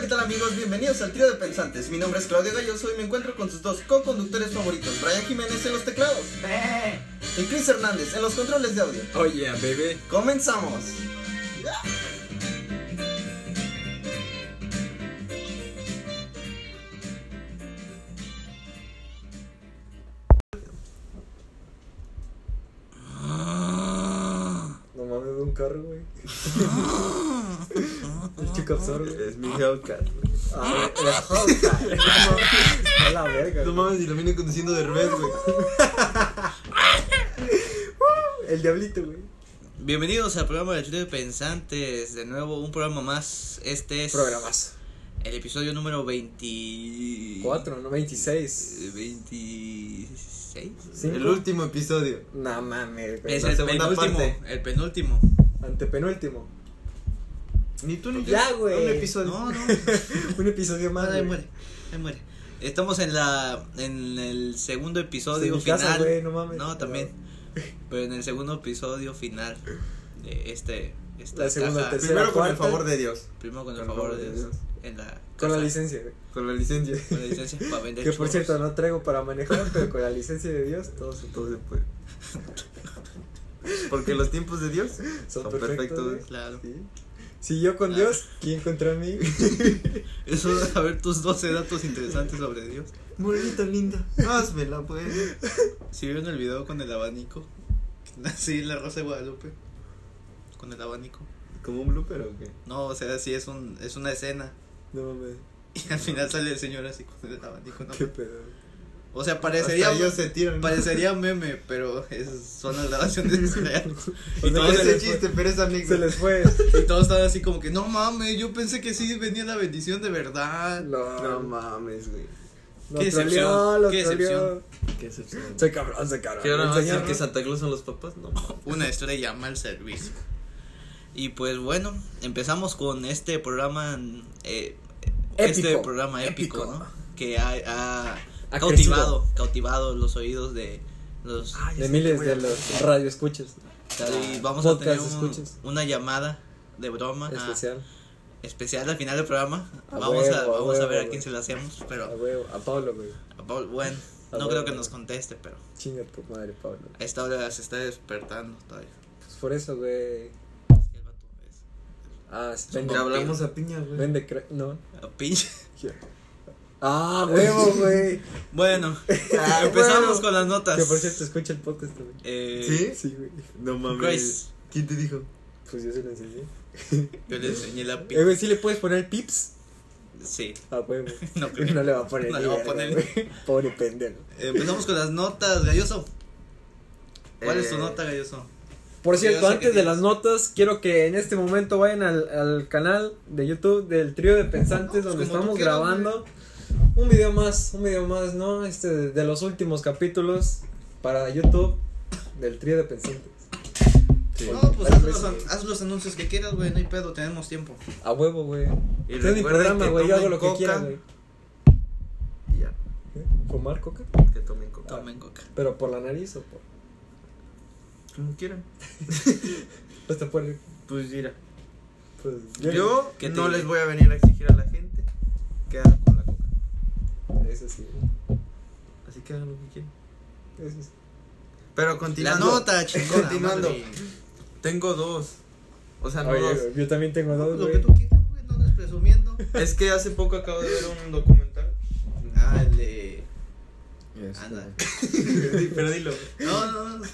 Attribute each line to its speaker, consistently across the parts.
Speaker 1: ¿qué tal amigos? Bienvenidos al trío de pensantes. Mi nombre es Claudio Galloso y me encuentro con sus dos co-conductores favoritos, Brian Jiménez en los teclados y Chris Hernández en los controles de audio.
Speaker 2: Oye, oh yeah, bebé.
Speaker 1: ¡Comenzamos!
Speaker 3: No mames, de un carro, güey. El chico
Speaker 2: Es mi Hellcat.
Speaker 3: Ah, la Hulk. No mames, A la verga.
Speaker 2: No
Speaker 3: güey.
Speaker 2: mames, y lo vine conduciendo de revés, güey.
Speaker 3: El diablito, güey.
Speaker 4: Bienvenidos al programa de Trío de Pensantes, de nuevo un programa más. Este es
Speaker 3: Programazo.
Speaker 4: el episodio número 20
Speaker 3: 4, no 26.
Speaker 4: eh, 26.
Speaker 3: Cinco.
Speaker 2: El último episodio.
Speaker 3: No mames, güey.
Speaker 4: Es
Speaker 2: La
Speaker 4: el
Speaker 2: segunda
Speaker 4: penúltimo,
Speaker 2: parte.
Speaker 4: el penúltimo.
Speaker 3: Antepenúltimo.
Speaker 2: Ni tú ni yo.
Speaker 3: Ya, güey.
Speaker 2: Un episodio.
Speaker 4: No, no,
Speaker 3: Un episodio más.
Speaker 4: ahí
Speaker 3: güey.
Speaker 4: muere. Ahí muere. Estamos en la en el segundo episodio
Speaker 3: En mi
Speaker 4: final.
Speaker 3: casa, güey, no mames.
Speaker 4: No, también. Pero en el segundo episodio final de este esta
Speaker 3: La segunda,
Speaker 4: caja.
Speaker 3: tercera.
Speaker 2: Primero con el
Speaker 3: cuarta.
Speaker 2: favor de Dios.
Speaker 4: Primero con el
Speaker 2: Con
Speaker 4: favor de Dios. En la
Speaker 3: Con la
Speaker 4: casa.
Speaker 3: licencia, güey.
Speaker 2: Con la licencia.
Speaker 4: Con la licencia para vender
Speaker 3: Que por
Speaker 4: churros.
Speaker 2: pues.
Speaker 3: cierto no traigo para manejar, pero con la licencia de Dios todos son,
Speaker 2: Todo se puede. Porque los tiempos de Dios son perfectos. Ah.
Speaker 3: perfectos.
Speaker 2: güey.
Speaker 3: güey.
Speaker 4: Claro.
Speaker 3: Sí. Si yo con Dios, ¿quién contra mí?
Speaker 4: Eso, a ver tus 12 datos interesantes sobre Dios.
Speaker 2: Morita linda. Házmela, pues.
Speaker 4: Si vieron el video con el abanico, así la Rosa de Guadalupe, con el abanico.
Speaker 2: ¿Como un blooper o qué?
Speaker 4: No, o sea, sí es, un, es una escena.
Speaker 3: No mames,
Speaker 4: Y al final sale el señor así con el abanico. ¿no?
Speaker 3: qué pedo. güey.
Speaker 4: O sea, parecería,
Speaker 2: Hasta ellos se tiran.
Speaker 4: parecería meme, pero es, son las grabaciones reales.
Speaker 3: O
Speaker 2: Y
Speaker 3: sea,
Speaker 2: todo
Speaker 3: que se
Speaker 2: ese
Speaker 3: les fue-
Speaker 2: chiste, pero es
Speaker 3: Se
Speaker 2: anécdota.
Speaker 3: les fue.
Speaker 4: Y todos están así como que, no mames, yo pensé que sí venía la bendición de verdad.
Speaker 3: Lo,
Speaker 2: No mames, güey.
Speaker 3: lo
Speaker 4: qué decepción,
Speaker 3: troleó, lo
Speaker 4: qué
Speaker 3: troleó.
Speaker 2: Qué excepción.
Speaker 3: Soy cabrón, soy cabrón.
Speaker 2: ¿Qué ahora
Speaker 3: El
Speaker 2: van a
Speaker 3: señor,
Speaker 2: decir que
Speaker 3: ¿no?
Speaker 2: Santa Claus son los papás? No.
Speaker 4: Una estrella mal servicio. Y pues bueno, empezamos con este programa. eh, Este
Speaker 3: Épico.
Speaker 4: programa épico,
Speaker 3: Épico.
Speaker 4: ¿no? Que ha, ha
Speaker 3: Ha
Speaker 4: cautivado, cautivado los oídos de los.
Speaker 3: De miles de los radioescuchas
Speaker 4: y vamos a
Speaker 3: podcast
Speaker 4: tener un-
Speaker 3: escuchas.
Speaker 4: una llamada de broma a-
Speaker 3: especial.
Speaker 4: especial al final del programa.
Speaker 3: A
Speaker 4: vamos a,
Speaker 3: huevo, a
Speaker 4: vamos a
Speaker 3: huevo,
Speaker 4: ver a
Speaker 3: güey.
Speaker 4: quién se lo hacemos,
Speaker 3: A
Speaker 4: pero
Speaker 3: huevo, a Pablo, güey.
Speaker 4: bueno,
Speaker 3: A
Speaker 4: no
Speaker 3: huevo,
Speaker 4: creo que
Speaker 3: güey.
Speaker 4: nos conteste, pero
Speaker 3: Chinga tu madre, Pablo.
Speaker 4: a esta hora se está despertando todavía.
Speaker 3: Pues por eso, güey.
Speaker 4: Es que el vato es-
Speaker 3: Ah, es
Speaker 4: un
Speaker 3: vende,
Speaker 2: Le hablamos a piña, güey.
Speaker 3: vende cre- no.
Speaker 4: a pinche.
Speaker 3: Ah, huevo, güey.
Speaker 4: Bueno, empezamos
Speaker 3: bueno.
Speaker 4: con las notas.
Speaker 3: Que por cierto, escucha el podcast, güey.
Speaker 4: Eh,
Speaker 2: ¿Sí?
Speaker 3: Sí, güey.
Speaker 2: No mames.
Speaker 4: Grace.
Speaker 2: ¿Quién te dijo?
Speaker 3: Pues yo se lo enseñé.
Speaker 4: Yo le enseñé la
Speaker 3: Eh,
Speaker 4: pi.
Speaker 3: güey, sí le puedes poner pips
Speaker 4: Sí,
Speaker 3: a huevo.
Speaker 4: no creo.
Speaker 3: No le va a poner.
Speaker 4: No
Speaker 3: ni
Speaker 4: le va a
Speaker 3: verga,
Speaker 4: poner.
Speaker 3: güey. Pobre pendejo.
Speaker 4: Empezamos con las notas, Galloso. ¿Cuál es tu
Speaker 2: Eh,
Speaker 4: nota, Galloso?
Speaker 3: Por
Speaker 4: Sí, yo
Speaker 3: cierto,
Speaker 4: sé que
Speaker 3: antes de
Speaker 4: tienes.
Speaker 3: las notas, quiero que en este momento vayan al, al canal de YouTube del trío de pensantes
Speaker 4: No, pues
Speaker 3: donde
Speaker 4: como
Speaker 3: estamos
Speaker 4: tú quieras,
Speaker 3: grabando un video más, un video más, ¿no? Este de, de los últimos capítulos para YouTube del trío de pensantes.
Speaker 2: Sí.
Speaker 4: No, pues
Speaker 3: Tal
Speaker 4: haz
Speaker 3: vez
Speaker 4: los, an-
Speaker 3: sí.
Speaker 4: haz los anuncios que quieras, güey, no hay pedo, tenemos tiempo.
Speaker 3: A huevo, güey.
Speaker 2: Y
Speaker 3: Este es mi
Speaker 2: recuerden
Speaker 3: programa,
Speaker 2: que
Speaker 3: güey. Yo hago
Speaker 2: tomen
Speaker 3: lo que
Speaker 2: coca.
Speaker 3: quiera, güey.
Speaker 2: Y ya,
Speaker 3: ¿Eh? ¿Fumar coca?
Speaker 2: que tomen coca.
Speaker 4: Tomen coca.
Speaker 3: ¿Pero por la nariz o por.?
Speaker 2: Como quieran.
Speaker 3: Pues te puede-
Speaker 2: Pues mira.
Speaker 3: Pues,
Speaker 2: Yo
Speaker 4: ¿Qué te
Speaker 2: no
Speaker 4: diré?
Speaker 2: les voy a venir a exigir a la gente que hagan con la coca.
Speaker 3: Eso sí, güey.
Speaker 2: Así que hagan lo que quieran.
Speaker 3: Eso sí.
Speaker 2: Pero
Speaker 4: La
Speaker 2: continuando.
Speaker 4: nota, chingada.
Speaker 2: Continuando.
Speaker 4: madre.
Speaker 2: Tengo dos. O sea, no
Speaker 3: Oye,
Speaker 2: dos.
Speaker 3: güey, yo también tengo dos,
Speaker 4: Lo
Speaker 3: güey.
Speaker 4: que tú quieras, güey, no andes presumiendo.
Speaker 2: Es que hace poco acabo de ver un documental.
Speaker 4: Ah, el de. Anda.
Speaker 5: Este,
Speaker 2: Pero dilo.
Speaker 4: No, no, no.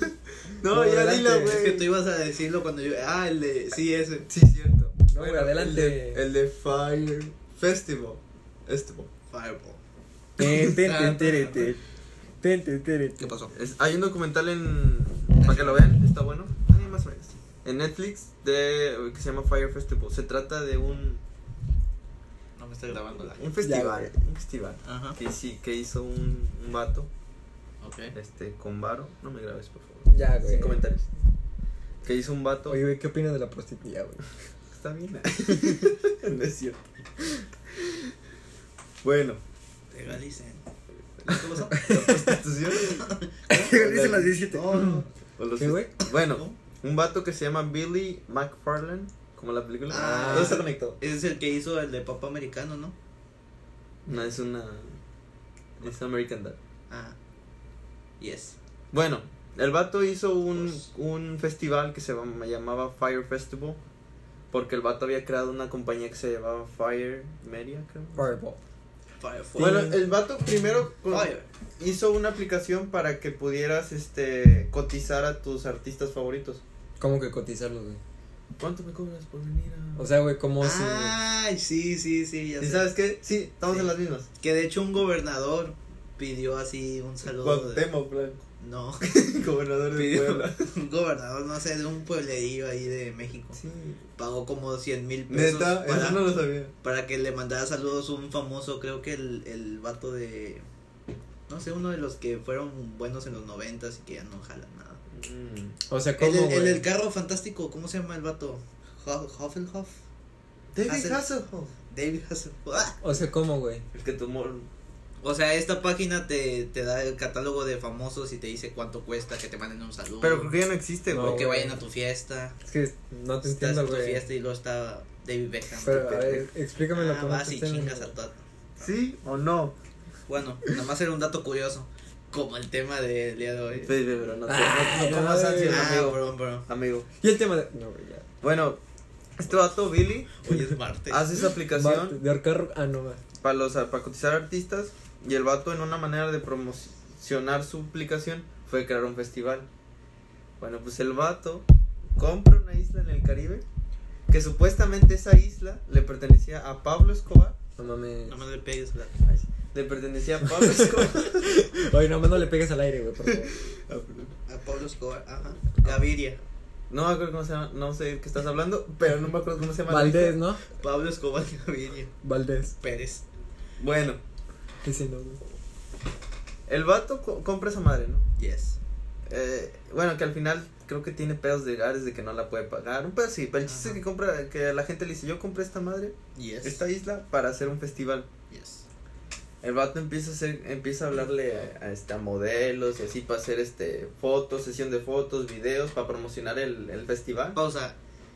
Speaker 2: No,
Speaker 3: No,
Speaker 2: ya
Speaker 3: adelante.
Speaker 2: dilo,
Speaker 4: Es que tú
Speaker 2: güey.
Speaker 4: ibas a decirlo cuando yo. Ah, el de. Sí, ese.
Speaker 2: Sí, cierto.
Speaker 3: No, güey,
Speaker 2: El
Speaker 3: adelante.
Speaker 2: de, el de Fire Festival. Este, Festival.
Speaker 4: Fireball.
Speaker 3: Ten, ten, ten, ten, ten. Ten, ten, ten,
Speaker 4: ¿Qué
Speaker 3: ten.
Speaker 4: pasó?
Speaker 2: Es- hay un documental en. Para que lo vean, está bueno. Ahí más o menos. En Netflix de, que se llama Fire Festival. Se trata de un,
Speaker 4: No me está grabando la.
Speaker 2: un festival. un festival.
Speaker 4: Ajá.
Speaker 2: Que, sí, que hizo un, un vato
Speaker 4: Ok.
Speaker 2: este, con varo. No me grabes, por favor.
Speaker 3: Ya, güey.
Speaker 2: Sin comentarios. Que hizo un vato.
Speaker 3: Oye, güey, ¿qué opinas de la prostitución, güey?
Speaker 2: Está bien. no es cierto. Bueno,
Speaker 4: Legalicen.
Speaker 2: la prostitución.
Speaker 3: Legalicen las 17.
Speaker 4: No, no.
Speaker 2: o los-
Speaker 3: ¿Qué, güey?
Speaker 2: Bueno, un vato que se llama Billy McFarland Como la película.
Speaker 4: Ah.
Speaker 2: Todo está conectado.
Speaker 4: Ese es el que hizo el de Papá Americano, ¿no?
Speaker 2: No, es una. Es American Dad.
Speaker 4: Ah. Yes.
Speaker 2: Bueno, el vato hizo un,
Speaker 4: Pues-
Speaker 2: un festival que se llama- llamaba Fire Festival. Porque el vato había creado una compañía que se llamaba Fire Media, creo.
Speaker 3: Fireball.
Speaker 4: Firefly.
Speaker 2: Bueno, el vato primero con-
Speaker 4: Fire.
Speaker 2: hizo una aplicación para que pudieras este cotizar a tus artistas favoritos.
Speaker 3: ¿Cómo que cotizarlos, güey?
Speaker 2: ¿Cuánto me cobras por venir a.?
Speaker 3: O sea, güey, ¿cómo si.
Speaker 4: Ay, sí, sí, sí, ya
Speaker 2: ¿Y
Speaker 4: sé.
Speaker 2: sabes qué? Sí, estamos
Speaker 4: Sí.
Speaker 2: en las mismas.
Speaker 4: Que de hecho un gobernador pidió así un saludo. de-
Speaker 2: Cuauhtémoc Blanco,
Speaker 4: No,
Speaker 2: gobernador de
Speaker 4: pidió
Speaker 2: Puebla.
Speaker 4: un gobernador, no sé, de un pueblerillo ahí de México.
Speaker 2: Sí.
Speaker 4: Pagó como 100 mil pesos
Speaker 2: Neta,
Speaker 4: para,
Speaker 2: eso no lo sabía.
Speaker 4: para que le mandara saludos un famoso, creo que el, el vato de... No sé, uno de los que fueron buenos en los noventas y que ya no jalan nada.
Speaker 2: Mm.
Speaker 3: O sea, ¿cómo,
Speaker 4: El, el,
Speaker 3: güey?
Speaker 4: el- el carro fantástico, ¿cómo se llama el vato? Huff- Hufflepuff.
Speaker 2: David
Speaker 4: Hace-
Speaker 2: Hasselhoff.
Speaker 4: David Hasselhoff. ¡Ah!
Speaker 3: O sea, ¿cómo, güey?
Speaker 2: El que tomó
Speaker 4: O sea, esta página te, te da el catálogo de famosos y te dice cuánto cuesta que te manden un saludo.
Speaker 2: Pero creo que ya no existe,
Speaker 3: No,
Speaker 2: güey.
Speaker 4: o que
Speaker 3: güey.
Speaker 4: vayan a tu fiesta.
Speaker 3: Es que no te
Speaker 4: Estás en
Speaker 3: entiendo,
Speaker 4: tu
Speaker 3: güey.
Speaker 4: fiesta y luego está David Beckham.
Speaker 3: Pero, a ver, explícame lo este
Speaker 4: Ah,
Speaker 3: que no
Speaker 4: vas
Speaker 3: te
Speaker 4: y
Speaker 3: entiendo,
Speaker 4: chingas
Speaker 3: güey.
Speaker 4: a todo.
Speaker 2: ¿Sí o no?
Speaker 4: Bueno, nada más era un dato curioso. Como el tema del día de
Speaker 2: Sí,
Speaker 4: hoy.
Speaker 2: pero no, te-
Speaker 3: Ay,
Speaker 2: no, no comas
Speaker 3: ay,
Speaker 2: ansias,
Speaker 4: Ah,
Speaker 2: amigo.
Speaker 4: perdón, perdón.
Speaker 2: Amigo.
Speaker 3: Y el tema de. No, güey, ya.
Speaker 2: Bueno, este vato, Billy,
Speaker 4: Hoy es martes.
Speaker 2: hace esa
Speaker 3: Marte-
Speaker 2: aplicación
Speaker 3: De carro. Ah, no, va.
Speaker 2: para, los, para cotizar artistas y el vato en una manera de promocionar su aplicación fue crear un festival. Bueno, pues el vato compra una isla en el Caribe que supuestamente esa isla le pertenecía a Pablo Escobar.
Speaker 3: No mames.
Speaker 4: Nada más le pegues la...
Speaker 2: Le pertenecía a Pablo Escobar.
Speaker 3: Oye, nomás no le pegues al aire, güey, por favor.
Speaker 4: a Pablo Escobar. Ajá.
Speaker 2: Ah.
Speaker 4: Gaviria.
Speaker 2: No me acuerdo cómo se llama, no sé de qué estás hablando, pero no me acuerdo cómo se llama. la
Speaker 3: Valdés,
Speaker 2: isla.
Speaker 3: ¿no?
Speaker 4: Pablo Escobar Gaviria.
Speaker 3: Valdés.
Speaker 4: Pérez.
Speaker 2: Bueno,
Speaker 3: Diciendo, güey.
Speaker 2: el vato co- compra esa madre, ¿no?
Speaker 4: Yes.
Speaker 2: Eh, bueno, que al final creo que tiene pedos de gares de que no la puede pagar. Un pedo sí, pero el chiste
Speaker 4: Ajá.
Speaker 2: es que compra, que la gente le dice, yo compré esta madre,
Speaker 4: Yes.
Speaker 2: esta isla, para hacer un festival.
Speaker 4: Yes.
Speaker 2: El vato empieza a hacer, empieza a hablarle a, a, este, a modelos y así para hacer este fotos, sesión de fotos, videos, para promocionar el, el festival.
Speaker 4: Pausa.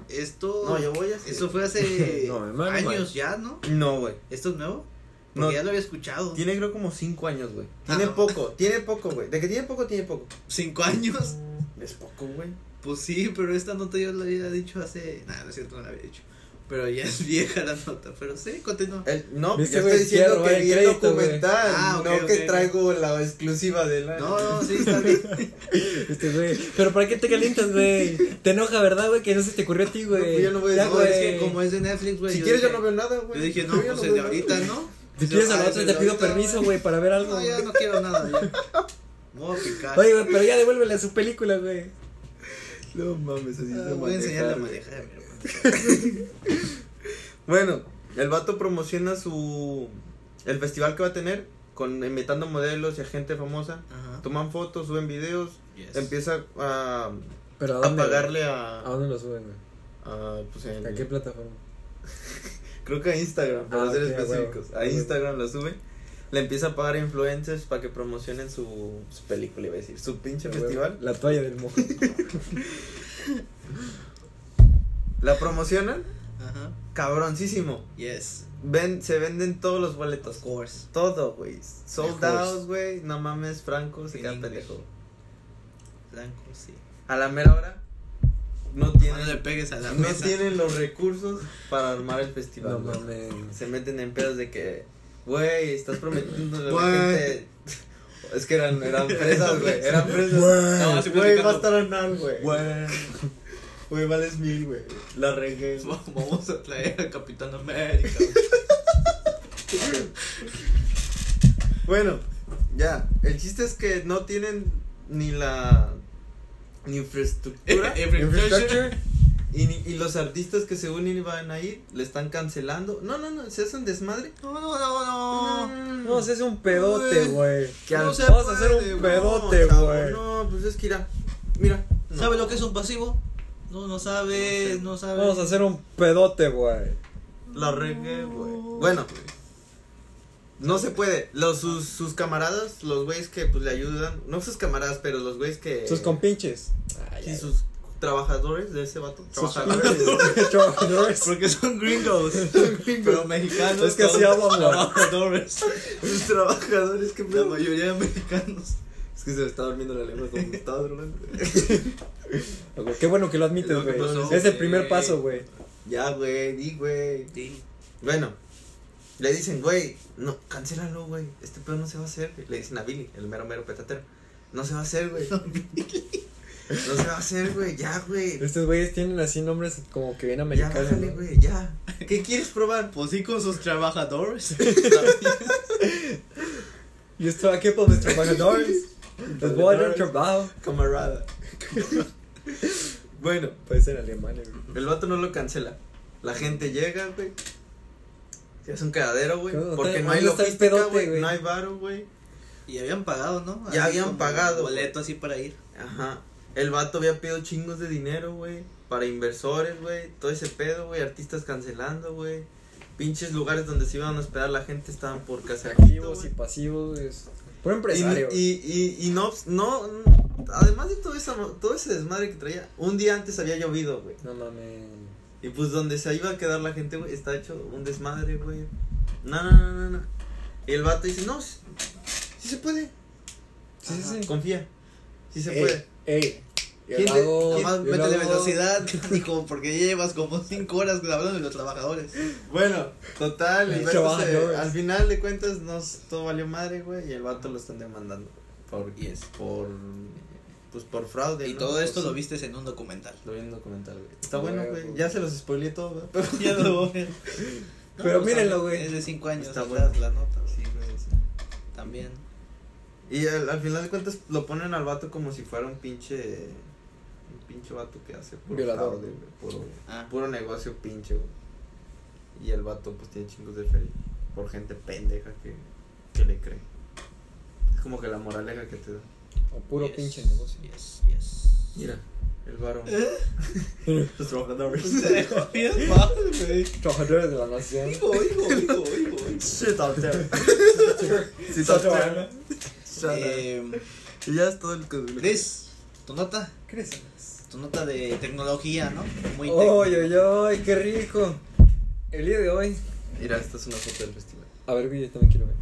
Speaker 4: Esto.
Speaker 2: No, yo voy a hacer-
Speaker 4: Oh, Eso fue hace
Speaker 3: No, me mando,
Speaker 4: años
Speaker 3: man.
Speaker 4: ya, ¿no?
Speaker 2: No, güey.
Speaker 4: ¿Esto es nuevo? Porque
Speaker 2: No.
Speaker 4: ya lo había escuchado.
Speaker 2: Tiene creo como cinco años, güey.
Speaker 4: Ah,
Speaker 2: Tiene
Speaker 4: no.
Speaker 2: poco, tiene poco, güey. De que tiene poco, tiene poco.
Speaker 4: ¿Cinco años?
Speaker 2: Es poco, güey.
Speaker 4: Pues sí, pero esta nota yo la había dicho hace. Nada, no es cierto, no la había dicho. Pero ya es vieja la nota. Pero sí, continúa.
Speaker 2: El- no, yo
Speaker 3: Viste,
Speaker 2: estoy
Speaker 3: güey,
Speaker 2: diciendo
Speaker 3: quiero
Speaker 2: que
Speaker 3: el
Speaker 2: vi el
Speaker 3: crédito, güey.
Speaker 2: documental,
Speaker 4: Ah, ok,
Speaker 2: no
Speaker 4: ok,
Speaker 2: que
Speaker 4: ok.
Speaker 2: traigo la exclusiva de la.
Speaker 4: No, no, sí, está bien.
Speaker 3: Este, güey. Pero ¿para qué te calientas, güey? Te enoja, ¿verdad, güey? Que no se te ocurrió a ti, güey.
Speaker 2: No, pues yo no voy a
Speaker 3: Ya,
Speaker 2: decir-
Speaker 4: No,
Speaker 3: güey.
Speaker 4: es que como es de Netflix, güey.
Speaker 2: Si
Speaker 4: yo
Speaker 2: quieres
Speaker 4: dije-
Speaker 2: yo no veo nada, güey.
Speaker 4: Yo dije, no,
Speaker 2: Yo ya
Speaker 4: pues
Speaker 2: veo
Speaker 4: de
Speaker 2: nada.
Speaker 4: ahorita, ¿no?
Speaker 3: Si
Speaker 4: Yo,
Speaker 3: quieres a
Speaker 4: ah,
Speaker 3: la otra,
Speaker 4: es
Speaker 3: te
Speaker 4: de
Speaker 3: pido
Speaker 4: ahorita,
Speaker 3: permiso,
Speaker 4: güey.
Speaker 3: güey, para ver algo.
Speaker 4: No, ya no quiero nada, ya. Me voy a picar.
Speaker 3: Oye, güey, pero ya devuélvele a su película, güey.
Speaker 2: No mames, así
Speaker 4: Ah,
Speaker 2: se
Speaker 4: voy a enseñarle a
Speaker 2: manejar, güey.
Speaker 4: manejar a mi hermano.
Speaker 2: Bueno, el vato promociona su. El festival que va a tener, con invitando modelos y a gente famosa.
Speaker 4: Ajá.
Speaker 2: Toman fotos, suben videos,
Speaker 4: Yes.
Speaker 2: empieza a,
Speaker 3: Pero ¿a
Speaker 2: a
Speaker 3: dónde?
Speaker 2: pagarle
Speaker 3: güey?
Speaker 2: a.
Speaker 3: ¿A dónde lo suben, güey?
Speaker 2: a, pues, en-
Speaker 3: ¿A qué plataforma?
Speaker 2: Creo que a Instagram, para
Speaker 3: Ah,
Speaker 2: ser
Speaker 3: ok, a
Speaker 2: específicos.
Speaker 3: huevo.
Speaker 2: A Instagram lo sube. Le empieza a pagar a influencers para que promocionen su, su película, iba a decir. Su pinche
Speaker 3: A huevo.
Speaker 2: festival.
Speaker 3: La toalla del mojo.
Speaker 2: La promocionan,
Speaker 4: Ajá.
Speaker 2: cabroncísimo.
Speaker 4: Yes.
Speaker 2: Ven, se venden todos los boletos.
Speaker 4: Of course.
Speaker 2: Todo, güey. Sold
Speaker 4: Mejor.
Speaker 2: out, güey. No mames, Franco se
Speaker 4: En
Speaker 2: queda
Speaker 4: inglés.
Speaker 2: pendejo.
Speaker 4: Blanco, sí.
Speaker 2: A la mera hora, no
Speaker 4: No le
Speaker 2: tienen,
Speaker 4: pegues a la
Speaker 2: no
Speaker 4: mesa.
Speaker 2: tienen los recursos para armar el
Speaker 3: No
Speaker 2: festival. güey.
Speaker 3: mames.
Speaker 2: Se meten en pedos de que, güey, estás prometiendo a la
Speaker 4: Güey.
Speaker 2: gente. Es que eran, eran presas, güey. Eran presas.
Speaker 3: Güey.
Speaker 2: No,
Speaker 4: así
Speaker 2: güey,
Speaker 4: platicando.
Speaker 2: va a estar anal, güey.
Speaker 3: Güey.
Speaker 2: Güey, vales mil, güey. La regué. güey.
Speaker 4: Vamos a traer a Capitán América.
Speaker 2: Bueno, ya. El chiste es que no tienen ni la ni infraestructura
Speaker 4: Eh, Infrastructure.
Speaker 2: y, ni- y los artistas que según iban a ir le están cancelando. No, no, no, se hacen desmadre.
Speaker 4: No, no, no, no.
Speaker 3: No, se hace un pedote,
Speaker 2: Güey.
Speaker 3: güey.
Speaker 2: Que al-
Speaker 4: No se
Speaker 3: Vamos a hacer
Speaker 4: puede,
Speaker 3: un
Speaker 2: No,
Speaker 3: pedote,
Speaker 2: chavo,
Speaker 3: güey.
Speaker 2: No, pues es que mira, mira. no.
Speaker 4: ¿Sabe lo que es un pasivo? No, no sabes, no sabes.
Speaker 3: Vamos a hacer un pedote, güey.
Speaker 2: La regué, güey. Bueno. No se puede. Los, sus, sus camaradas, los güeyes que pues le ayudan, no sus camaradas, pero los güeyes que
Speaker 3: Sus compinches.
Speaker 2: Sí, sus trabajadores de ese vato.
Speaker 3: Sus
Speaker 2: Trabajadores.
Speaker 3: trabajadores.
Speaker 4: Porque son gringos. pero mexicanos.
Speaker 3: Es que así hablan, güey.
Speaker 4: trabajadores.
Speaker 2: Sus trabajadores, que
Speaker 4: La mayoría de mexicanos.
Speaker 2: Es que se me está durmiendo la lengua como me estaba drogando.
Speaker 3: Güey, Qué bueno que lo admites,
Speaker 2: Es lo que
Speaker 3: güey. Es
Speaker 2: pasó,
Speaker 3: el
Speaker 2: güey.
Speaker 3: primer paso, güey.
Speaker 2: Ya, güey, di, güey.
Speaker 4: Sí.
Speaker 2: Bueno, le dicen, güey, no, cancélalo, güey. Este pedo no se va a hacer. güey. Le dicen a Billy, el mero mero petatero. No se va a hacer, güey. No se va a hacer, güey. Ya, güey.
Speaker 3: Estos güeyes tienen así nombres como que bien
Speaker 2: Ya,
Speaker 3: americanos.
Speaker 2: bájale,
Speaker 3: ¿no?
Speaker 2: güey, ya. ¿Qué quieres probar?
Speaker 4: Pues sí, con sus trabajadores.
Speaker 3: Yo estaba aquí por mis trabajadores. Los Pues, voy a dar trabajo.
Speaker 2: Camarada. bueno,
Speaker 3: Puede ser alemán, güey.
Speaker 2: el vato no lo cancela. La gente llega, güey. Se hace un cagadero, güey.
Speaker 3: Claro,
Speaker 2: Porque
Speaker 3: está-
Speaker 2: no hay
Speaker 3: ¿dónde está el
Speaker 2: logística,
Speaker 3: pedote,
Speaker 2: güey.
Speaker 3: güey?
Speaker 2: No hay varo, güey.
Speaker 4: Y habían pagado, ¿no?
Speaker 2: Ya
Speaker 4: Así
Speaker 2: habían
Speaker 4: como
Speaker 2: pagado.
Speaker 4: Boleto así para ir.
Speaker 2: Ajá. El vato había pedido chingos de dinero, güey. Para inversores, güey. Todo ese pedo, güey. Artistas cancelando, güey. Pinches lugares donde se iban a hospedar la gente estaban por casa.
Speaker 3: Activos y pasivos. es Puro empresario.
Speaker 2: Y, y, y, y no, no, además de todo, esa, todo ese desmadre que traía, un día antes había llovido, güey.
Speaker 3: No mames.
Speaker 2: Y pues donde se iba a quedar la gente, güey, está hecho un desmadre, güey. No, no, no, no, no. Y el vato dice, no, sí, sí se puede,
Speaker 3: Sí, sí, sí.
Speaker 2: confía, sí se
Speaker 3: Ey,
Speaker 2: puede.
Speaker 3: Ey. Yo
Speaker 2: ¿Quién
Speaker 3: lo
Speaker 2: te-
Speaker 3: hago,
Speaker 4: Nomás
Speaker 3: yo lo
Speaker 4: métele
Speaker 3: hago.
Speaker 4: velocidad, dijo, porque ya llevas como 5 horas hablando de los trabajadores.
Speaker 2: Bueno, total, el
Speaker 3: El
Speaker 2: vato
Speaker 3: chaval,
Speaker 2: se-
Speaker 3: ¿no?
Speaker 2: al final de cuentas nos todo valió madre, güey, y el vato lo están demandando por,
Speaker 4: Yes.
Speaker 2: por, pues por fraude.
Speaker 4: Y
Speaker 2: ¿no?
Speaker 4: todo
Speaker 2: Por
Speaker 4: esto
Speaker 2: sí.
Speaker 4: lo vistes en un documental.
Speaker 2: Lo vi en un documental, güey. Está
Speaker 3: Huevo.
Speaker 2: bueno, güey, ya se los spoileé todo, güey.
Speaker 4: Ya lo voy a ver.
Speaker 3: Pero
Speaker 4: pues,
Speaker 3: mírenlo,
Speaker 4: también
Speaker 3: güey.
Speaker 4: Es de 5 años
Speaker 2: Está
Speaker 4: atrás
Speaker 2: bueno.
Speaker 4: la nota.
Speaker 2: Sí,
Speaker 4: Sí,
Speaker 2: güey, sí.
Speaker 4: también.
Speaker 2: Y al, al final de cuentas lo ponen al vato como si fuera un pinche. Un pinche vato que hace puro
Speaker 3: Violador.
Speaker 2: fraude, güey, puro,
Speaker 4: Ah.
Speaker 2: puro negocio pinche, güey. Y el vato pues tiene chingos de feria por gente pendeja que, que le cree. Es como que la moraleja que te da.
Speaker 3: O puro
Speaker 4: Yes,
Speaker 3: pinche negocio.
Speaker 4: Yes, yes.
Speaker 2: Mira, el varón.
Speaker 4: ¿Eh?
Speaker 2: Los
Speaker 4: Pues
Speaker 2: trabajadores.
Speaker 4: te dejó bien mal, güey.
Speaker 3: Trabajadores de la nación.
Speaker 4: Hijo, hijo, hijo, hijo.
Speaker 2: Shit out there. Shit out there.
Speaker 3: Trabajadores.
Speaker 2: Shut up.
Speaker 4: Eh,
Speaker 2: Y ya es todo el que.
Speaker 4: Chris, tu nota.
Speaker 3: Creces.
Speaker 4: Tu nota de tecnología, ¿no? Muy
Speaker 3: Oy,
Speaker 4: técnica.
Speaker 3: oy, oy, qué rico. El día de hoy.
Speaker 2: Mira, esta es una foto del festival.
Speaker 3: A ver, güey, yo también quiero ver.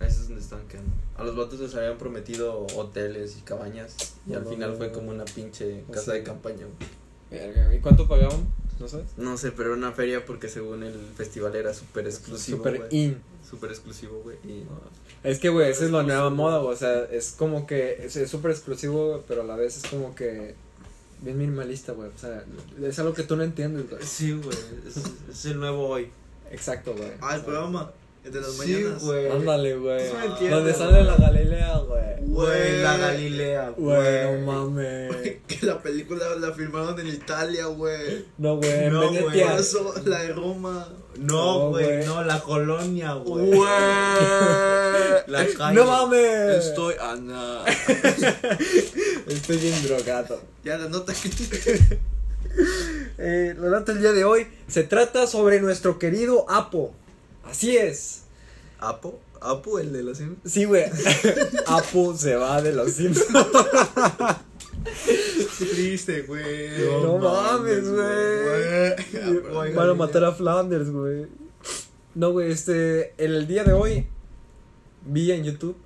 Speaker 2: Ahí es donde estaban quedando. A los vatos les habían prometido hoteles y cabañas. Y al
Speaker 3: No,
Speaker 2: final
Speaker 3: no,
Speaker 2: fue
Speaker 3: no.
Speaker 2: como una pinche
Speaker 3: Así.
Speaker 2: casa de campaña. güey.
Speaker 3: Verga, güey. ¿Cuánto pagaban? ¿No sabes?
Speaker 2: No sé, pero era una feria porque según el festival era súper exclusivo.
Speaker 3: Super
Speaker 2: güey.
Speaker 3: in.
Speaker 2: Súper exclusivo, güey. Y
Speaker 3: Es que, güey, esa es la nueva moda, güey, o sea, es como que es es súper exclusivo, pero a la vez es como que bien minimalista, güey, o sea, es algo que tú no entiendes, güey.
Speaker 2: Sí, güey. Es, es el nuevo hoy.
Speaker 3: Exacto, güey.
Speaker 4: Ah, el programa. El de las
Speaker 2: Sí,
Speaker 4: mañanas.
Speaker 2: güey.
Speaker 3: Ándale, güey.
Speaker 2: Tú no
Speaker 4: entiendes,
Speaker 3: Donde
Speaker 4: güey.
Speaker 3: sale la Galilea, güey.
Speaker 2: Güey, la Galilea,
Speaker 3: Güey,
Speaker 2: güey.
Speaker 3: no mames.
Speaker 4: Que la película la filmaron en Italia, güey.
Speaker 3: No, güey, en
Speaker 2: No, güey.
Speaker 3: Venecia.
Speaker 4: Eso, la de Roma.
Speaker 2: No,
Speaker 3: No,
Speaker 2: güey.
Speaker 3: güey.
Speaker 2: no, la colonia, güey.
Speaker 4: Güey.
Speaker 2: La calle.
Speaker 3: No mames.
Speaker 4: Estoy
Speaker 2: ah,
Speaker 4: Ana.
Speaker 3: Estoy bien drogado.
Speaker 4: Ya la nota que
Speaker 3: Eh, la nota del día de hoy se trata sobre nuestro querido Apo. Así es.
Speaker 2: ¿Apo? ¿Apo, el de los Sims?
Speaker 3: Sí, güey. Apu se va de los Simpsons.
Speaker 4: triste, güey.
Speaker 3: No mames, güey.
Speaker 4: güey.
Speaker 3: Van a matar a Flanders, güey. No, güey, este. El día de hoy vi en YouTube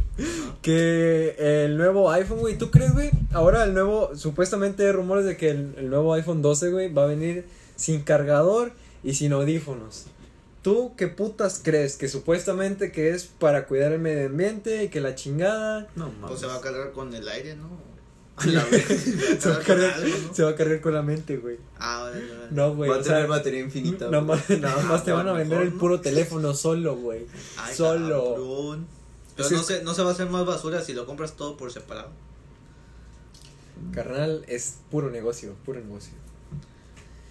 Speaker 3: que el nuevo iPhone, güey. ¿Tú crees, güey? Ahora el nuevo. Supuestamente hay rumores de que el, el nuevo iPhone 12, güey, va a venir sin cargador y sin audífonos. ¿Tú qué putas crees? Que supuestamente que es para cuidar el medio ambiente y que la chingada.
Speaker 2: No mames.
Speaker 4: Pues se va a cargar con el aire, ¿no?
Speaker 2: A la vez.
Speaker 3: Se va a cargar, se va a cargar con la mente, güey.
Speaker 4: Ah, vale, vale.
Speaker 3: No, güey.
Speaker 2: Va a
Speaker 3: o sea,
Speaker 2: tener batería infinita.
Speaker 3: Nada
Speaker 2: güey.
Speaker 3: más, nada más te
Speaker 4: Ah,
Speaker 3: van a
Speaker 4: mejor,
Speaker 3: vender el
Speaker 4: ¿no?
Speaker 3: puro teléfono solo, güey.
Speaker 4: Ay,
Speaker 3: Solo.
Speaker 4: cabrón. Pero
Speaker 3: Es que-
Speaker 4: no se, no se va a hacer más basura si lo compras todo por separado.
Speaker 3: Carnal, es puro negocio, puro negocio.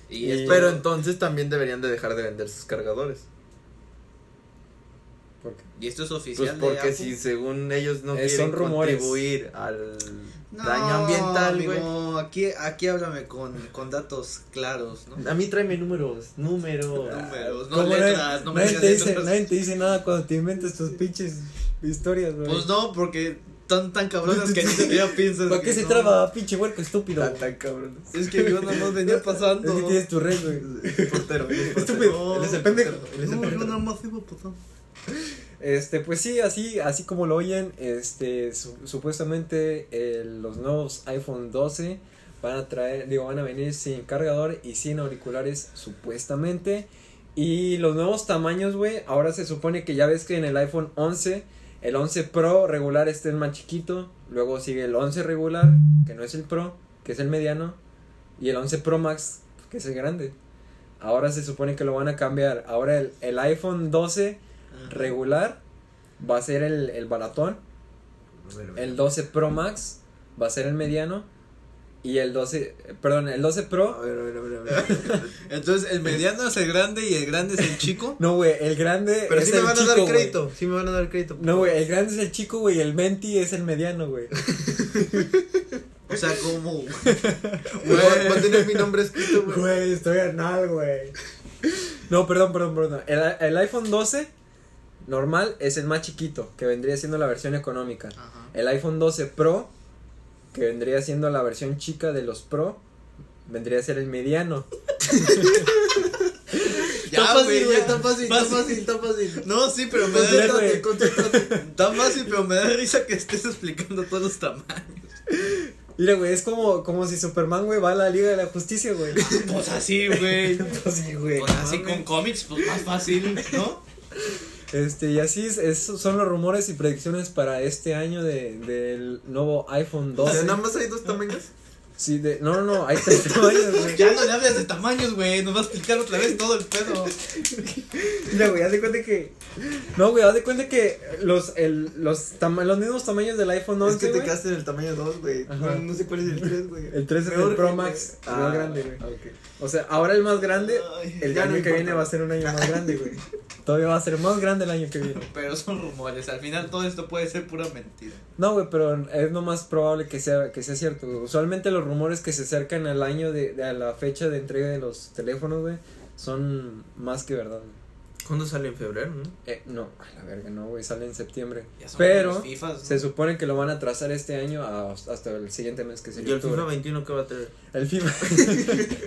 Speaker 4: Y
Speaker 3: Y-
Speaker 4: esto-
Speaker 2: Pero entonces también deberían de dejar de vender sus cargadores.
Speaker 3: ¿Por qué?
Speaker 4: Y esto es
Speaker 2: Pues
Speaker 4: oficial.
Speaker 2: porque
Speaker 4: de
Speaker 2: si
Speaker 4: Apple.
Speaker 2: según ellos no
Speaker 3: Eh,
Speaker 2: quieren
Speaker 3: son rumores.
Speaker 2: contribuir al
Speaker 4: No,
Speaker 2: daño ambiental, güey.
Speaker 4: amigo, aquí, aquí háblame con, con datos claros, ¿no?
Speaker 2: A mí tráeme números, números.
Speaker 4: Números, Pues no
Speaker 3: ¿Cómo nadie-
Speaker 4: letras, no me
Speaker 3: nadie,
Speaker 4: digas
Speaker 3: te dice,
Speaker 4: letras.
Speaker 3: nadie te dice nada cuando te inventas tus pinches historias, güey.
Speaker 4: Pues no, porque Son tan cabrones que ni siquiera piensas.
Speaker 3: ¿Para qué
Speaker 4: que
Speaker 3: se
Speaker 4: no.
Speaker 3: traba, pinche huerco estúpido?
Speaker 2: Tan, tan cabrón.
Speaker 4: Es que yo nomás venía pasando.
Speaker 3: Es que tienes tu red, güey.
Speaker 2: El portero. el portero.
Speaker 3: Estúpido.
Speaker 2: Él es el
Speaker 3: Pendejo.
Speaker 2: portero, él es el
Speaker 4: No, yo
Speaker 2: portero.
Speaker 4: nada más iba pasando.
Speaker 3: Este, pues sí, así, así como lo oyen, este, su- supuestamente eh, los nuevos iPhone 12 van a traer, digo, van a venir sin cargador y sin auriculares, supuestamente. Y los nuevos tamaños, güey, ahora se supone que ya ves que en el iPhone 11, el 11 Pro regular este es más chiquito, luego sigue el 11 regular, que no es el Pro, que es el mediano, y el 11 Pro Max, que es el grande. Ahora se supone que lo van a cambiar. Ahora el, el iPhone 12 regular va a ser el, el baratón, el 12 Pro Max va a ser el mediano y el 12, eh, perdón, el 12
Speaker 2: A
Speaker 3: Pro,
Speaker 2: ver, a ver, a ver, a ver.
Speaker 4: Entonces, el mediano es el grande y el grande es el chico.
Speaker 3: no güey, el grande
Speaker 2: Pero
Speaker 3: es
Speaker 2: sí me
Speaker 3: el
Speaker 2: van a
Speaker 3: chico,
Speaker 2: dar
Speaker 3: güey.
Speaker 2: crédito. Sí me van a dar crédito.
Speaker 3: No güey, el grande es el chico güey, y el menti es el mediano güey.
Speaker 4: O sea, como.
Speaker 2: Güey, Va a tener mi nombre escrito, güey.
Speaker 3: Güey, estoy anal güey. No, perdón, perdón, perdón. El, el iPhone 12 normal es el más chiquito, que vendría siendo la versión económica.
Speaker 4: Ajá.
Speaker 3: El iPhone 12 Pro, que vendría siendo la versión chica de los Pro, vendría a ser el mediano.
Speaker 4: Ya, güey, ya está
Speaker 2: fácil,
Speaker 4: fácil, está fácil, está fácil. No, sí, pero me da
Speaker 3: Concéntrate,
Speaker 4: risa. Está fácil, pero me da risa que estés explicando todos los tamaños.
Speaker 3: Mira, güey, es como, como si Superman, güey, va a la Liga de la Justicia, güey.
Speaker 4: Pues así, güey.
Speaker 3: Así, güey.
Speaker 4: Pues así con cómics, pues más fácil, ¿no?
Speaker 3: Este, y así es, esos son los rumores y predicciones para este año de, del nuevo iPhone
Speaker 2: O sea,
Speaker 3: 12.
Speaker 2: nada más hay dos tamaños.
Speaker 3: Sí, de, no, no, no, hay tres tamaños, güey.
Speaker 4: Ya no le hables de tamaños, güey. Nos va a explicar otra vez todo el pedo.
Speaker 3: Mira, güey, haz de cuenta que... No, güey, haz de cuenta que los, el, los, tama- los mismos tamaños del iPhone 11,
Speaker 2: es que te
Speaker 3: güey.
Speaker 2: quedaste en el tamaño 2, güey.
Speaker 3: Ajá.
Speaker 2: No, no sé cuál es el 3, güey.
Speaker 3: El 3 es el
Speaker 2: Peor,
Speaker 3: Pro
Speaker 2: güey.
Speaker 3: Max, el más grande, güey.
Speaker 2: Ah, ok.
Speaker 3: O sea, ahora el más grande,
Speaker 4: Ay,
Speaker 3: el
Speaker 2: ya
Speaker 3: año
Speaker 2: no
Speaker 3: que
Speaker 2: importa.
Speaker 3: viene va a ser un año más grande, güey. Todavía va a ser más grande el año que viene.
Speaker 4: Pero son rumores. Al final todo esto puede ser pura mentira.
Speaker 3: No, güey, pero es lo más probable que sea, que sea cierto. güey. Usualmente los rumores que se acercan al año de, de- a la fecha de entrega de los teléfonos, güey, son más que verdad. güey.
Speaker 2: ¿Cuándo sale en febrero, no?
Speaker 3: Eh, no, a la verga, no, güey, sale en septiembre.
Speaker 4: Ya son
Speaker 3: Pero
Speaker 4: los Fifas,
Speaker 3: se supone que lo van a trazar este año a- hasta el siguiente mes que
Speaker 2: ¿Y
Speaker 3: sería
Speaker 2: el FIFA
Speaker 3: octubre.
Speaker 2: 21 qué va a traer?
Speaker 3: El FIFA.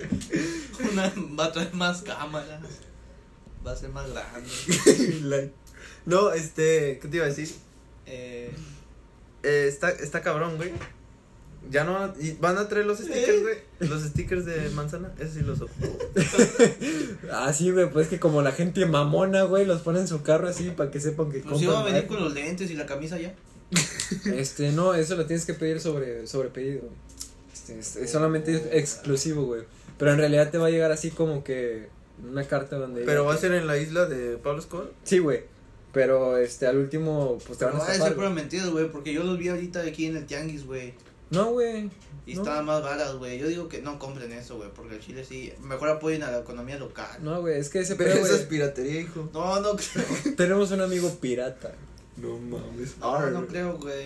Speaker 4: Una, va a traer más cámaras. Va a ser más grande.
Speaker 2: Like. no, este, ¿qué te iba a decir?
Speaker 4: Eh,
Speaker 2: Eh, está, está cabrón, güey. Ya no van a, y van a traer los stickers, güey. Los stickers de manzana, esos sí los ocupo.
Speaker 3: ah, sí, güey, pues que como la gente mamona, güey, los pone en su carro así para que sepan que
Speaker 4: pues iba a
Speaker 3: compran
Speaker 4: venir
Speaker 3: iPhone.
Speaker 4: con los lentes y la camisa ya.
Speaker 3: Este, no, eso lo tienes que pedir sobre, sobre pedido. güey. Este, es, es solamente
Speaker 4: Oh.
Speaker 3: exclusivo, güey. Pero en realidad te va a llegar así como que una carta donde.
Speaker 2: Pero va a ser en la isla de Pablo Escobar.
Speaker 3: Sí, güey. Pero este, al último, pues te
Speaker 4: Pero
Speaker 3: van a
Speaker 4: va a
Speaker 3: estafar.
Speaker 4: ser pura
Speaker 3: güey.
Speaker 4: mentira, güey. Porque yo los vi ahorita aquí en el tianguis, güey.
Speaker 3: No, güey.
Speaker 4: Y
Speaker 3: No.
Speaker 4: estaban más baratas, güey. Yo digo que no compren eso, güey. Porque el Chile sí. Mejor apoyen a la economía local.
Speaker 3: No, güey, es que ese
Speaker 2: Pero
Speaker 3: pedo,
Speaker 2: eso es
Speaker 3: güey.
Speaker 2: piratería, hijo.
Speaker 4: No, no creo.
Speaker 3: Tenemos un amigo pirata.
Speaker 2: No mames.
Speaker 4: No, no creo, güey.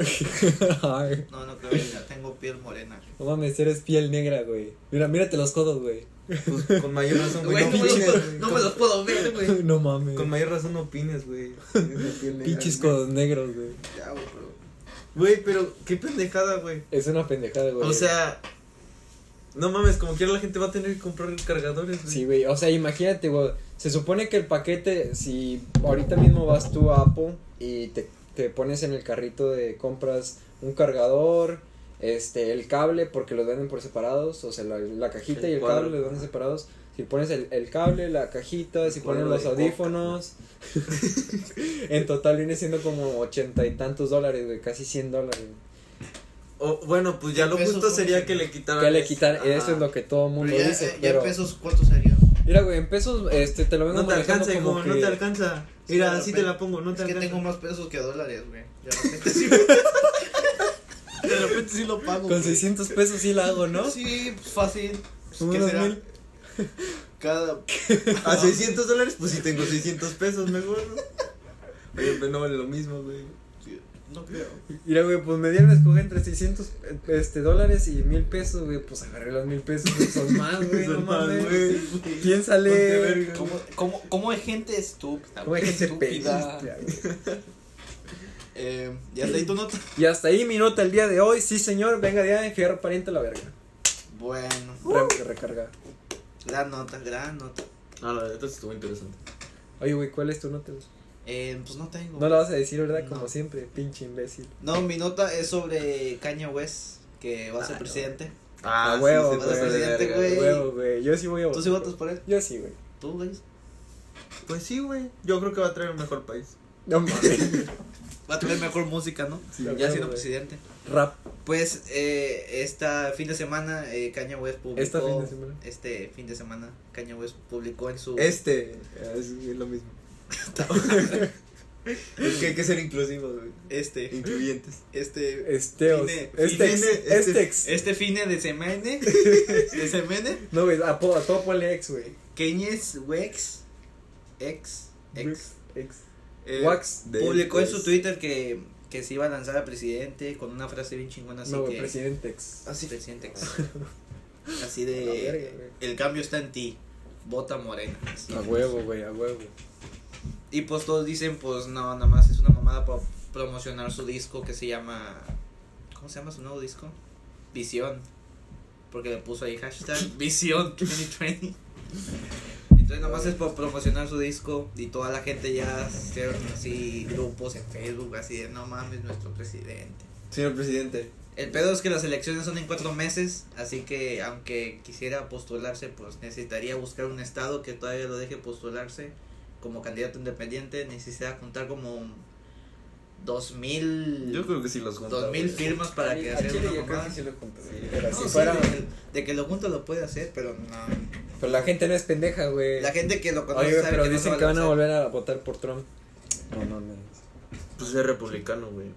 Speaker 3: Ay,
Speaker 4: No, no creo. Ya tengo piel morena.
Speaker 3: no mames, eres piel negra, güey. Mira, mírate los codos, güey.
Speaker 2: Pues, con mayor razón, güey.
Speaker 4: Güey,
Speaker 2: no
Speaker 4: no, me los
Speaker 2: opines,
Speaker 4: puedo-
Speaker 2: güey.
Speaker 4: no
Speaker 2: Con-
Speaker 4: me los puedo ver, güey.
Speaker 3: no mames.
Speaker 2: Con mayor razón no opines, güey. Tienes la piel negra,
Speaker 3: Pinches
Speaker 2: güey.
Speaker 3: codos negros, güey.
Speaker 4: Ya, güey, pero.
Speaker 2: Güey, pero qué pendejada, güey.
Speaker 3: Es una pendejada, güey.
Speaker 2: O sea, no mames, como quiera la gente va a tener que comprar cargadores, güey.
Speaker 3: Sí, güey, o sea, imagínate, güey, se supone que el paquete, si ahorita mismo vas tú a Apple y te, te pones en el carrito de compras un cargador, este, el cable, porque los venden por separados, o sea, la, la cajita
Speaker 2: El
Speaker 3: y el
Speaker 2: cuadro.
Speaker 3: cable los venden separados, si pones el, el cable, la cajita, si pones
Speaker 2: cuadro
Speaker 3: los
Speaker 2: de coca.
Speaker 3: audífonos, en total viene siendo como ochenta y tantos dólares, güey, casi cien dólares.
Speaker 2: O, bueno, pues ya lo
Speaker 4: Pesos
Speaker 2: justo
Speaker 4: son
Speaker 2: sería
Speaker 4: ochenta.
Speaker 2: que le quitaran.
Speaker 3: Que le quitar,
Speaker 2: Ah, Ajá.
Speaker 3: eso es lo que todo el mundo
Speaker 4: Pero ya, eh,
Speaker 3: dice,
Speaker 4: ya
Speaker 3: pero,
Speaker 4: en pesos, ¿cuántos serían?
Speaker 3: mira, güey, en pesos, este, te lo vengo
Speaker 2: No te
Speaker 3: manejando
Speaker 2: alcanza, hijo,
Speaker 3: como
Speaker 2: no
Speaker 3: que-
Speaker 2: te alcanza.
Speaker 4: Sí,
Speaker 2: Mira,
Speaker 4: de
Speaker 2: así te
Speaker 4: repente.
Speaker 2: la pongo, no
Speaker 4: es
Speaker 2: te
Speaker 4: que
Speaker 2: alcanza.
Speaker 4: tengo más pesos que dólares, güey. De repente sí, de repente sí lo pago.
Speaker 3: Con
Speaker 4: güey.
Speaker 3: 600 pesos sí la hago, ¿no?
Speaker 4: Sí, pues fácil. Pues, ¿Qué
Speaker 3: Unos
Speaker 4: será?
Speaker 3: mil.
Speaker 4: Cada.
Speaker 2: A 600 dólares, pues si tengo 600 pesos, mejor. ¿no? Oye, pero no vale lo mismo, güey.
Speaker 4: Sí, No creo.
Speaker 3: Mira, güey, pues me dieron a escoger entre 600 este, dólares y mil pesos, güey. Pues agarré los mil pesos, güey, son más, güey, no
Speaker 2: Son más,
Speaker 3: mames.
Speaker 2: güey. Ponte
Speaker 3: Piénsale.
Speaker 2: verga.
Speaker 4: ¿Cómo, cómo, cómo hay gente estúpida?
Speaker 3: Güey, que se
Speaker 4: estúpida?
Speaker 3: pediste, güey.
Speaker 4: Eh, y hasta ahí tu nota.
Speaker 3: Y hasta ahí mi nota el día de hoy. Sí, señor, venga de fierro pariente a la verga.
Speaker 4: Bueno,
Speaker 3: Re- recarga.
Speaker 4: gran nota, gran nota.
Speaker 2: No, la neta estuvo interesante.
Speaker 3: Oye, güey, ¿cuál es tu nota? güey?
Speaker 4: Eh, pues no tengo.
Speaker 3: No la vas a decir, ¿verdad? Como
Speaker 4: No.
Speaker 3: siempre, pinche imbécil.
Speaker 4: No, mi nota es sobre Caña West, que va a ser
Speaker 3: Ah, no.
Speaker 4: presidente.
Speaker 3: A huevo,
Speaker 2: sí, sí,
Speaker 3: güey.
Speaker 2: pasó de verga,
Speaker 4: Güey.
Speaker 3: Huevo, güey. Yo sí voy a
Speaker 4: ¿Tú
Speaker 3: votar.
Speaker 4: sí votas por él?
Speaker 3: Yo sí, güey.
Speaker 4: ¿Tú, güey?
Speaker 2: Pues sí, güey. Yo creo que va a traer un mejor país.
Speaker 3: No mames.
Speaker 4: Va a tener mejor música, ¿no? pues
Speaker 3: Sí,
Speaker 4: ya
Speaker 3: claro,
Speaker 4: siendo
Speaker 3: güey.
Speaker 4: presidente.
Speaker 3: Rap.
Speaker 4: Pues eh, esta fin de semana eh, Kanye West publicó
Speaker 3: Esta fin de semana.
Speaker 4: este fin de semana Kanye West publicó en su
Speaker 2: Este es lo mismo. es que hay que ser inclusivos, güey.
Speaker 4: este
Speaker 2: Incluyentes.
Speaker 4: este
Speaker 3: Esteos.
Speaker 4: Fine-
Speaker 3: Estex.
Speaker 2: fine-
Speaker 3: Estex.
Speaker 4: este fin de semana de semana
Speaker 3: No, güey, a, po- a todo ponle ex, güey.
Speaker 4: Kanye West ex ex
Speaker 3: Ex.
Speaker 4: eh,
Speaker 3: Wax.
Speaker 2: de-
Speaker 4: publicó en su
Speaker 2: pues.
Speaker 4: Twitter que, que se iba a lanzar a presidente con una frase bien chingona así
Speaker 3: No, güey,
Speaker 4: que
Speaker 3: presidente ex.
Speaker 4: así presidente ex. así
Speaker 3: A la verga,
Speaker 4: de
Speaker 3: güey.
Speaker 4: el cambio está en ti vota morena así.
Speaker 3: A huevo, güey, a huevo.
Speaker 4: Y pues todos dicen, pues no, nada más es una mamada para promocionar su disco que se llama. ¿Cómo se llama su nuevo disco? Visión. Porque le puso ahí hashtag Visión 2020. Entonces nada más es por promocionar su disco y toda la gente ya hicieron así grupos en Facebook, así de no mames, nuestro presidente.
Speaker 2: Señor presidente.
Speaker 4: El pedo es que las elecciones son en cuatro meses, así que aunque quisiera postularse, pues necesitaría buscar un estado que todavía lo deje postularse como candidato independiente. Necesita juntar como dos mil,
Speaker 2: Yo creo que sí los junta.
Speaker 4: dos mil
Speaker 2: güey.
Speaker 4: firmas para que
Speaker 3: A
Speaker 4: hacer
Speaker 3: Chile
Speaker 4: una
Speaker 3: yo creo
Speaker 4: mamada.
Speaker 3: que sí lo junto, güey.
Speaker 2: Sí.
Speaker 3: Pero
Speaker 4: No,
Speaker 3: si
Speaker 4: sí,
Speaker 3: fuera.
Speaker 4: de, que, de que lo junto lo puede hacer, pero no.
Speaker 3: Pero la gente no es pendeja, güey.
Speaker 4: La gente que lo conoce
Speaker 3: Oye,
Speaker 4: sabe
Speaker 3: pero
Speaker 4: que no
Speaker 3: dicen
Speaker 4: lo
Speaker 3: que van a
Speaker 4: hacer.
Speaker 3: volver a votar por Trump. No mames.
Speaker 2: Pues es republicano, güey.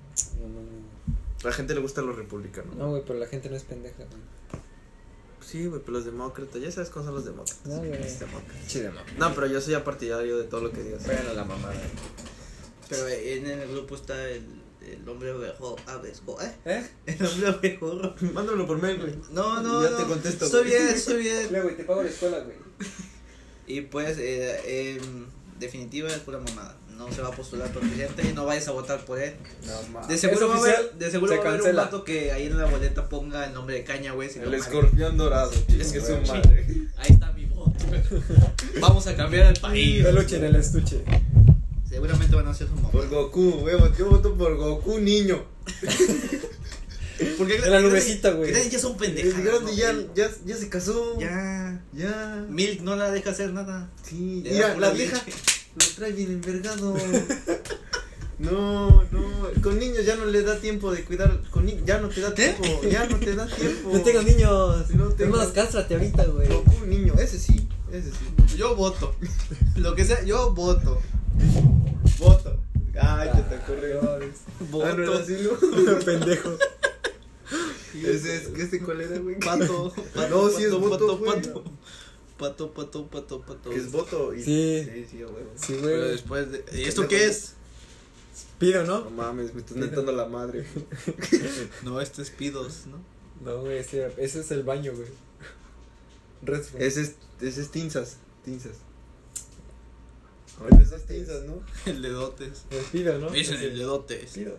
Speaker 3: No mames.
Speaker 2: La gente le gusta los republicanos.
Speaker 3: No, güey, pero la gente no es pendeja, güey.
Speaker 2: Sí, güey, pero los demócratas. Ya sabes cómo son los demócratas.
Speaker 3: No, güey.
Speaker 2: Los demócratas.
Speaker 3: Chile, mamá.
Speaker 2: No, pero yo soy apartidario de todo lo que digas.
Speaker 3: Bueno, la mamada.
Speaker 4: Pero en el grupo está el, el hombre ovejo, aves, jo- ¿eh?
Speaker 3: ¿Eh?
Speaker 4: El hombre ovejorro.
Speaker 2: Mándalo por mail, güey.
Speaker 4: No, no,
Speaker 2: Ya
Speaker 4: no.
Speaker 2: te contesto,
Speaker 4: Estoy
Speaker 2: güey.
Speaker 4: bien, estoy bien.
Speaker 3: Güey, te pago la escuela, güey.
Speaker 4: Y pues, eh, en definitiva, es pura mamada. No se va a postular por presidente y no vayas a votar por él.
Speaker 3: No
Speaker 2: Ah,
Speaker 3: mames.
Speaker 4: De seguro, va a, haber, de seguro
Speaker 3: se
Speaker 4: va a haber un
Speaker 3: cancela.
Speaker 4: vato que ahí en la boleta ponga el nombre de Caña, güey. si
Speaker 2: El
Speaker 4: no,
Speaker 2: escorpión dorado. Es que es un
Speaker 3: güey.
Speaker 2: madre.
Speaker 4: Ahí está mi voto. Vamos a cambiar al país.
Speaker 3: Peluche en el estuche.
Speaker 4: Seguramente van a hacer su mamá.
Speaker 2: Por Goku, güey. Yo voto por Goku, niño.
Speaker 4: Porque
Speaker 3: En la nubecita, güey.
Speaker 4: Creen ya son
Speaker 2: El
Speaker 4: pendejadas.
Speaker 2: grande
Speaker 4: ¿no?
Speaker 2: ya, ya, ya se casó.
Speaker 4: Ya.
Speaker 2: Ya.
Speaker 4: Milk no la deja hacer nada.
Speaker 2: Sí,
Speaker 4: Le da
Speaker 2: mira,
Speaker 4: pura
Speaker 2: la vieja
Speaker 4: leche.
Speaker 2: lo trae bien envergado. No, no, con niños ya no le da tiempo de cuidar, con ni- ya no te da
Speaker 4: ¿Qué?
Speaker 2: tiempo, ya no te da tiempo.
Speaker 3: niños.
Speaker 2: No tengo.
Speaker 3: Es más, cástrate ahorita, güey.
Speaker 2: Goku, niño, ese sí, ese sí.
Speaker 4: Yo voto. Lo que sea, yo voto.
Speaker 2: Voto. Ay, te te ocurrió. Ah, no era
Speaker 4: Voto.
Speaker 2: así, ¿no?
Speaker 3: Pendejo.
Speaker 2: Ese es, que este cuál era, güey.
Speaker 4: Pato, pato,
Speaker 2: No, sí es
Speaker 4: pato,
Speaker 2: voto,
Speaker 4: pato,
Speaker 2: güey.
Speaker 4: pato, pato, pato, pato, pato.
Speaker 2: Que es voto y.
Speaker 3: Sí.
Speaker 2: sí, sí, güey.
Speaker 3: Sí,
Speaker 4: Pero
Speaker 3: güey.
Speaker 4: después de... ¿Y esto qué es?
Speaker 3: Pido,
Speaker 2: No
Speaker 3: ¿no?
Speaker 2: mames, me estás mentando la madre.
Speaker 4: No, esto es pidos, ¿no?
Speaker 3: No, güey, ese, ese es el baño, güey. Restroom.
Speaker 2: Ese es, ese es tinzas, tinzas. Bueno, esas pues tinzas, ¿no?
Speaker 4: El dedotes.
Speaker 3: El pido, ¿no?
Speaker 4: Me dicen
Speaker 3: Ese.
Speaker 4: el dedotes.
Speaker 3: Pido.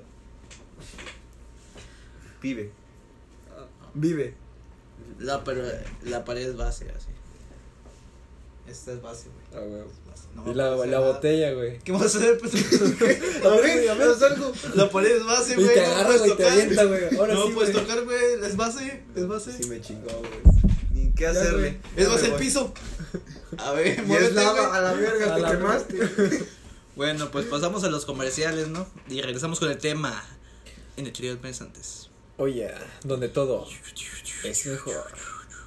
Speaker 2: Pibe. Ah,
Speaker 3: Vive.
Speaker 4: La, pero la pared es base, así. Esta es base, güey.
Speaker 3: Ah, güey.
Speaker 4: Base. No
Speaker 3: Y
Speaker 4: me
Speaker 3: la,
Speaker 2: pues, ah.
Speaker 4: parece
Speaker 3: la
Speaker 4: nada.
Speaker 3: botella, güey.
Speaker 4: ¿Qué vas a hacer? Pues?
Speaker 3: A ver,
Speaker 2: Abrí,
Speaker 3: güey, a ver.
Speaker 2: haz algo.
Speaker 4: la pared es base,
Speaker 3: Y
Speaker 4: güey.
Speaker 3: te
Speaker 4: no
Speaker 3: agarra,
Speaker 4: puedes
Speaker 3: güey, te
Speaker 4: tocar.
Speaker 3: avienta, güey. Ahora
Speaker 4: No pues,
Speaker 3: sí,
Speaker 4: puedes
Speaker 3: güey. eh.
Speaker 4: tocar, güey. Es base, es base.
Speaker 2: Sí me chingó, güey. Ni qué hacerle.
Speaker 4: Es
Speaker 2: Ya
Speaker 4: base
Speaker 2: me
Speaker 4: el
Speaker 2: voy.
Speaker 4: piso. A ver,
Speaker 2: Y es
Speaker 4: muévete, güey.
Speaker 2: lava, a la verga,
Speaker 3: A
Speaker 2: te
Speaker 3: la
Speaker 2: quemaste.
Speaker 4: Bueno, pues pasamos a los comerciales, ¿no? Y regresamos con el tema en el trío de pensantes.
Speaker 3: Oye, donde todo es mejor.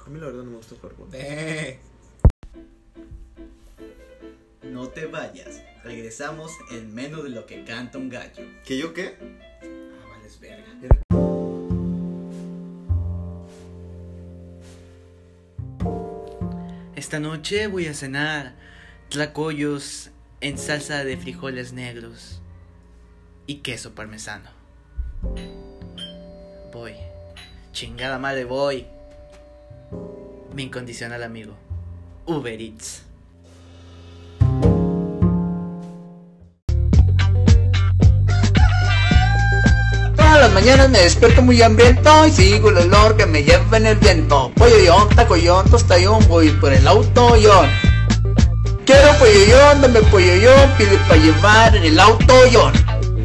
Speaker 2: A mí la verdad no me gusta jugar güey.
Speaker 4: No te vayas, regresamos en menos de lo que canta un gallo.
Speaker 2: ¿Que yo qué?
Speaker 4: Ah, vales verga. Esta noche voy a cenar tlacoyos en salsa de frijoles negros y queso parmesano. Voy. Chingada madre, voy. Mi incondicional amigo, Uber Eats.
Speaker 5: mañana me despierto muy hambriento y sigo el olor que me lleva en el viento. Pollo yon, tacoyón, tostayón, voy por el auto yon. Quiero pollo yon, dame pollo yon, pide pa' llevar en el auto yon.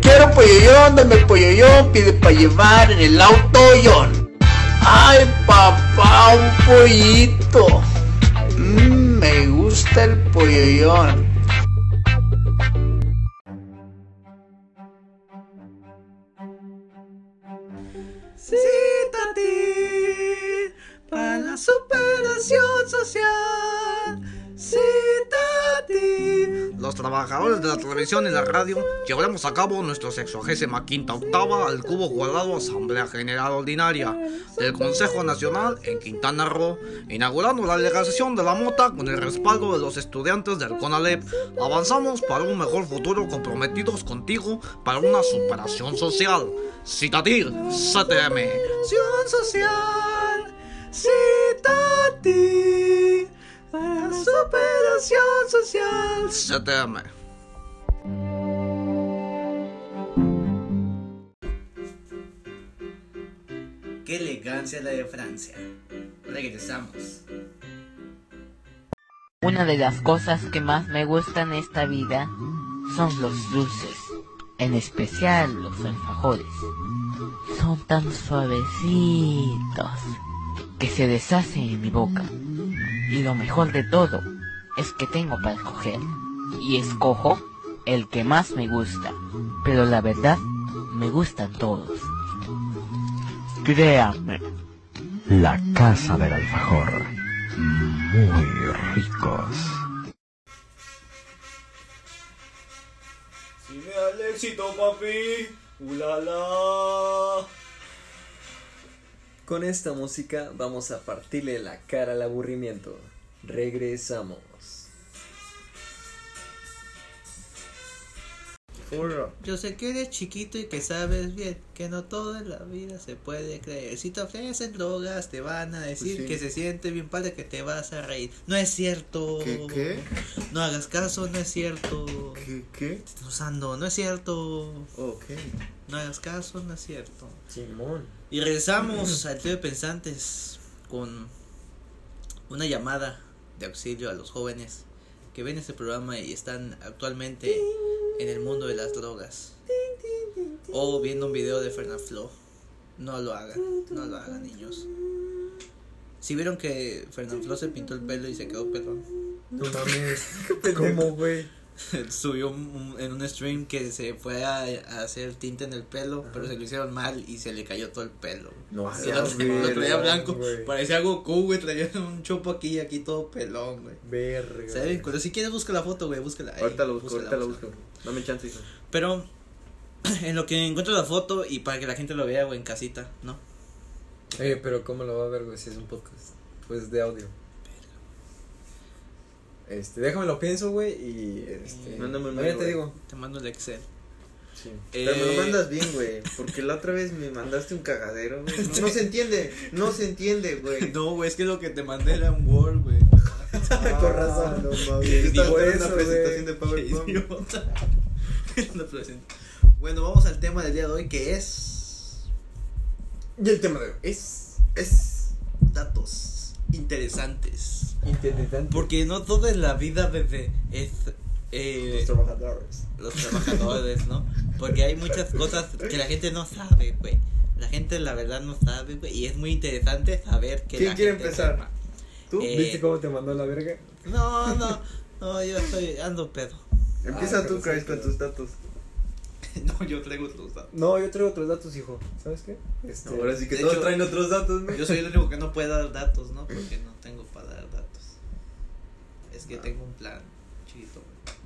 Speaker 5: Quiero pollo yon, dame pollo yon, pide pa' llevar en el auto yon. Ay papá, un pollito. Mmm, me gusta el pollo yon.
Speaker 4: Cita a ti para la superación social. Cita a ti. Los trabajadores de la televisión y la radio llevaremos a cabo nuestra sexagésima quinta octava al cubo cuadrado Asamblea General Ordinaria del Consejo Nacional en Quintana Roo, inaugurando la legalización de la mota con el respaldo de los estudiantes del CONALEP. Avanzamos para un mejor futuro comprometidos contigo para una superación social. Citatir, CTM. Acción social, citati. Para superación social, CTM.
Speaker 6: Qué elegancia la de Francia. Regresamos.
Speaker 7: Una de las cosas que más me gustan en esta vida son los dulces, en especial los alfajores. Son tan suavecitos que se deshacen en mi boca. Y lo mejor de todo es que tengo para escoger. Y escojo el que más me gusta. Pero la verdad, me gustan todos. Créanme,
Speaker 8: La casa del alfajor. Muy ricos.
Speaker 6: Cine al éxito, papi. Ulala.
Speaker 3: Con esta música vamos a partirle la cara al aburrimiento. Regresamos.
Speaker 2: Furro.
Speaker 4: Yo sé que eres chiquito y que sabes bien que no todo en la vida se puede creer. Si te ofrecen drogas, te van a decir
Speaker 2: sí.
Speaker 4: que se siente bien padre, que te vas a reír. No es cierto.
Speaker 2: ¿Qué, qué?
Speaker 4: No hagas caso, no es cierto.
Speaker 2: ¿Qué, qué?
Speaker 4: Te están Usando, no es cierto.
Speaker 2: Ok.
Speaker 4: No hagas caso, no es cierto.
Speaker 3: Simón.
Speaker 4: Y regresamos al Trío de Pensantes con una llamada de auxilio a los jóvenes que ven este programa y están actualmente en el mundo de las drogas. O viendo un video de Fernanfloo. No lo hagan, no lo hagan niños. Si vieron que Fernanfloo se pintó el pelo y se quedó pelón.
Speaker 3: No mames. ¿Cómo, güey?
Speaker 4: Subió un- un- en un stream que se fue a, a hacer tinte en el pelo, pero se lo hicieron mal y se le cayó todo el pelo.
Speaker 3: No,
Speaker 4: Sí, lo, lo traía blanco. Parecía Goku, güey. Traía un chopo aquí y aquí todo pelón, güey.
Speaker 3: Verga.
Speaker 4: Se ve bien curioso. Si quieres, busca la foto, güey. Búscala. ahí,
Speaker 2: Ahorita lo busco,
Speaker 4: búscala,
Speaker 2: ahorita lo
Speaker 4: búscala.
Speaker 2: busco. Dame chance, hijo.
Speaker 4: Pero en lo que encuentro la foto y para que la gente lo vea, güey, en casita, ¿no?
Speaker 3: Oye, pero ¿cómo lo va a ver, güey? Si es un podcast. Pues de audio. Este, déjame lo pienso, güey, y este.
Speaker 2: Mm, Mándame un
Speaker 3: mañana te
Speaker 2: mail, güey.
Speaker 3: digo.
Speaker 4: Te mando el Excel.
Speaker 3: Sí.
Speaker 2: Pero me
Speaker 4: Eh,
Speaker 2: lo mandas bien, güey. Porque la otra vez me mandaste un cagadero, güey. No, no se entiende, no se entiende, güey.
Speaker 4: No, güey, es que lo que te mandé era un Word, güey.
Speaker 3: Con razón.
Speaker 2: Ah, No mames.
Speaker 4: Digo
Speaker 2: Estaba haciendo
Speaker 3: eso,
Speaker 2: una presentación de
Speaker 4: Qué
Speaker 2: PowerPoint.
Speaker 4: idiota. No, pero sí. Bueno, vamos al tema del día de hoy que es
Speaker 2: Y el tema de hoy es. Es.
Speaker 4: datos interesantes.
Speaker 3: Intentante.
Speaker 4: Porque no todo en la vida, bebé, es eh,
Speaker 2: Los trabajadores.
Speaker 4: los trabajadores, ¿no? Porque hay muchas cosas que la gente no sabe, güey. La gente, la verdad, no sabe, güey. Y es muy interesante saber que
Speaker 2: ¿Quién
Speaker 4: la
Speaker 2: quiere
Speaker 4: gente
Speaker 2: empezar?
Speaker 4: sepa.
Speaker 2: ¿Tú?
Speaker 4: Eh,
Speaker 3: ¿Viste cómo te mandó a la verga?
Speaker 4: No, no, no, yo estoy ando pedo.
Speaker 2: Empieza
Speaker 3: ah,
Speaker 2: tú,
Speaker 3: pero sí,
Speaker 2: Chris, con
Speaker 3: pero-
Speaker 2: tus datos.
Speaker 4: No, yo traigo tus datos.
Speaker 3: No, yo traigo otros datos, hijo. ¿Sabes qué? Este,
Speaker 2: Ahora sí que
Speaker 4: De
Speaker 2: todos
Speaker 4: hecho-
Speaker 2: traen otros datos, ¿no?
Speaker 4: Yo soy el único que no puede dar datos, ¿no? Porque no tengo para dar datos. Es
Speaker 2: Ah.
Speaker 4: que tengo un plan chiquito, güey.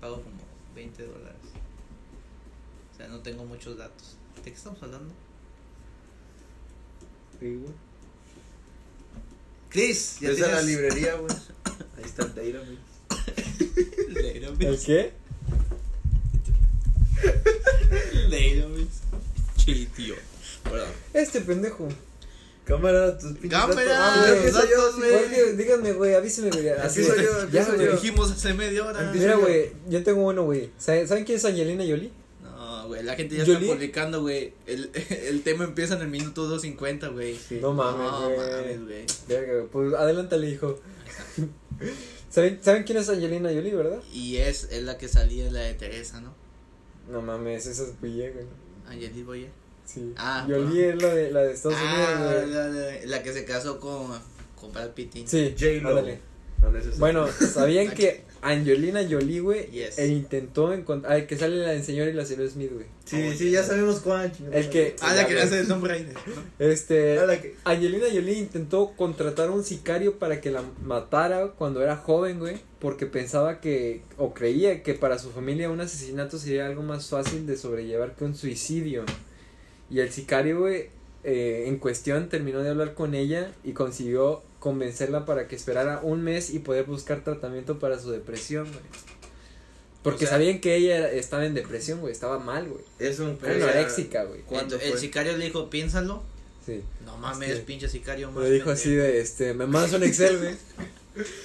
Speaker 4: Pago como 20 dólares. O sea, no tengo muchos datos. ¿De qué estamos hablando?
Speaker 3: sí, güey.
Speaker 4: Chris, ya
Speaker 2: Ves a la
Speaker 4: tienes...
Speaker 2: librería, güey. Ahí está el Data, güey.
Speaker 3: ¿El
Speaker 4: Leiramis.
Speaker 3: qué?
Speaker 4: Leiramis. Chitio. Perdón.
Speaker 3: Este pendejo.
Speaker 2: Cámara, tus pinches
Speaker 4: Cámara,
Speaker 2: datos.
Speaker 3: güey,
Speaker 2: Ah, empiezo
Speaker 4: datos,
Speaker 2: yo, sí,
Speaker 4: güey.
Speaker 2: güey.
Speaker 3: Oye, díganme, güey, avíseme, güey. Así,
Speaker 2: Empiezo
Speaker 3: güey.
Speaker 2: yo,
Speaker 3: Ya,
Speaker 2: empiezo
Speaker 4: Lo
Speaker 3: güey.
Speaker 4: dijimos hace media hora.
Speaker 2: Empiezo
Speaker 3: Mira, güey, yo tengo uno, güey. ¿Sabe- ¿Saben quién es Angelina Jolie?
Speaker 4: No, güey. La gente ya
Speaker 3: Yo
Speaker 4: está
Speaker 3: li-
Speaker 4: publicando, güey. El, el tema empieza en el minuto 2.50, güey.
Speaker 3: No mames,
Speaker 4: No
Speaker 3: güey.
Speaker 4: mames, güey.
Speaker 3: Verga, güey, pues adelántale, hijo. ¿Saben, ¿Saben quién es Angelina Jolie, verdad?
Speaker 4: Y es, es la que salía en la de Teresa, ¿no?
Speaker 3: No mames, esa es Guille, güey.
Speaker 4: Angelina Boyer.
Speaker 3: Sí.
Speaker 4: Ah,
Speaker 3: Jolie es la de, la de Estados
Speaker 4: Ah,
Speaker 3: Unidos, güey.
Speaker 4: la, la- la que se casó con, con Brad Pitt.
Speaker 3: Sí,
Speaker 2: J-Lo.
Speaker 3: ándale.
Speaker 2: No, no es eso.
Speaker 3: Bueno, ¿sabían que Angelina Jolie, güey,
Speaker 4: Yes.
Speaker 3: e intentó encontrar... Ay, que sale la del señor y la señora Smith, güey.
Speaker 2: Sí, sí, ya sabemos cuál. chingada.
Speaker 3: El que...
Speaker 4: Ah, la que le hace el nombre ahí.
Speaker 3: Este...
Speaker 2: Ah, la que-
Speaker 3: Angelina Jolie intentó contratar a un sicario para que la matara cuando era joven, güey, porque pensaba que, o creía que para su familia un asesinato sería algo más fácil de sobrellevar que un suicidio. Y el sicario, güey, eh, en cuestión terminó de hablar con ella y consiguió convencerla para que esperara un mes y poder buscar tratamiento para su depresión, güey. Porque
Speaker 4: O sea-
Speaker 3: sabían que ella estaba en depresión, güey, estaba mal, güey.
Speaker 2: Es un
Speaker 3: Era anoréxica, güey.
Speaker 2: ¿Cuándo
Speaker 4: El, el
Speaker 2: fue?
Speaker 4: sicario le dijo, piénsalo.
Speaker 3: Sí.
Speaker 4: No mames,
Speaker 3: Sí.
Speaker 4: pinche sicario. más
Speaker 3: Le dijo así
Speaker 4: pendejo.
Speaker 3: de, este, me mandas un Excel, güey.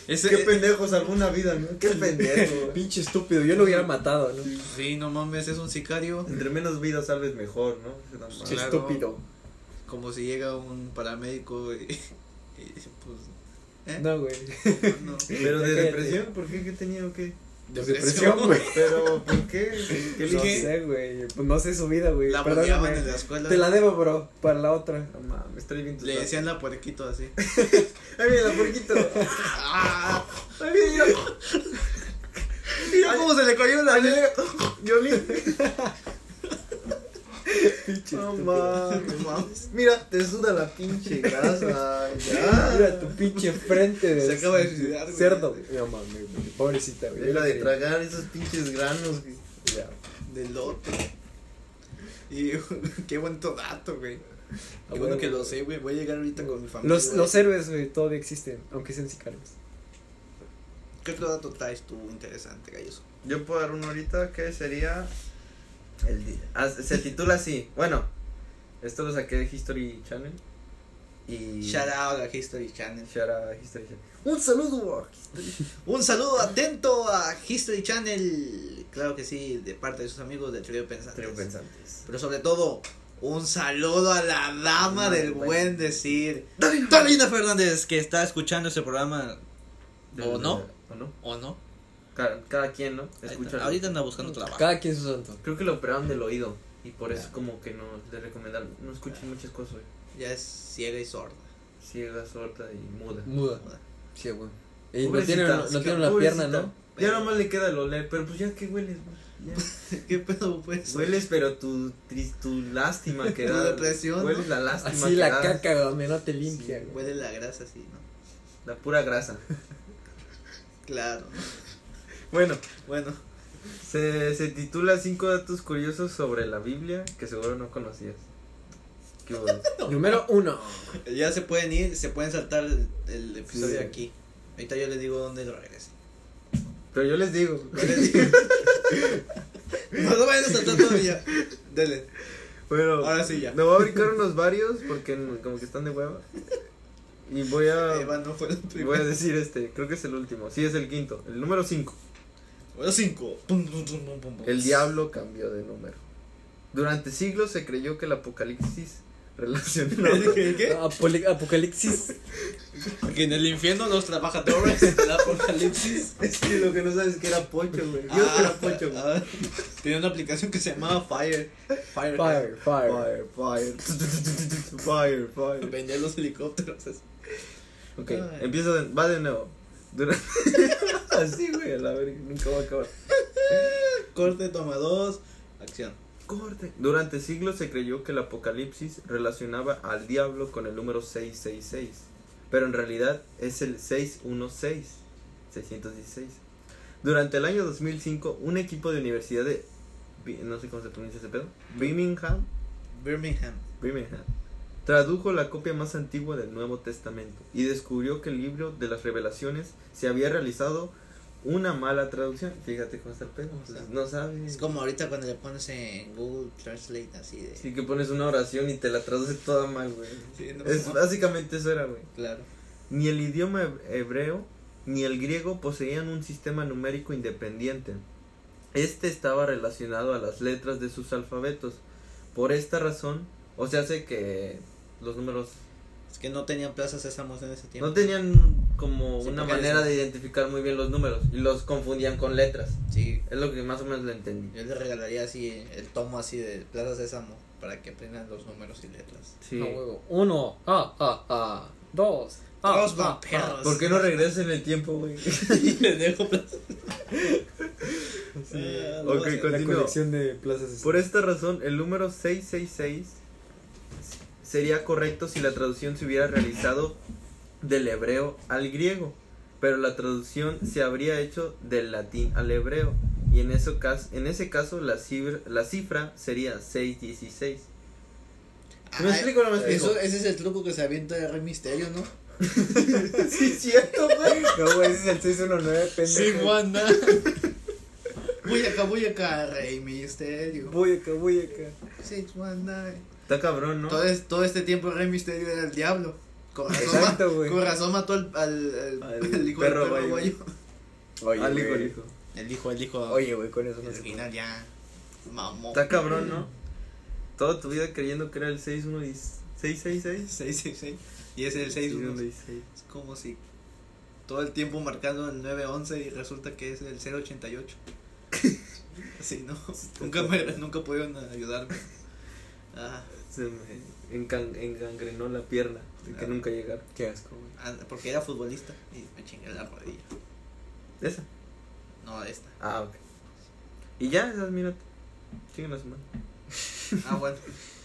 Speaker 4: Ese-
Speaker 2: Qué pendejos alguna vida, ¿no? Qué pendejo. güey.
Speaker 3: Pinche estúpido, yo lo hubiera matado, ¿no?
Speaker 4: Sí, no mames, es un sicario.
Speaker 2: Entre menos vidas salves mejor, ¿no? No mames.
Speaker 4: Claro. Como si llega un paramédico y, y pues
Speaker 3: No, güey.
Speaker 4: no.
Speaker 2: Pero
Speaker 3: Ya
Speaker 2: de
Speaker 3: cállate.
Speaker 2: depresión, ¿por qué? ¿Qué tenía o qué?
Speaker 3: Depresión, güey.
Speaker 2: Pero, ¿por qué? ¿Qué
Speaker 3: No
Speaker 2: dije?
Speaker 3: sé, güey. Pues no sé su vida, güey.
Speaker 4: La
Speaker 3: Perdóname.
Speaker 4: boleaban en la escuela.
Speaker 3: Te la debo, bro. Para la otra.
Speaker 2: No mames, trae bien tus
Speaker 4: Le
Speaker 2: datos.
Speaker 4: decían la puerquito así.
Speaker 2: Ay, mira, porquito.
Speaker 4: ¡Ah!
Speaker 2: Ay, mira,
Speaker 4: Mira cómo se le cayó la lengua.
Speaker 2: yo li- No mames. Mira, te suda la pinche grasa.
Speaker 3: Mira
Speaker 2: Ya.
Speaker 3: tu pinche frente de.
Speaker 4: Se acaba de suicidar, güey.
Speaker 3: Cerdo. No mames, güey. Pobrecita, güey.
Speaker 2: Deja de tragar esos pinches granos. güey.
Speaker 3: Ya.
Speaker 4: De lote. Y qué buen dato, güey. Qué
Speaker 3: Ah,
Speaker 4: bueno
Speaker 3: güey,
Speaker 4: que lo
Speaker 3: güey.
Speaker 4: sé, güey. Voy a llegar ahorita con mi familia.
Speaker 3: Los,
Speaker 4: güey.
Speaker 3: los héroes, güey, todavía existen. Aunque sean sicarios.
Speaker 4: ¿Qué otro dato traes tú interesante, Galloso?
Speaker 2: Yo puedo dar uno ahorita que sería. el di- ah, se titula así. Bueno, esto lo saqué de History Channel. Y.
Speaker 4: Shout out a History Channel.
Speaker 2: Shout out a History Channel. Un saludo a
Speaker 4: Un saludo atento a History Channel. Claro que sí, de parte de sus amigos de Trio Pensantes.
Speaker 2: Trio Pensantes.
Speaker 4: Pero sobre todo, un saludo a la dama del buen decir,
Speaker 2: Dale.
Speaker 4: Carolina Fernández, que está escuchando este programa. ¿O no?
Speaker 2: ¿O no?
Speaker 4: ¿O no?
Speaker 2: Cada, cada quien, ¿no? Escucha.
Speaker 4: Ahorita anda buscando trabajo.
Speaker 3: Cada quien su santo.
Speaker 2: Creo que lo operaron del oído. Y por eso, como que no le recomendaron. No escuchen muchas cosas hoy.
Speaker 4: Ya es ciega y sorda.
Speaker 2: Ciega, sorda y muda.
Speaker 3: Muda. Sí, güey. Y no
Speaker 2: Pobrecita,
Speaker 3: tienen, no,
Speaker 2: sí,
Speaker 3: tienen la
Speaker 2: pobrecita.
Speaker 3: pierna, ¿no?
Speaker 2: Ya nomás le queda el oler, pero pues ya que hueles, güey. Ya.
Speaker 4: ¿Qué pedo pues?
Speaker 2: Hueles, pero tu, tris- tu lástima que
Speaker 4: Tu
Speaker 2: da.
Speaker 4: depresión, ¿no?
Speaker 2: Hueles la lástima.
Speaker 3: Así
Speaker 2: que
Speaker 3: la
Speaker 2: da,
Speaker 3: caca, güey. hombre, No te
Speaker 4: Sí,
Speaker 3: limpia, güey.
Speaker 4: huele la grasa, sí, ¿no?
Speaker 2: La pura grasa.
Speaker 4: Claro.
Speaker 2: Bueno,
Speaker 4: Bueno,
Speaker 2: se, se titula Cinco datos curiosos sobre la Biblia que seguro no conocías. ¿Qué hubo?
Speaker 3: Número uno.
Speaker 4: ya se pueden ir, se pueden saltar el, el episodio
Speaker 2: Sí.
Speaker 4: aquí. Ahorita yo les digo dónde lo regresen.
Speaker 2: Pero yo les digo.
Speaker 4: No lo vayan a saltar todavía. Dele.
Speaker 2: Bueno,
Speaker 4: Ahora sí ya.
Speaker 2: me voy a brincar unos varios porque n- como que están de hueva. Y voy a.
Speaker 4: Eva no fue el
Speaker 2: y voy a
Speaker 4: primero.
Speaker 2: decir este, creo que es el último. Sí, es el quinto. El número cinco.
Speaker 4: Bueno, cinco. Pum, pum, pum, pum, pum, pum.
Speaker 2: El diablo cambió de número. Durante siglos se creyó que el apocalipsis relacionado.
Speaker 4: ¿Qué? ¿Qué?
Speaker 3: Apoli- Apocalipsis.
Speaker 4: Que en el infierno los trabajadores del apocalipsis.
Speaker 2: es que lo que no sabes es que era Pocho, güey. Yo que era
Speaker 4: Ah,
Speaker 2: Pocho, güey.
Speaker 4: ah, tenía una aplicación que se llamaba Fire. Fire.
Speaker 3: Fire, fire.
Speaker 2: fire. fire, fire.
Speaker 4: Vendía los helicópteros. así.
Speaker 2: Ok,
Speaker 4: Ay.
Speaker 2: empieza de, va de nuevo. Durante... Así, güey, a la verga, nunca va a acabar.
Speaker 4: Corte, toma dos. Acción.
Speaker 2: Corte. Durante siglos se creyó que el apocalipsis relacionaba al diablo con el número 666, pero en realidad es el 616, 616. Durante el año 2005, un equipo de universidad de Bi- no sé cómo se pronuncia ese pedo, Birmingham,
Speaker 4: Birmingham.
Speaker 2: Birmingham, tradujo la copia más antigua del Nuevo Testamento y descubrió que el libro de las Revelaciones se había realizado una mala traducción. Fíjate cómo está el pedo, pues
Speaker 4: O sea,
Speaker 2: no sabes.
Speaker 4: Es como ahorita cuando le pones en Google Translate así de.
Speaker 2: Sí, que pones una oración y te la traduce toda mal, güey.
Speaker 4: Sí, no,
Speaker 2: Es, básicamente eso era, güey.
Speaker 4: Claro.
Speaker 2: Ni el idioma heb- hebreo ni el griego poseían un sistema numérico independiente. Este estaba relacionado a las letras de sus alfabetos. Por esta razón, o sea, hace que los números
Speaker 4: Es que no tenían plazas sésamos en ese tiempo.
Speaker 2: no tenían como
Speaker 4: Sí,
Speaker 2: una
Speaker 4: porque
Speaker 2: manera
Speaker 4: es-
Speaker 2: de identificar muy bien los números y los confundían con letras.
Speaker 4: Sí,
Speaker 2: Es lo que más o menos le entendí.
Speaker 4: yo le regalaría así el tomo así de plazas sésamo para que aprendan los números y letras.
Speaker 2: Sí.
Speaker 3: A huevo. Uno, ah, ah, ah. Dos, ah,
Speaker 4: Dos
Speaker 3: ah,
Speaker 4: vaperos.
Speaker 2: ¿Por qué no regresen el tiempo, güey?
Speaker 4: y les dejo plazas.
Speaker 2: Sí.
Speaker 4: Ah,
Speaker 2: Ok,
Speaker 3: ah. La
Speaker 2: continúo.
Speaker 3: colección de plazas.
Speaker 2: Por esta razón, el número 666 sería correcto si la traducción se hubiera realizado del hebreo al griego, pero la traducción se habría hecho del latín al hebreo, y en, eso cas- en ese caso la cifra, la cifra sería 616. ¿Me explico o no me explico?
Speaker 4: Eso, ese es el truco que se avienta de Rey Misterio, ¿no?
Speaker 2: Sí, cierto, güey.
Speaker 3: No, güey, ese es el 619, pendejo.
Speaker 4: Wanda. voy acá, voy acá, Rey Misterio.
Speaker 3: Voy acá, voy acá.
Speaker 4: Six, one, nine.
Speaker 2: Está cabrón, ¿no?
Speaker 4: Todo, es- todo este tiempo Rey Misterio era el diablo. Con razón,
Speaker 3: Exacto,
Speaker 4: ma-
Speaker 3: güey.
Speaker 4: con razón mató al, al, al,
Speaker 2: Al
Speaker 4: al hijo
Speaker 2: perro
Speaker 4: del perro
Speaker 2: guayo.
Speaker 4: guayo.
Speaker 3: Oye,
Speaker 2: Al hijo,
Speaker 3: güey.
Speaker 2: al hijo.
Speaker 4: El hijo, el hijo.
Speaker 3: Oye, güey, con eso no
Speaker 4: el
Speaker 3: se
Speaker 4: final ya. Mamó.
Speaker 2: Está cabrón, ¿no? Toda tu vida creyendo que era el 616.
Speaker 4: 666. Y es el 6 Es como si todo el tiempo marcando el 911 y resulta que es el 088. Así, ¿no? nunca, me, nunca pudieron ayudarme. Ah,
Speaker 2: Se me encan- engangrenó la pierna de que
Speaker 4: Ah.
Speaker 2: nunca llegara.
Speaker 3: puede. Qué asco, güey.
Speaker 4: ah, porque era futbolista y me chingué la rodilla.
Speaker 2: Esa.
Speaker 4: No, esta.
Speaker 2: Ah, ok. Y ya, esas, mírate. Siguen la semana.
Speaker 4: Ah, bueno.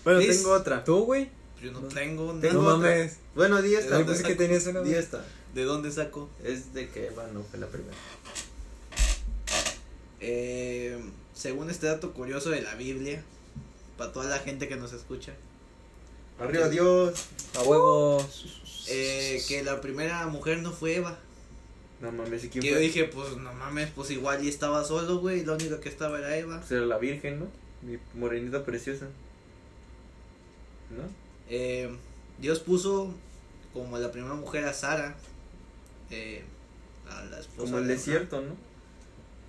Speaker 3: Bueno,
Speaker 2: Liz,
Speaker 3: tengo otra. ¿Tú, güey?
Speaker 4: Yo no tengo nada.
Speaker 2: Tengo
Speaker 3: No
Speaker 2: otra.
Speaker 3: mames.
Speaker 2: Bueno, di esta.
Speaker 3: Yo pensé que tenías una.
Speaker 2: Di
Speaker 3: güey.
Speaker 2: esta.
Speaker 4: ¿De dónde saco?
Speaker 2: Es de que Eva no fue la primera.
Speaker 4: Eh, según este dato curioso de la Biblia, para toda la gente que nos escucha,
Speaker 2: Arriba Dios.
Speaker 3: A huevo.
Speaker 4: eh, que la primera mujer no fue Eva.
Speaker 2: No mames, ¿y quién
Speaker 4: Que yo
Speaker 2: fue?
Speaker 4: dije, pues no mames, pues igual y estaba solo, güey, y la única que estaba era Eva.
Speaker 2: Pues era la Virgen, ¿no? Mi morenita preciosa. ¿No?
Speaker 4: Eh, Dios puso como la primera mujer a Sara, eh, a la esposa
Speaker 2: Como el
Speaker 4: de Abraham.
Speaker 2: desierto, ¿no?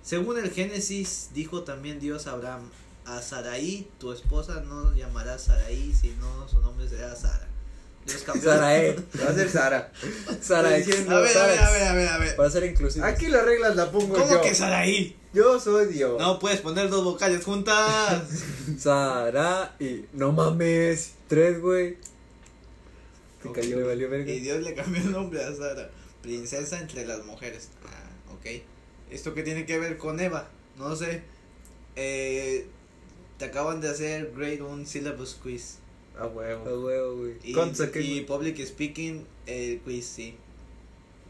Speaker 4: Según el Génesis, dijo también Dios a Abraham, a Saraí, tu esposa no llamarás Saraí, sino su nombre será Sara. Dios cambió.
Speaker 3: Sarae.
Speaker 2: Va a ser Sara.
Speaker 3: eh. Sara, eh,
Speaker 4: A ver, a ver, a ver, a ver, a ver.
Speaker 3: Para ser inclusivo.
Speaker 2: Aquí las reglas la pongo
Speaker 4: ¿Cómo
Speaker 2: Pues yo.
Speaker 4: que Saraí?
Speaker 2: Yo soy Dios.
Speaker 4: No puedes poner dos vocales juntas.
Speaker 3: Sara y. No mames. Tres, güey. Te
Speaker 4: Ok.
Speaker 3: cayó, le valió verga.
Speaker 4: y Dios le cambió el nombre a Sara. Princesa entre las mujeres. Ah, ok. ¿Esto qué tiene que ver con Eva? No sé. Eh, te acaban de hacer grade un syllabus quiz.
Speaker 2: A
Speaker 3: A
Speaker 2: huevo.
Speaker 3: huevo, güey.
Speaker 4: Y,
Speaker 2: ¿Cuánto saqué,
Speaker 4: y
Speaker 2: güey?
Speaker 4: public speaking, el quiz sí.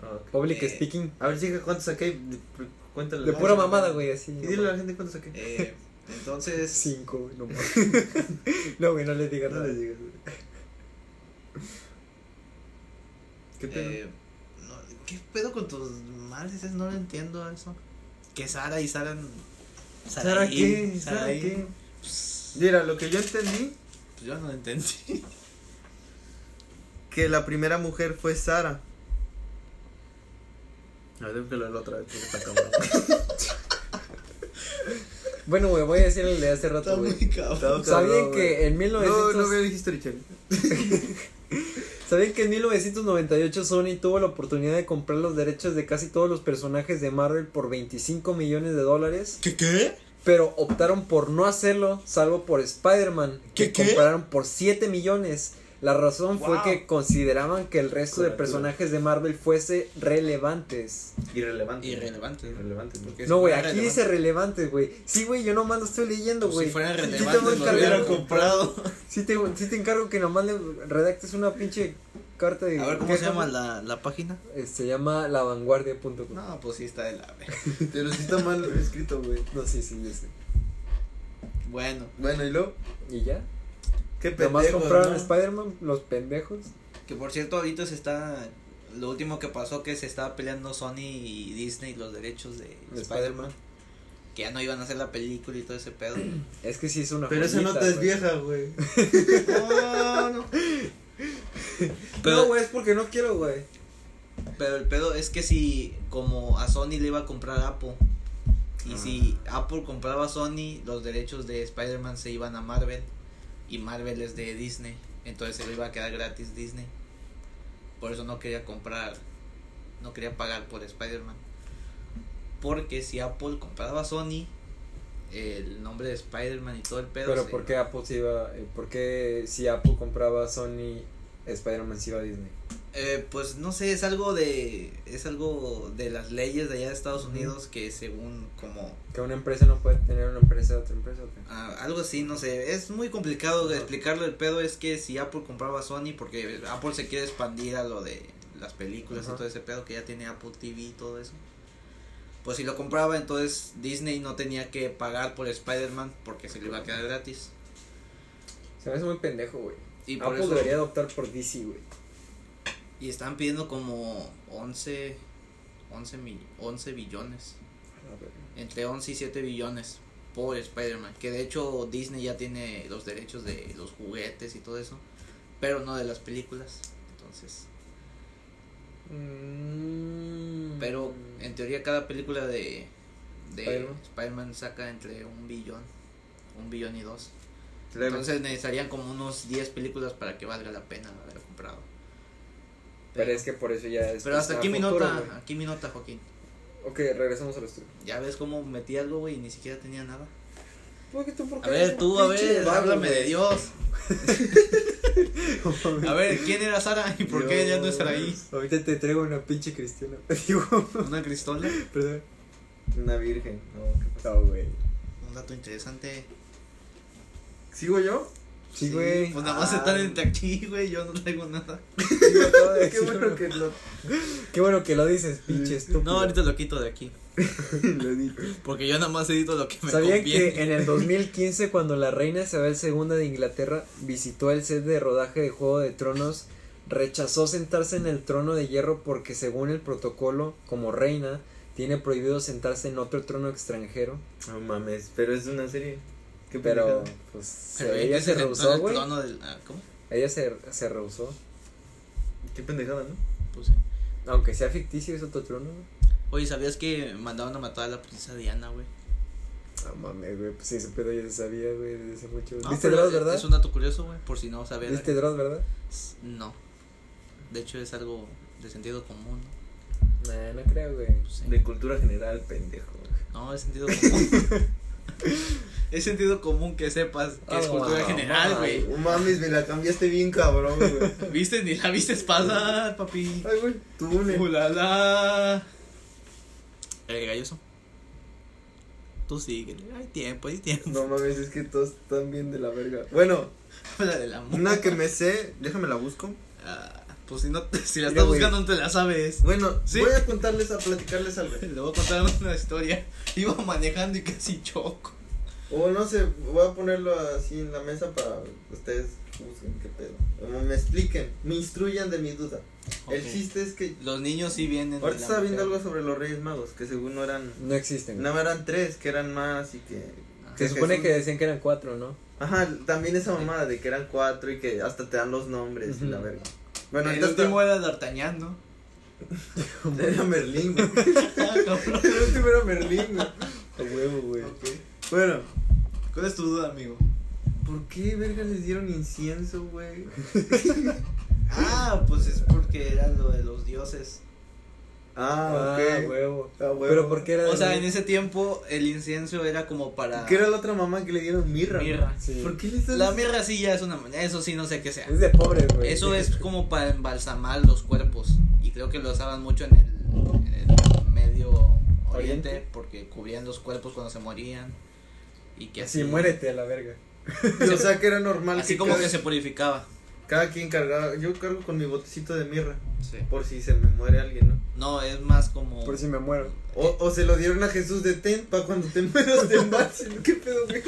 Speaker 2: Ok.
Speaker 3: Public
Speaker 4: Eh,
Speaker 3: speaking.
Speaker 2: A ver, chica, ¿cuánto saqué? Cuéntale.
Speaker 3: De pura mamada, güey, así.
Speaker 2: Y dile a la gente cuánto saqué.
Speaker 4: Eh, entonces,
Speaker 3: Cinco, güey, no mames. No, güey, no le digas
Speaker 2: No
Speaker 3: nada.
Speaker 2: le digas, güey. ¿Qué pedo?
Speaker 4: eh, no, ¿qué pedo con tus males? No lo entiendo eso. Que Sara y Sara.
Speaker 2: ¿Sara
Speaker 4: Saraí,
Speaker 2: qué? ¿Sara
Speaker 4: Saraí.
Speaker 2: qué? Mira, lo que yo entendí,
Speaker 4: Pues yo no lo entendí.
Speaker 2: que la primera mujer fue Sara. A ver, tengo que leerlo otra vez porque está cabrón.
Speaker 3: Bueno, güey, voy a decir el de hace
Speaker 4: Está
Speaker 3: rato, güey.
Speaker 4: muy cabrón.
Speaker 2: Está
Speaker 3: ¿Sabían
Speaker 2: cabrón,
Speaker 3: que
Speaker 2: güey.
Speaker 3: en
Speaker 2: No,
Speaker 3: 1900...
Speaker 2: no veo el History Channel.
Speaker 3: ¿Sabían que en 1998 Sony tuvo la oportunidad de comprar los derechos de casi todos los personajes de Marvel por 25 millones de dólares?
Speaker 4: ¿Qué qué?
Speaker 3: Pero optaron por no hacerlo, salvo por Spider-Man, que
Speaker 4: ¿Qué, qué?
Speaker 3: compraron por 7 millones. La razón fue
Speaker 4: Wow.
Speaker 3: que consideraban que el resto de
Speaker 2: Corajudo.
Speaker 3: personajes de Marvel fuese relevantes.
Speaker 2: Irrelevante.
Speaker 4: Irrelevante.
Speaker 2: Irrelevante. ¿no?
Speaker 4: Porque si
Speaker 3: No, güey,
Speaker 4: fuera
Speaker 3: aquí dice relevantes, güey. Sí, güey, yo nomás lo estoy leyendo,
Speaker 4: Pues
Speaker 3: güey.
Speaker 4: si fuera
Speaker 3: Sí te voy a
Speaker 4: relevante, lo
Speaker 3: encargar,
Speaker 4: hubiera
Speaker 3: güey.
Speaker 4: comprado.
Speaker 3: Sí te, sí te encargo que nomás le redactes una pinche carta de...
Speaker 4: A ver, ¿cómo se
Speaker 3: queja,
Speaker 4: llama
Speaker 3: güey.
Speaker 4: la, la página?
Speaker 3: Eh, se llama lavanguardia.com. No.
Speaker 4: No, pues sí está de la verga.
Speaker 2: Pero sí está mal escrito, güey.
Speaker 3: no, sí, sí, yo sé.
Speaker 4: Bueno,
Speaker 2: Bueno, ¿y luego?
Speaker 3: ¿Y ya?
Speaker 2: ¿Qué
Speaker 3: Nomás
Speaker 2: pendejo,
Speaker 3: compraron
Speaker 2: ¿no?
Speaker 3: Spider-Man, los pendejos.
Speaker 4: que por cierto, ahorita se está. Lo último que pasó que se estaba peleando Sony y Disney los derechos de
Speaker 3: De
Speaker 4: Spider-Man.
Speaker 3: Spider-Man.
Speaker 4: que ya no iban a hacer la película y todo ese pedo. pues.
Speaker 3: Es que sí es una
Speaker 2: Pero esa
Speaker 3: joyita,
Speaker 2: nota es
Speaker 3: güey.
Speaker 2: vieja, güey.
Speaker 4: no, no. Pero,
Speaker 3: No, güey, es porque no quiero, güey.
Speaker 4: pero el pedo es que si como a Sony le iba a comprar Apple Y si
Speaker 3: Ah.
Speaker 4: Apple compraba Sony, los derechos de Spider-Man se iban a Marvel. Y Marvel es de Disney. Entonces se lo iba a quedar gratis Disney. Por eso no quería comprar. No quería pagar por Spider-Man. Porque si Apple compraba Sony, el nombre de Spider-Man y todo el pedo.
Speaker 3: Pero
Speaker 4: se-
Speaker 3: ¿por qué Apple se iba, eh, por qué si Apple compraba Sony, Spider-Man se iba a Disney?
Speaker 4: Eh, pues no sé, es algo de. Es algo de las leyes de allá de Estados Unidos que según como.
Speaker 3: Que una empresa no puede tener una empresa de otra empresa. ¿o qué?
Speaker 4: ah, algo así, no sé. Es muy complicado de explicarlo. El pedo es que si Apple compraba Sony, porque Apple se quiere expandir a lo de las películas
Speaker 3: Ajá.
Speaker 4: y todo ese pedo que ya tiene Apple TV y todo eso. Pues si lo compraba, entonces Disney no tenía que pagar por Spider-Man porque se le iba a quedar gratis.
Speaker 3: Se me hace muy pendejo, güey.
Speaker 4: Y por
Speaker 3: Apple
Speaker 4: eso.
Speaker 3: debería adoptar por DC, güey.
Speaker 4: Y están pidiendo como 11. 11, mil- 11 billones.
Speaker 3: A ver.
Speaker 4: entre 11 y 7 billones por Spider-Man, que de hecho Disney ya tiene los derechos de los juguetes y todo eso, pero no de las películas. Entonces, Mm,
Speaker 3: Mm.
Speaker 4: pero en teoría cada película de, de
Speaker 3: Spider-Man.
Speaker 4: Spider-Man saca entre un billón, un billón y dos.
Speaker 2: Luego,
Speaker 4: Entonces necesitarían como unos 10 películas para que valga la pena haber comprado.
Speaker 3: Pero es que por eso ya es.
Speaker 4: Pero hasta
Speaker 3: a
Speaker 4: aquí mi
Speaker 3: futuro,
Speaker 4: nota,
Speaker 3: güey.
Speaker 4: aquí mi nota, Joaquín.
Speaker 3: Ok, regresamos al estudio.
Speaker 4: Ya ves cómo metí algo, güey, y ni siquiera tenía nada.
Speaker 3: ¿Por Pues, qué tú, por
Speaker 4: A
Speaker 3: qué eres
Speaker 4: ver,
Speaker 3: un
Speaker 4: tú, a
Speaker 3: pinche
Speaker 4: ver,
Speaker 3: vago,
Speaker 4: háblame
Speaker 3: güey?
Speaker 4: de Dios. A ver, ¿quién era Sara y por qué
Speaker 3: Dios.
Speaker 4: ya no estará ahí?
Speaker 3: Ahorita te traigo una pinche cristiana. Digo,
Speaker 4: Una cristola.
Speaker 3: perdón.
Speaker 2: Una virgen. No, ¿qué pasó?
Speaker 3: No, güey.
Speaker 4: Un dato interesante.
Speaker 2: ¿Sigo yo?
Speaker 3: Sí, güey.
Speaker 4: Pues nada más
Speaker 3: Ah,
Speaker 4: están entre aquí, güey. Yo no traigo nada.
Speaker 3: sí, lo acabo de
Speaker 2: Qué
Speaker 3: decir,
Speaker 2: bueno
Speaker 3: güey.
Speaker 2: que lo,
Speaker 3: Qué bueno que lo dices, pinche estúpido.
Speaker 4: No, ahorita lo quito de aquí.
Speaker 2: lo dije.
Speaker 4: Porque yo nada más edito lo que me
Speaker 3: ¿Sabían
Speaker 4: conviene.
Speaker 3: que en el 2015, cuando la reina Isabel II de Inglaterra visitó el set de rodaje de Juego de Tronos, rechazó sentarse en el trono de hierro porque según el protocolo, como reina, tiene prohibido sentarse en otro trono extranjero.
Speaker 2: No mames, pero es una serie. Qué
Speaker 3: Pero,
Speaker 2: pendejada.
Speaker 3: pues,
Speaker 4: Pero
Speaker 3: ella
Speaker 4: ella
Speaker 3: se
Speaker 4: sentó en
Speaker 3: rehusó,
Speaker 4: el
Speaker 3: güey.
Speaker 4: trono del- ah, ¿Cómo?
Speaker 3: Ella se, se rehusó.
Speaker 2: Qué pendejada, ¿no?
Speaker 4: Pues sí.
Speaker 3: Aunque sea ficticio, es otro trono.
Speaker 4: Oye, ¿sabías que mandaron a matar a la princesa Diana, güey?
Speaker 3: No mames, güey. Pues sí, ese pedo ya se sabía, güey, desde hace mucho.
Speaker 4: No,
Speaker 3: Pues ¿Viste
Speaker 4: pero
Speaker 3: Dross,
Speaker 4: es-
Speaker 3: verdad?
Speaker 4: Es un dato curioso, güey. Por si no sabían.
Speaker 3: ¿Viste Dross, verdad?
Speaker 4: No. De hecho, es algo de sentido común. ¿no?
Speaker 3: Nah, no creo, güey.
Speaker 4: Pues sí.
Speaker 2: De cultura general, pendejo.
Speaker 4: No, es sentido común. es sentido común que sepas que es
Speaker 2: Oh,
Speaker 3: Ah,
Speaker 4: cultura
Speaker 3: no,
Speaker 4: general, güey.
Speaker 2: No mames, me la cambiaste bien, cabrón, güey.
Speaker 4: ¿Viste? Ni la viste pasar, papi.
Speaker 2: Ay, güey, tú une.
Speaker 4: Ulala. Eh, galloso. Tú sigue. Hay tiempo, hay tiempo.
Speaker 2: No mames, es que todos están bien de la verga. Bueno,
Speaker 4: Habla del amor.
Speaker 2: una que me sé, déjame la busco.
Speaker 4: Ah, pues si, no, te- si la
Speaker 2: Mira,
Speaker 4: estás
Speaker 2: güey.
Speaker 4: buscando, no te la sabes.
Speaker 2: Bueno,
Speaker 4: Sí.
Speaker 2: voy a contarles, a platicarles algo.
Speaker 4: Le voy a contar una historia. Iba manejando y casi choco.
Speaker 2: O no sé, voy a ponerlo así en la mesa para que ustedes juzguen qué pedo. O me expliquen, me instruyan de mi duda.
Speaker 4: Ok.
Speaker 2: El chiste es que
Speaker 4: Los niños sí vienen. de
Speaker 2: ahorita
Speaker 4: la
Speaker 2: estaba viendo
Speaker 4: mujer.
Speaker 2: algo sobre los Reyes Magos, que según no eran,
Speaker 3: No existen. güey.
Speaker 2: no eran tres, que eran más y que...
Speaker 3: Ah, se
Speaker 2: que
Speaker 3: supone
Speaker 2: Jesús-
Speaker 3: que decían que eran cuatro, ¿no?
Speaker 2: Ajá, también esa mamada de que eran cuatro y que hasta te dan los nombres y la
Speaker 3: Ujú.
Speaker 2: verga. Bueno,
Speaker 4: El
Speaker 2: entonces
Speaker 4: último era D'Artagnan, ¿no?
Speaker 2: era Merlín, güey.
Speaker 4: Ah, cabrón.
Speaker 2: El último era Merlín, güey.
Speaker 3: A huevo, güey.
Speaker 2: Bueno,
Speaker 4: ¿Cuál es tu duda, amigo?
Speaker 2: ¿por qué verga les dieron incienso, güey?
Speaker 4: Ah, pues es porque era lo de los dioses.
Speaker 3: Ah,
Speaker 2: Ah, ok.
Speaker 3: huevo.
Speaker 2: Ah, huevo.
Speaker 3: Pero ¿por qué era?
Speaker 4: O
Speaker 3: de-
Speaker 4: sea, en ese tiempo el incienso era como para
Speaker 2: ¿Qué era la otra mamá que le dieron mirra?
Speaker 4: mirra.
Speaker 3: Sí.
Speaker 2: ¿Por qué les dan
Speaker 4: La mirra sí ya es una eso sí no sé qué sea.
Speaker 3: Es de pobre, güey.
Speaker 4: Eso es como para embalsamar los cuerpos y creo que lo usaban mucho en el, en el medio oriente,
Speaker 3: Oriente.
Speaker 4: porque cubrían los cuerpos cuando se morían y que así
Speaker 3: Sí, muérete a la verga.
Speaker 2: O sea, que era normal
Speaker 4: Así
Speaker 2: que
Speaker 4: como
Speaker 2: cada,
Speaker 4: que se purificaba.
Speaker 2: cada quien cargaba. Yo cargo con mi botecito de mirra.
Speaker 4: Sí.
Speaker 2: Por si se me muere alguien, ¿no?
Speaker 4: No, es más como
Speaker 3: Por si me muero.
Speaker 2: O, o se lo dieron a Jesús de ten, para cuando te mueras de embalsen. ¿Qué pedo, güey?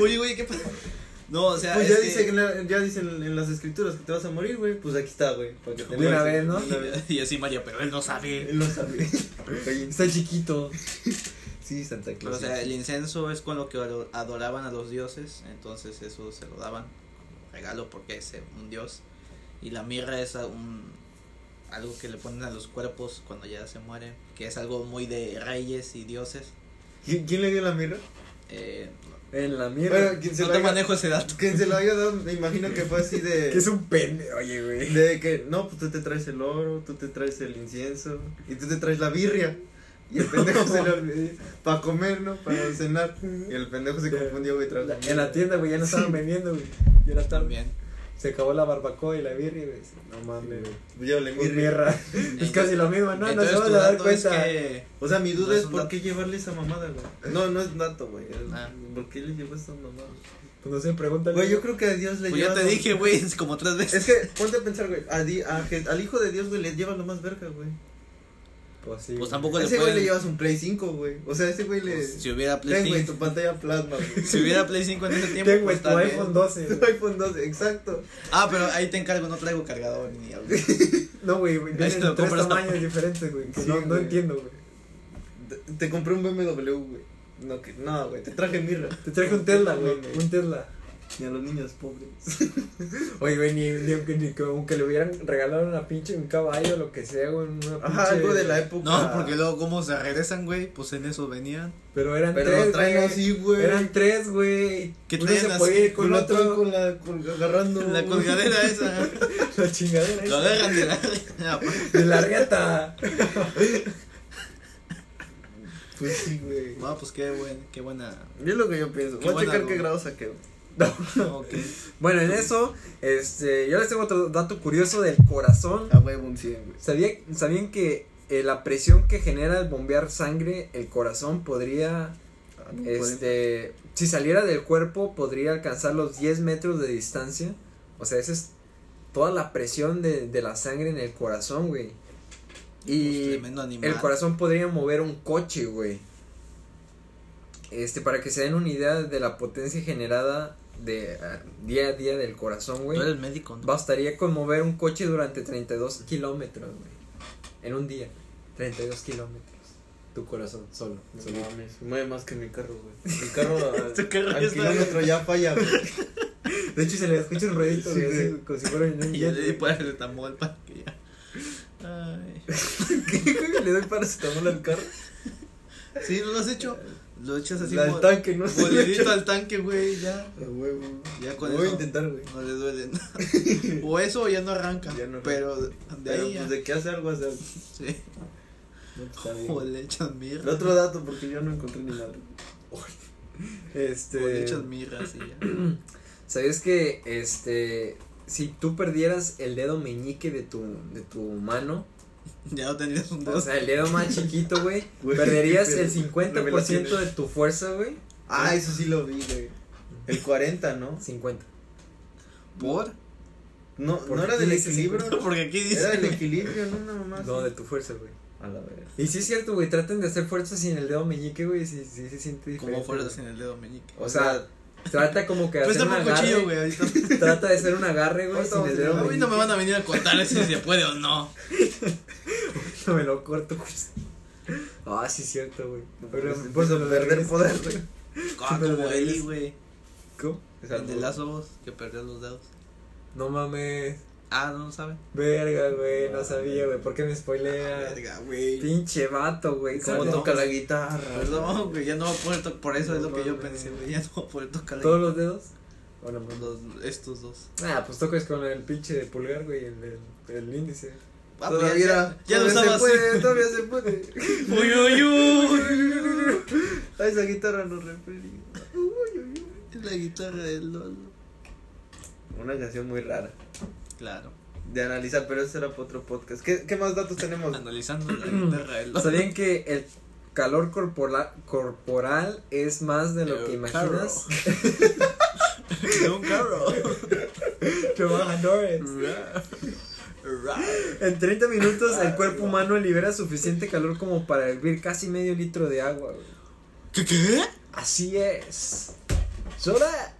Speaker 4: Oye, oye, ¿qué pasa? No, o sea,
Speaker 2: Pues ya,
Speaker 4: es
Speaker 2: dice,
Speaker 4: que-
Speaker 2: que la- ya dicen en las escrituras que te vas a morir, güey. Pues aquí está, güey. para que te
Speaker 3: De una
Speaker 2: mueras.
Speaker 3: vez, ¿no?
Speaker 2: De una vez.
Speaker 4: y así María, pero él no sabe.
Speaker 2: Él lo sabe. Oye,
Speaker 3: Está chiquito.
Speaker 2: sí, Santa
Speaker 4: Pero,
Speaker 2: Claus.
Speaker 4: o sea, el incienso es con lo que ado- adoraban a los dioses, entonces eso se lo daban como regalo porque es eh, un dios. Y la mirra es a- un, algo que le ponen a los cuerpos cuando ya se mueren, que es algo muy de reyes y dioses.
Speaker 2: ¿Qui- ¿Quién le dio la mirra?
Speaker 4: Eh,
Speaker 3: En la mierda.
Speaker 2: Bueno, quien se
Speaker 4: no
Speaker 2: la
Speaker 4: te
Speaker 2: haya-
Speaker 4: manejo ese dato.
Speaker 2: Quien se lo haya dado, me imagino que fue así de.
Speaker 3: que es un pende, oye, güey.
Speaker 2: De que, no, pues tú te traes el oro, tú te traes el incienso y tú te traes la birria. Y el pendejo se le para comer, ¿no? Para cenar. Y el pendejo se confundió, güey, trajo
Speaker 3: La-
Speaker 2: birria.
Speaker 3: en la tienda, güey, ya no estaban vendiendo, güey. Ya no estaban
Speaker 4: También.
Speaker 3: Se acabó la barbacoa y la birria, güey. No mames, güey.
Speaker 2: Llévale
Speaker 3: Pues
Speaker 2: birria.
Speaker 3: mierda. Es casi lo mismo, ¿no? No
Speaker 4: Entonces,
Speaker 3: se van
Speaker 4: tu
Speaker 3: a dar
Speaker 4: dato es
Speaker 3: cuenta.
Speaker 4: que-
Speaker 2: O sea, mi duda
Speaker 4: No
Speaker 2: es
Speaker 4: es un
Speaker 2: por
Speaker 4: dato.
Speaker 2: qué llevarle esa mamada, güey. No, no es dato, güey. es-
Speaker 4: Ah.
Speaker 2: ¿Por qué le llevó esa mamada?
Speaker 3: Pues no se preguntan.
Speaker 2: Güey, yo creo que a Dios le
Speaker 4: Pues
Speaker 2: lleva.
Speaker 4: ya te
Speaker 2: lo-
Speaker 4: dije, güey, es como tres veces.
Speaker 2: Es que ponte a pensar, güey. a di- a Je- al hijo de Dios, güey, le lleva lo más verga, güey.
Speaker 3: Pues sí.
Speaker 4: Pues
Speaker 3: güey.
Speaker 4: tampoco le
Speaker 2: ese güey le
Speaker 4: pueden.
Speaker 2: llevas un Play 5, güey. O sea, ese güey le.
Speaker 4: pues, si hubiera
Speaker 2: Ten,
Speaker 4: Play
Speaker 2: güey,
Speaker 4: 5.
Speaker 2: tu pantalla plasma, güey.
Speaker 4: Si hubiera Play 5 en ese tiempo,
Speaker 3: Ten, güey,
Speaker 4: pues,
Speaker 3: tu
Speaker 4: tal vez.
Speaker 3: iPhone 12.
Speaker 2: Tu
Speaker 3: güey.
Speaker 2: iPhone 12, exacto.
Speaker 4: Ah, pero ahí te encargo, no traigo cargador ni algo.
Speaker 3: No, güey, güey,
Speaker 4: Ahí se
Speaker 3: vienen
Speaker 4: lo
Speaker 3: tres
Speaker 4: compras
Speaker 3: tamaños diferentes, güey. Que
Speaker 2: Sí,
Speaker 3: no, no
Speaker 2: güey.
Speaker 3: entiendo, güey.
Speaker 2: Te, te compré un BMW, güey. No, que, no, güey, te traje mirra.
Speaker 3: Te traje un Tesla, güey. Un Tesla.
Speaker 2: Ni a los niños pobres.
Speaker 3: Oye, güey, ni, ni, aunque- ni que- aunque le hubieran regalado una pinche, un caballo, lo que sea, güey. Una pinche...
Speaker 2: Ajá, algo de la época.
Speaker 4: No, porque luego, ¿cómo se regresan, güey? Pues en eso venían.
Speaker 3: Pero eran
Speaker 2: Pero
Speaker 3: tres,
Speaker 2: lo traen
Speaker 3: güey.
Speaker 2: así, güey.
Speaker 3: Eran tres, güey.
Speaker 4: ¿Qué
Speaker 3: Uno
Speaker 4: traían
Speaker 3: se
Speaker 4: así?
Speaker 3: podía ir
Speaker 2: Con
Speaker 3: con
Speaker 2: la otra,
Speaker 3: otro.
Speaker 2: con la, con, agarrando.
Speaker 4: La colgadera esa.
Speaker 3: La chingadera
Speaker 4: Lo
Speaker 3: esa.
Speaker 4: agarran de la. Ah, pues,
Speaker 3: De la riata.
Speaker 2: Pues sí, güey.
Speaker 4: No, pues qué, buen, qué buena.
Speaker 2: Es lo que yo pienso.
Speaker 4: Qué
Speaker 2: Voy a
Speaker 4: buena
Speaker 2: checar
Speaker 4: duda.
Speaker 2: qué grado saqué. güey.
Speaker 4: Ok.
Speaker 3: Bueno, en eso, este, yo les tengo otro dato curioso del corazón.
Speaker 2: A huevo un 100, güey.
Speaker 3: ¿Sabía, ¿Sabían que eh, la presión que genera el bombear sangre, el corazón podría,
Speaker 2: Ah, no, cuarenta.
Speaker 3: este, si saliera del cuerpo, podría alcanzar los 10 metros de distancia? O sea, esa es toda la presión de, de la sangre en el corazón, güey.
Speaker 4: Pues,
Speaker 3: Y
Speaker 4: tremendo animal.
Speaker 3: el corazón podría mover un coche, güey. Este, para que se den una idea de la potencia generada de ah, día a día del corazón, güey.
Speaker 4: Tú eres médico, ¿no?
Speaker 3: Bastaría con mover un coche durante 32 kilómetros, güey. En un día. 32 kilómetros. Tu corazón, solo.
Speaker 2: No mames, mueve más que mi carro, güey. Mi carro al,
Speaker 4: Tu carro ya
Speaker 2: al
Speaker 4: está-
Speaker 2: kilómetro ya falla, güey.
Speaker 3: De hecho, se le escucha un ruedito,
Speaker 2: Sí,
Speaker 3: güey, así,
Speaker 2: güey.
Speaker 3: como si fuera en un
Speaker 4: Y ya
Speaker 3: jet,
Speaker 4: le "Pues, di
Speaker 3: güey.
Speaker 4: para el tambor para que ya. Ay.
Speaker 2: le doy para su al carro.
Speaker 4: Sí, ¿no lo has hecho? Lo echas así.
Speaker 2: Al
Speaker 4: mo-
Speaker 2: tanque, no sé.
Speaker 4: Bolidito al tanque, güey, ya.
Speaker 2: A huevo.
Speaker 4: Ya con
Speaker 2: Lo Voy a
Speaker 4: eso.
Speaker 2: intentar, güey.
Speaker 4: No le duele nada. O eso o ya no arranca.
Speaker 2: Ya no arranca.
Speaker 4: pero de
Speaker 2: Pero
Speaker 4: ahí ya.
Speaker 2: pues de qué hace algo hace algo.
Speaker 4: Sí.
Speaker 2: No, pues, está bien.
Speaker 4: O le echan mirra.
Speaker 2: El otro dato, porque yo no encontré ni madre.
Speaker 3: Este.
Speaker 4: O le echan mirra, así ya.
Speaker 3: ¿Sabías que este. Si tú perdieras el dedo meñique de tu, de tu mano,
Speaker 4: Ya no tendrías un dedo.
Speaker 3: o sea, el dedo más chiquito, güey,
Speaker 2: Güey,
Speaker 3: perderías
Speaker 2: qué pedo.
Speaker 3: el 50% de tu fuerza, güey.
Speaker 2: Ah, eso sí lo vi, güey. El 40, ¿no?
Speaker 3: 50.
Speaker 4: ¿Por?
Speaker 2: No,
Speaker 3: ¿Por
Speaker 2: no
Speaker 3: qué
Speaker 2: era del
Speaker 3: dices
Speaker 2: equilibrio.
Speaker 4: Porque aquí
Speaker 2: Era del
Speaker 4: dice.
Speaker 2: equilibrio, no, nada
Speaker 4: Ah,
Speaker 2: más.
Speaker 3: No, de tu fuerza, güey.
Speaker 2: A la verga.
Speaker 3: Y sí es cierto, güey, traten de hacer fuerza sin el dedo meñique, güey, si, si se siente diferente.
Speaker 4: Como fuerzas
Speaker 3: güey.
Speaker 4: en el dedo meñique.
Speaker 3: O sea, trata como que hacer un
Speaker 4: Préstame un cuchillo,
Speaker 3: agarre,
Speaker 4: güey. ahorita.
Speaker 3: trata de hacer un agarre, güey, sin el dedo
Speaker 4: A mí no me
Speaker 3: meñique.
Speaker 4: van a venir a contar si se puede o no.
Speaker 3: No me lo corto, güey. Ah, sí es cierto, güey. Pero
Speaker 2: Pues,
Speaker 3: pues,
Speaker 2: empiezo
Speaker 3: lo
Speaker 2: a perder
Speaker 3: regreso.
Speaker 2: poder, güey.
Speaker 4: Ah,
Speaker 3: Pero
Speaker 4: como
Speaker 3: de
Speaker 4: Eli,
Speaker 3: veras.
Speaker 4: güey.
Speaker 3: ¿Cómo?
Speaker 4: El de Last of Us, que perdió los dedos.
Speaker 3: No mames.
Speaker 4: Ah, no lo saben.
Speaker 3: Ah, Verga, Ah, güey, no sabía, güey, ¿por qué me spoilea?
Speaker 4: güey.
Speaker 3: Pinche vato, güey.
Speaker 2: Cómo
Speaker 4: No.
Speaker 3: ¿sabes?
Speaker 2: toca la guitarra.
Speaker 4: Perdón, güey, ya no voy a poder tocar. Por eso es lo que yo
Speaker 3: No,
Speaker 4: pensé,
Speaker 3: no,
Speaker 4: güey. Ya no voy a poder tocar la
Speaker 3: ¿Todos los dedos? Bueno, pues,
Speaker 4: guitarra. Los- estos dos.
Speaker 3: Ah, pues tocas con el pinche pulgar, güey, el, el, el índice.
Speaker 4: Ah, pues
Speaker 2: Todavía,
Speaker 4: ya, ya, ya no estaba
Speaker 2: todavía se
Speaker 4: así.
Speaker 2: puede, todavía se puede.
Speaker 4: Uy, uy, uy.
Speaker 2: A esa guitarra nos referimos.
Speaker 4: La guitarra del Lolo.
Speaker 2: Una canción muy rara
Speaker 4: Claro.
Speaker 2: de analizar, pero eso era para otro podcast. ¿Qué, qué más datos tenemos?
Speaker 4: Analizando la guitarra del Lolo.
Speaker 3: ¿Sabían que el calor corporal, corporal es más de lo que
Speaker 4: El
Speaker 3: imaginas?
Speaker 4: De un carro.
Speaker 3: Mm. en 30 minutos el cuerpo humano libera suficiente calor como para hervir casi medio litro de agua. güey.
Speaker 4: ¿Qué qué?
Speaker 3: Así es. Sola.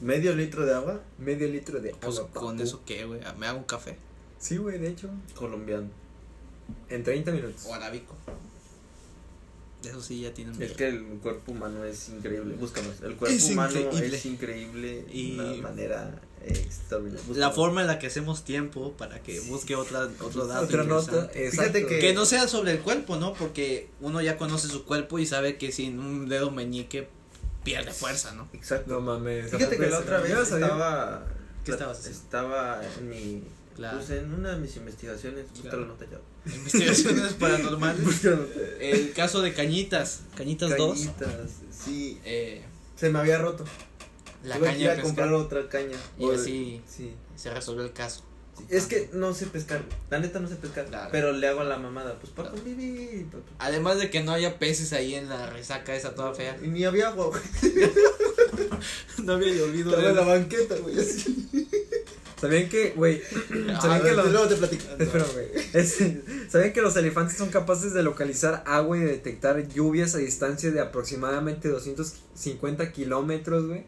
Speaker 2: ¿Medio litro de agua?
Speaker 3: Medio litro de agua.
Speaker 4: Pues con
Speaker 3: papu.
Speaker 4: eso qué, güey. Me hago un café.
Speaker 3: Sí, güey, de hecho.
Speaker 2: Colombiano.
Speaker 3: En 30 minutos.
Speaker 4: O arábico. Eso sí, ya tienen
Speaker 2: Es
Speaker 4: miedo.
Speaker 2: que el cuerpo humano es increíble. Búscanos. El cuerpo
Speaker 4: Es
Speaker 2: humano
Speaker 4: increíble.
Speaker 2: es increíble
Speaker 4: Y-
Speaker 2: de una manera extraordinaria.
Speaker 4: pues, La
Speaker 2: Búscanos.
Speaker 4: forma en la que hacemos tiempo para que busque otra, otro dato.
Speaker 3: Otra nota.
Speaker 4: interesante.
Speaker 2: Fíjate
Speaker 3: Exacto.
Speaker 2: que-
Speaker 4: Que no sea sobre el cuerpo, ¿no? Porque uno ya conoce su cuerpo y sabe que sin un dedo meñique pierde fuerza, ¿no?
Speaker 2: Exacto.
Speaker 3: No mames.
Speaker 2: Fíjate que la otra vez
Speaker 3: Ya sabía.
Speaker 2: estaba.
Speaker 4: ¿Qué estabas haciendo?
Speaker 2: Estaba en mi.
Speaker 4: La-
Speaker 2: Pues en una de mis investigaciones. Busca
Speaker 4: Claro.
Speaker 2: la nota ya.
Speaker 4: Investigaciones paranormales.
Speaker 2: Busca la nota.
Speaker 4: El caso de Cañitas. Cañitas 2.
Speaker 2: Cañitas, Sí.
Speaker 4: eh,
Speaker 2: Se me había roto.
Speaker 4: la
Speaker 2: Tuve que ir
Speaker 4: caña de
Speaker 2: a comprar
Speaker 4: pescar.
Speaker 2: otra caña.
Speaker 4: Y
Speaker 2: O-
Speaker 4: así
Speaker 2: Sí.
Speaker 4: se resolvió el caso.
Speaker 2: Sí, Es que no sé pescar. La neta no sé pescar.
Speaker 4: Claro.
Speaker 2: Pero le hago a la mamada. Pues para
Speaker 4: Claro.
Speaker 2: convivir. pa- pa-
Speaker 4: Además de que no haya peces ahí en la resaca esa toda fea.
Speaker 2: Y ni había agua, güey.
Speaker 4: No había llovido.
Speaker 2: Estaba en la banqueta, güey. Así.
Speaker 3: ¿Sabían que, güey?
Speaker 2: Ah,
Speaker 3: ¿Sabían que los...
Speaker 2: Luego te platico.
Speaker 3: Espera, güey. Es- ¿Sabían que los elefantes son capaces de localizar agua y detectar lluvias a distancia de aproximadamente 250 kilómetros, güey?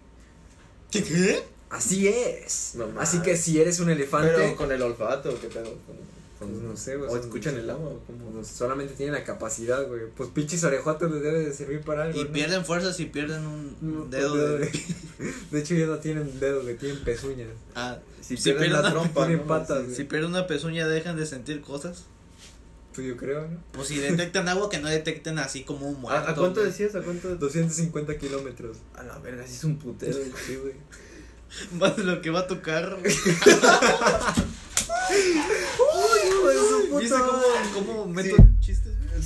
Speaker 4: ¿Qué? qué?
Speaker 3: Así es.
Speaker 2: No mames.
Speaker 3: Así que si eres un elefante,
Speaker 2: Pero con el olfato, ¿qué pedo? Con- con-
Speaker 3: pues no sé, güey.
Speaker 2: O
Speaker 3: son-
Speaker 2: escuchan el agua.
Speaker 3: como no- solamente tienen la capacidad, güey. Pues pinches orejotas les debe de servir para algo.
Speaker 4: Y
Speaker 3: ¿no?
Speaker 4: pierden fuerza si pierden un
Speaker 3: Un
Speaker 4: dedo
Speaker 3: dedo
Speaker 4: de-
Speaker 3: de- De hecho, ya no tienen dedos, güey, tienen pezuñas.
Speaker 4: Ah,
Speaker 2: Si
Speaker 4: Sí,
Speaker 2: pierden
Speaker 4: pero
Speaker 2: la
Speaker 4: no-
Speaker 2: trompa.
Speaker 3: tienen
Speaker 2: ¿no?
Speaker 3: patas,
Speaker 2: Sí,
Speaker 3: güey.
Speaker 4: si pierden una pezuña dejan de sentir cosas.
Speaker 3: Pues yo creo, ¿no?
Speaker 4: Pues si detectan agua que no detecten así como un muerto.
Speaker 2: ¿A, a cuánto
Speaker 4: güey.
Speaker 2: decías? ¿A cuánto?
Speaker 3: 250 kilómetros.
Speaker 2: A la verga, sí es un putero.
Speaker 3: Sí, güey.
Speaker 4: Más de lo que va a tocar. güey. ¿Viste cómo, cómo meto
Speaker 2: Sí.
Speaker 4: chistes? güey?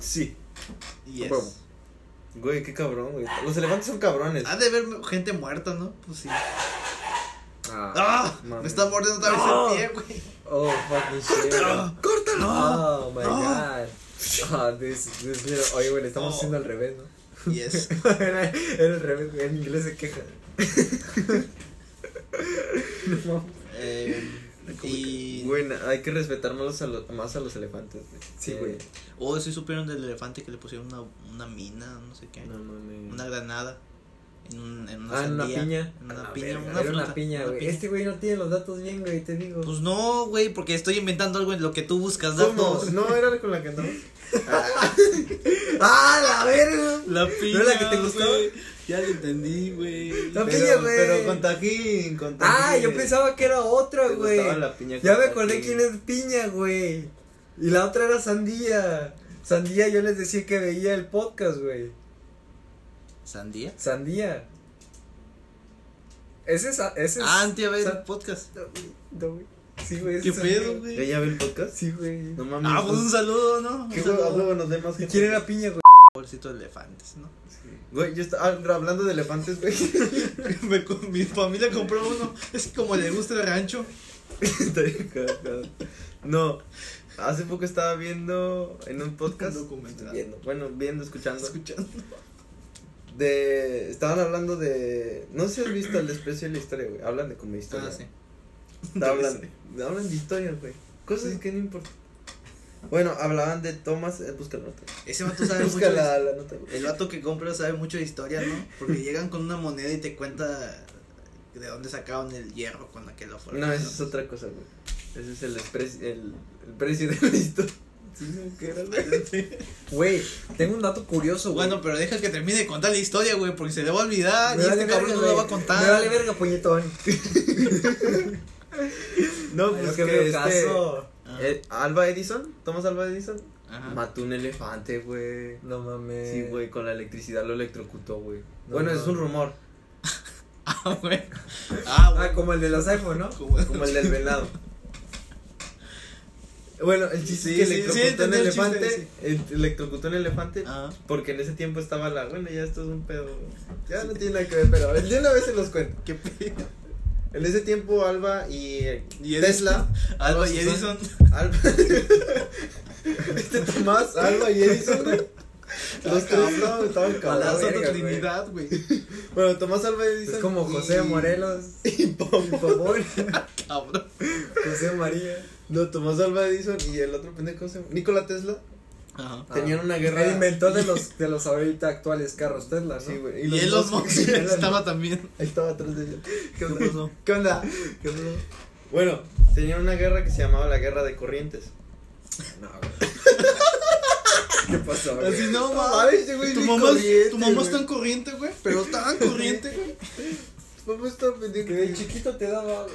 Speaker 2: Sí.
Speaker 4: Yes.
Speaker 2: Huevo. Güey, qué cabrón, güey. Los elefantes son cabrones.
Speaker 4: Ha de haber gente muerta, ¿no? Pues sí.
Speaker 3: Ah.
Speaker 4: ¡Ah!
Speaker 2: mames.
Speaker 4: Me está mordiendo otra vez
Speaker 3: ¡No!
Speaker 4: el pie, güey.
Speaker 3: Oh, fucking shit.
Speaker 4: ¡Córtalo! ¡Córtalo!
Speaker 3: Oh my
Speaker 4: No.
Speaker 3: god. Ah, this, this little- Oye, güey, le estamos
Speaker 4: Oh.
Speaker 3: haciendo al revés, ¿no?
Speaker 4: Yes.
Speaker 3: era, era al revés, güey. En inglés se queja.
Speaker 4: Eh, y.
Speaker 2: Güey, na- hay que respetar más a los, más a los elefantes, güey.
Speaker 3: Sí,
Speaker 2: Eh,
Speaker 3: güey.
Speaker 4: Oh, sí supieron del elefante que le pusieron una, una mina, no sé qué.
Speaker 2: No mames.
Speaker 4: Una granada. En, un, en una
Speaker 3: Ah, en una
Speaker 4: sandía,
Speaker 3: piña. Ah,
Speaker 4: en una
Speaker 2: A la
Speaker 4: piña.
Speaker 2: verga.
Speaker 4: una
Speaker 3: Era una
Speaker 4: fruta,
Speaker 3: piña,
Speaker 4: una
Speaker 3: güey.
Speaker 4: piña.
Speaker 3: Este güey no tiene los datos bien, güey, te digo.
Speaker 4: Pues no, güey, porque estoy inventando algo en lo que tú buscas
Speaker 2: ¿Cómo?
Speaker 4: datos.
Speaker 2: No, era con la que andamos.
Speaker 3: ¡Ah, la verga!
Speaker 4: La piña.
Speaker 3: es la que te gustaba?
Speaker 4: güey. Ya lo entendí, güey.
Speaker 3: La piña,
Speaker 2: pero,
Speaker 3: güey.
Speaker 2: pero con tajín, con tajín.
Speaker 3: Ah, yo pensaba que era otra,
Speaker 2: Te
Speaker 3: güey.
Speaker 2: gustaba la piña
Speaker 3: Ya
Speaker 2: con
Speaker 3: me acordé
Speaker 2: tajín.
Speaker 3: quién es piña, güey. Y la otra era sandía. Sandía, yo les decía que veía el podcast, güey.
Speaker 4: ¿Sandía?
Speaker 3: Sandía. Ese es. Ese es
Speaker 4: Ah, antes a ver
Speaker 3: Sa-
Speaker 4: el podcast.
Speaker 3: No, güey, no, güey. Sí, güey. ese
Speaker 4: ¿Qué
Speaker 3: es sandía.
Speaker 4: pedo, güey?
Speaker 2: ¿Ella ve el podcast?
Speaker 3: Sí, güey.
Speaker 2: No mames.
Speaker 4: Ah, pues un saludo, ¿no? Un
Speaker 2: ¿Qué
Speaker 4: saludo.
Speaker 2: huevo, a huevo nos dé más
Speaker 3: ¿Y
Speaker 2: gente?
Speaker 3: quién era piña, güey?
Speaker 4: Pobrecito de elefantes, ¿no?
Speaker 2: Güey, yo estaba hablando de elefantes, güey.
Speaker 4: Me co- mi familia compró uno. Es que como le gusta el rancho.
Speaker 2: Está bien cagado. no, hace poco estaba viendo en un podcast.
Speaker 4: Un documental.
Speaker 2: Viendo, bueno, viendo, escuchando.
Speaker 4: Escuchando.
Speaker 2: De, estaban hablando de. No sé si has visto el desprecio de la historia, güey. Hablan de como historia.
Speaker 4: Ah, sí.
Speaker 2: Hablan, hablan de historia, güey. Cosas que no importan. Bueno, hablaban de Thomas. eh, busca la nota.
Speaker 4: Ese vato sabe mucho.
Speaker 2: Busca
Speaker 4: de-
Speaker 2: la, la nota, güey.
Speaker 4: El vato que compra sabe mucho de historia, ¿no? Porque llegan con una moneda y te cuenta de dónde sacaron el hierro con la que lo fueron.
Speaker 2: No, esa es otra cosa, güey. Ese es el, despre- el, el precio de la historia.
Speaker 3: Güey, tengo un dato curioso, güey.
Speaker 4: Bueno, pero deja que termine de contar la historia, güey, porque se le va a olvidar
Speaker 3: me
Speaker 4: y
Speaker 3: vale
Speaker 4: este cabrón
Speaker 3: verga,
Speaker 4: no la va
Speaker 3: güey.
Speaker 4: a contar.
Speaker 3: Me vale verga, puñetón.
Speaker 2: No,
Speaker 3: Ay,
Speaker 2: pues
Speaker 3: que
Speaker 2: que,
Speaker 3: veo
Speaker 2: este-
Speaker 3: caso.
Speaker 4: Ah,
Speaker 2: Eh, Alba Edison, Thomas Alba Edison,
Speaker 4: ajá.
Speaker 2: mató un elefante, güey.
Speaker 3: No mames.
Speaker 2: Sí, güey, con la electricidad lo electrocutó, güey.
Speaker 3: Eh. No
Speaker 2: bueno, es un
Speaker 3: mames.
Speaker 2: rumor,
Speaker 4: Ah, güey.
Speaker 3: Ah,
Speaker 4: Ah, güey.
Speaker 3: como el de los iPhone, ¿no?
Speaker 2: como el del venado. bueno, el chiste
Speaker 4: Sí,
Speaker 2: es
Speaker 4: sí, sí,
Speaker 2: que electrocutó un
Speaker 4: entendí el chiste,
Speaker 2: elefante, el- electrocutó un elefante,
Speaker 4: Ah,
Speaker 2: porque en ese tiempo estaba la, bueno, ya esto es un pedo, ya no tiene nada que ver, pero de una vez se los cuento.
Speaker 4: qué pedo.
Speaker 2: En ese tiempo Alba y, eh,
Speaker 4: Y
Speaker 2: Tesla,
Speaker 4: Alba y
Speaker 2: Susan.
Speaker 4: Edison.
Speaker 2: Alba, este Tomás, Alba y Edison, güey, los tres no,
Speaker 3: A
Speaker 2: estaban
Speaker 3: la
Speaker 4: La
Speaker 2: cabrones.
Speaker 4: Santa
Speaker 3: verga, güey.
Speaker 4: Trinidad, güey.
Speaker 2: Bueno, Tomás Alba Edison.
Speaker 3: Es como José
Speaker 2: y-
Speaker 3: Morelos.
Speaker 2: Y Pombo.
Speaker 3: Por favor.
Speaker 4: Cabrón.
Speaker 3: José María.
Speaker 2: No, Tomás Alba Edison y el otro pendejo se Nikola Tesla
Speaker 4: Ajá.
Speaker 2: tenían una guerra.
Speaker 3: El inventor de los, de los ahorita actuales carros Tesla, ¿no?
Speaker 2: Sí, güey.
Speaker 4: Y Elon Musk
Speaker 2: Elon Musk.
Speaker 4: estaba también.
Speaker 2: Ahí estaba atrás de ella.
Speaker 4: ¿Qué pasó?
Speaker 2: ¿Qué onda?
Speaker 4: ¿Qué pasó?
Speaker 2: Bueno, tenían una guerra que se llamaba la Guerra de Corrientes.
Speaker 3: No,
Speaker 1: ¿Qué pasó, güey?
Speaker 4: Así no,
Speaker 1: No
Speaker 4: mames.
Speaker 1: mames, este güey
Speaker 4: Tu
Speaker 1: bien
Speaker 4: mamá, es,
Speaker 1: corriente,
Speaker 4: tu mamá es
Speaker 1: güey.
Speaker 4: tan corriente, güey. Pero tan corriente, güey.
Speaker 2: Vamos a estar Pues, pendiente.
Speaker 3: Que de chiquito te daba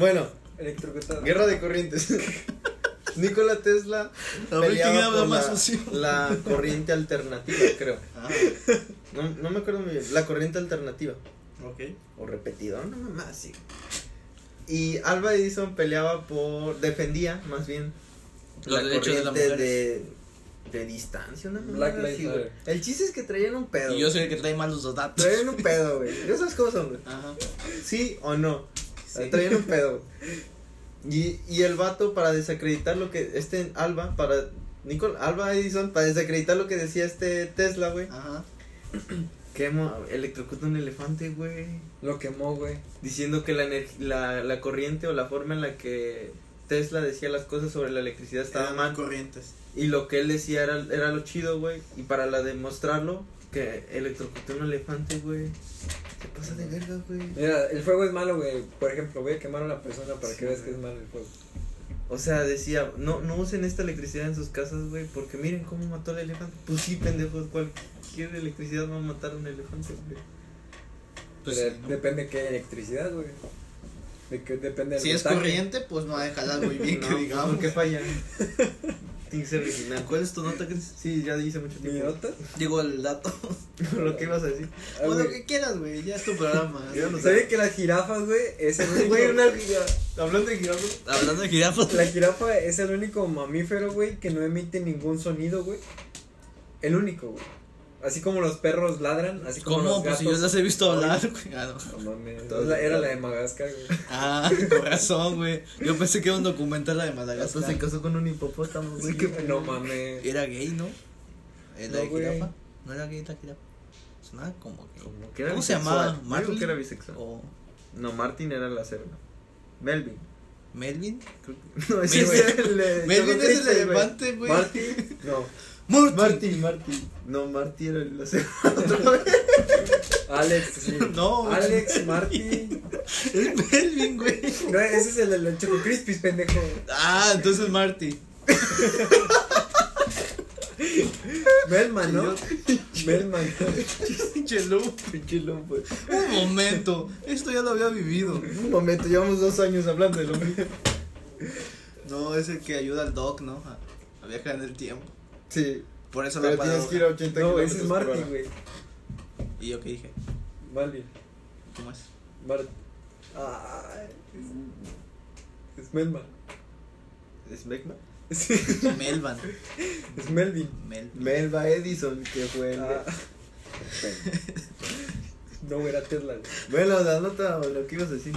Speaker 2: Bueno,
Speaker 3: electrocutado.
Speaker 2: guerra de corrientes. Nikola Tesla
Speaker 4: A ver quién
Speaker 2: peleaba
Speaker 4: habla
Speaker 2: por
Speaker 4: más Ah.
Speaker 2: la,
Speaker 4: sucio.
Speaker 2: la corriente alternativa, creo. No, no me acuerdo muy bien. La corriente alternativa.
Speaker 4: Ok.
Speaker 2: O repetidor, una mamá así. Y Alba Edison peleaba por. defendía, más bien.
Speaker 4: Los derechos de las
Speaker 2: corriente
Speaker 4: mujeres.
Speaker 2: de, de distancia, una mamá
Speaker 3: Black Lives
Speaker 2: así, güey.
Speaker 3: Matter.
Speaker 2: El chiste es que traían un pedo.
Speaker 4: Y yo soy el que trae mal los datos.
Speaker 2: Traían un pedo, güey. De esas cosas, güey.
Speaker 4: Ajá.
Speaker 2: ¿Sí o no? Traían un pedo. Y, y el vato para desacreditar lo que este Alba, para Nicol, Alba Edison, para desacreditar lo que decía este Tesla, güey.
Speaker 4: Ajá.
Speaker 2: Quemo, electrocuta un elefante, güey.
Speaker 3: Lo quemó, güey.
Speaker 2: Diciendo que la, ener- la, la corriente o la forma en la que Tesla decía las cosas sobre la electricidad estaba
Speaker 4: Eran
Speaker 2: mal.
Speaker 4: corrientes.
Speaker 2: Y lo que él decía era, era lo chido, güey. Y para la demostrarlo, que electrocutó un elefante, güey. Se pasa de verga, güey.
Speaker 3: Mira, el fuego es malo, güey. Por ejemplo, voy a quemar a una persona para que veas que es malo el fuego.
Speaker 2: O sea, decía, no, no usen esta electricidad en sus casas, güey, porque miren cómo mató al elefante. Pues sí, pendejos, cualquier electricidad va a matar a un elefante, güey.
Speaker 3: Pero depende qué electricidad, güey. De que depende del
Speaker 4: Si es
Speaker 3: voltaje.
Speaker 4: corriente, pues no ha dejado muy bien que
Speaker 2: No,
Speaker 4: digamos.
Speaker 2: ¿Por qué falla? Tiene que ser original.
Speaker 4: ¿Cuál es tu nota, Chris?
Speaker 2: Sí, ya hice mucho
Speaker 3: ¿Mi
Speaker 2: tiempo.
Speaker 3: nota?
Speaker 4: Digo el dato.
Speaker 2: lo que ibas a decir.
Speaker 3: Ah,
Speaker 4: o lo
Speaker 3: güey.
Speaker 4: que quieras, güey. Ya es tu programa.
Speaker 3: ¿Saben que las jirafas, güey, es el único...
Speaker 2: Güey, una Hablando de jirafas.
Speaker 4: Hablando de jirafas.
Speaker 3: La jirafa es el único mamífero, güey, que no emite ningún sonido, güey. El único, güey. Así como los perros ladran, así como
Speaker 4: ¿Cómo?
Speaker 3: los
Speaker 4: Pues
Speaker 3: gatos.
Speaker 4: si yo las he visto hablar, güey. Ah, no.
Speaker 3: No mames, es la- era la de Madagascar, güey.
Speaker 4: Ah, corazón, güey. Yo pensé que era un documental la de
Speaker 2: Después
Speaker 4: Madagascar.
Speaker 2: se casó con un hipopótamo, güey.
Speaker 3: Sí, güey, no mames.
Speaker 4: Era gay, ¿no? Eh, ¿La
Speaker 3: No,
Speaker 4: de
Speaker 3: güey.
Speaker 4: jirafa? ¿No era gay la jirafa? Sonaba como que.
Speaker 2: Como que era
Speaker 4: ¿Cómo se
Speaker 2: bisexual.
Speaker 4: llamaba?
Speaker 2: Yo digo
Speaker 4: ¿Marley?
Speaker 2: que era bisexual.
Speaker 4: ¿O
Speaker 2: No, Martin era la cerda. Melvin.
Speaker 4: Melvin?
Speaker 2: Creo que- No, ese
Speaker 4: Melvin.
Speaker 2: es el de
Speaker 4: Melvin es el
Speaker 2: Chocotriste, este, güey.
Speaker 4: elefante, güey.
Speaker 3: Marty, no.
Speaker 4: Martin.
Speaker 2: Marty, Marty. No, Marty era el acero. Otra vez.
Speaker 3: Alex, sí.
Speaker 4: No, güey.
Speaker 3: Alex, Marty.
Speaker 4: Es Melvin, güey.
Speaker 3: No, ese es el, el Choco Crispis, pendejo.
Speaker 4: Ah, entonces Marty.
Speaker 3: Melman, ¿no? Melman.
Speaker 4: Pinche
Speaker 2: Pinche lombo.
Speaker 4: Un momento. Esto ya lo había vivido.
Speaker 2: Un momento, llevamos dos años hablando de lo mismo.
Speaker 4: No, es el que ayuda al Doc, ¿no? A, a viajar en el tiempo.
Speaker 2: Sí,
Speaker 4: Por eso
Speaker 2: pero
Speaker 4: la
Speaker 2: tienes que ir
Speaker 4: palabra.
Speaker 2: a 80
Speaker 3: No,
Speaker 2: kilómetros
Speaker 3: ese es
Speaker 2: por
Speaker 3: Marty,
Speaker 2: hora.
Speaker 3: güey.
Speaker 4: Y yo qué dije.
Speaker 3: Vale.
Speaker 4: ¿Cómo es?
Speaker 3: Marty. Ah, es, es Melman.
Speaker 2: ¿Es Beckman?
Speaker 3: Sí, Es,
Speaker 4: Melvan.
Speaker 3: Melvin.
Speaker 4: Melvin.
Speaker 2: Melba Edison, que fue el...
Speaker 3: Ah. No, güey, era Tesla. güey.
Speaker 2: Bueno, la nota o lo que ibas a decir.